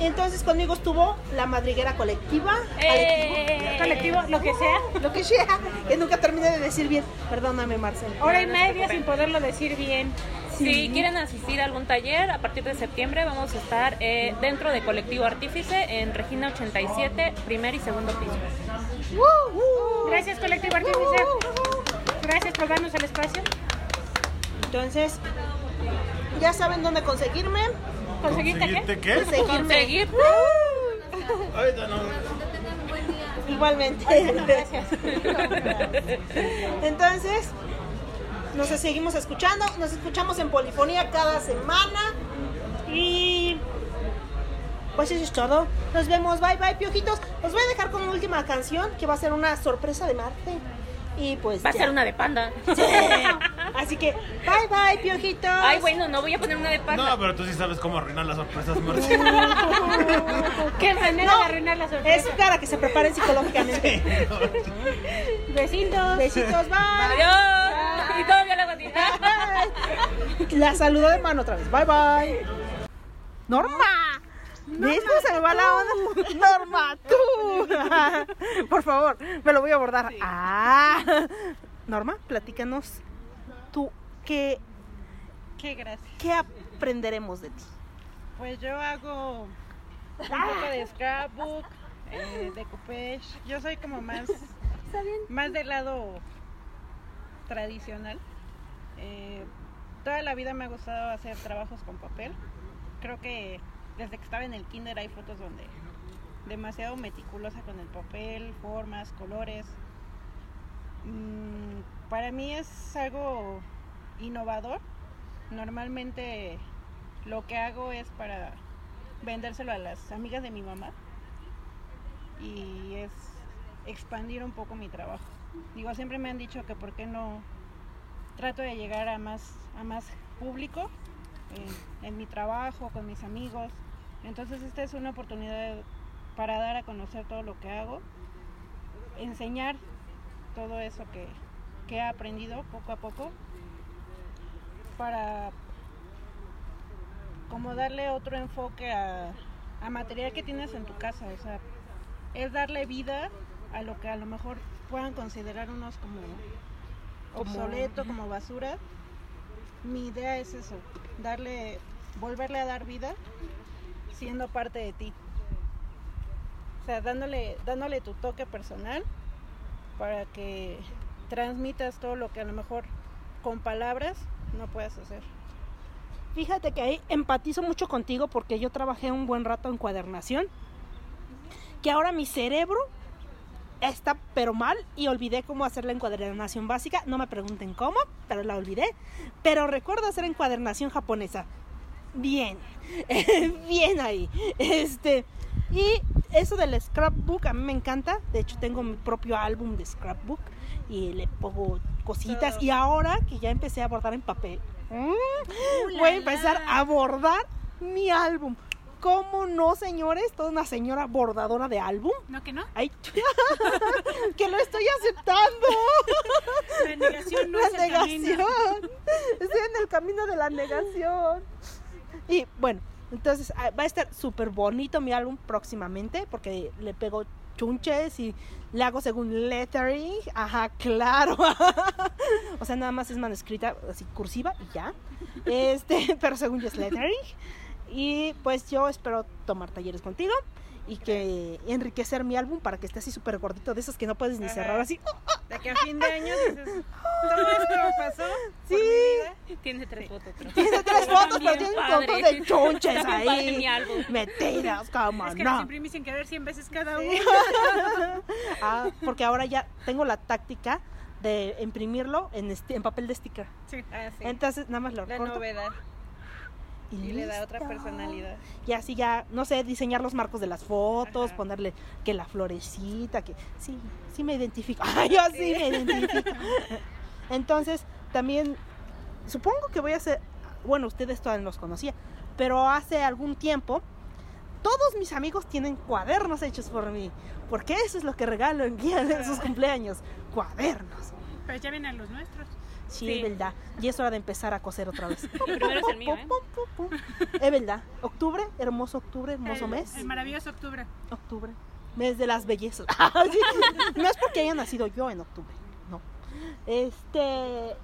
Entonces conmigo estuvo la madriguera colectiva. Eh. Colectivo, lo que sea. Colectivo. Lo que sea. Que nunca terminé de decir bien. Perdóname, Marcel. Hora y media sin poderlo decir bien. Si quieren asistir a algún taller, a partir de septiembre vamos a estar eh, dentro de Colectivo Artífice en Regina 87, primer y segundo piso. Gracias, colectivo Uh, artífice. Gracias por darnos el espacio. Entonces, ya saben dónde conseguirme. ¿Conseguiste qué? ¿Conseguirte qué? Conseguirme. Conseguir Ay, no, no. Igualmente. Gracias. Entonces, nos seguimos escuchando. Nos escuchamos en Polifonía cada semana. Y. Pues eso es todo. Nos vemos. Bye bye, piojitos. Os voy a dejar con una última canción que va a ser una sorpresa de Marte. Y pues. va a ya. ser una de panda. Sí. Así que, bye bye, piojitos. Ay, bueno, no voy a poner una de No, panda. pero tú sí sabes cómo arruinar las sorpresas, Marcela. Qué manera No. de arruinar la sorpresa. Es para que se preparen psicológicamente. Besitos. Besitos, bye. Adiós. Y todavía la gotita. La saludo de mano otra vez. Bye bye. Norma. ¿Viste? Se me va la onda. Norma, tú. Por favor, me lo voy a abordar. Ah. Norma, platícanos tú qué, Qué gracia. qué aprenderemos de ti. Pues yo hago un poco de scrapbook, eh, decoupage. Yo soy como más, más del lado tradicional. Eh, toda la vida me ha gustado hacer trabajos con papel. Creo que desde que estaba en el kinder hay fotos donde demasiado meticulosa con el papel, formas, colores. Mm, para mí es algo innovador. Normalmente lo que hago es para vendérselo a las amigas de mi mamá y es expandir un poco mi trabajo. Digo, siempre me han dicho que por qué no trato de llegar a más, a más público eh, en mi trabajo, con mis amigos. Entonces esta es una oportunidad para dar a conocer todo lo que hago, enseñar todo eso que, que he aprendido poco a poco para como darle otro enfoque a, a material que tienes en tu casa, o sea, es darle vida a lo que a lo mejor puedan considerar unos como obsoleto, como basura. Mi idea es eso, darle, volverle a dar vida siendo parte de ti. O sea, dándole, dándole tu toque personal para que transmitas todo lo que a lo mejor con palabras no puedas hacer. Fíjate que ahí empatizo mucho contigo porque yo trabajé un buen rato en cuadernación, que ahora mi cerebro está pero mal y olvidé cómo hacer la encuadernación básica. No me pregunten cómo, pero la olvidé. Pero recuerdo hacer encuadernación japonesa. Bien, bien ahí. Este, y eso del scrapbook a mí me encanta. De hecho, tengo mi propio álbum de scrapbook y le pongo cositas. Y ahora que ya empecé a bordar en papel, mm, voy a empezar a bordar mi álbum. ¿Cómo no, señores? Toda una señora bordadora de álbum. ¿No que no? Ay, que lo estoy aceptando. La negación no La es el camino. negación. Estoy en el camino de la negación. Y bueno, entonces ah, va a estar súper bonito mi álbum próximamente porque le pego chunches y le hago según lettering. Ajá, claro. o sea, nada más es manuscrita así cursiva y ya. Este, pero según yo es lettering. Y pues yo espero tomar talleres contigo y que y enriquecer mi álbum para que esté así súper gordito de esos que no puedes ni cerrar así. ¡oh! De que a fin de año dices, todo esto pasó. Sí. Tiene tres fotos. pero- Tiene tres fotos, pero Bien tiene un padre. montón de chonches Está bien padre ahí. mi álbum. Metidas, cama, Es que no. los imprimí sin querer 100 veces cada uno. Ah, porque ahora ya tengo la táctica de imprimirlo en, este, en papel de sticker. Sí. Ah, sí. Entonces nada más lo La corto novedad. y, Y le da listo. otra personalidad. Y así ya, no sé, diseñar los marcos de las fotos, ponerle que la florecita, que sí, sí me identifico. Ay, yo sí me identifico. Entonces, también supongo que voy a hacer, bueno, ustedes todavía no los conocía, pero hace algún tiempo todos mis amigos tienen cuadernos hechos por mí, porque eso es lo que regalo en día de sus cumpleaños, cuadernos. Pero ya vienen los nuestros. Sí, Sí. es verdad. Y es hora de empezar a coser otra vez. El primero es el mío, ¿eh? Pum, pum. Es verdad. Octubre, hermoso octubre, hermoso El- mes. El maravilloso octubre. Octubre. Mes de las bellezas. Sí. No es porque haya nacido yo en octubre, no. Este,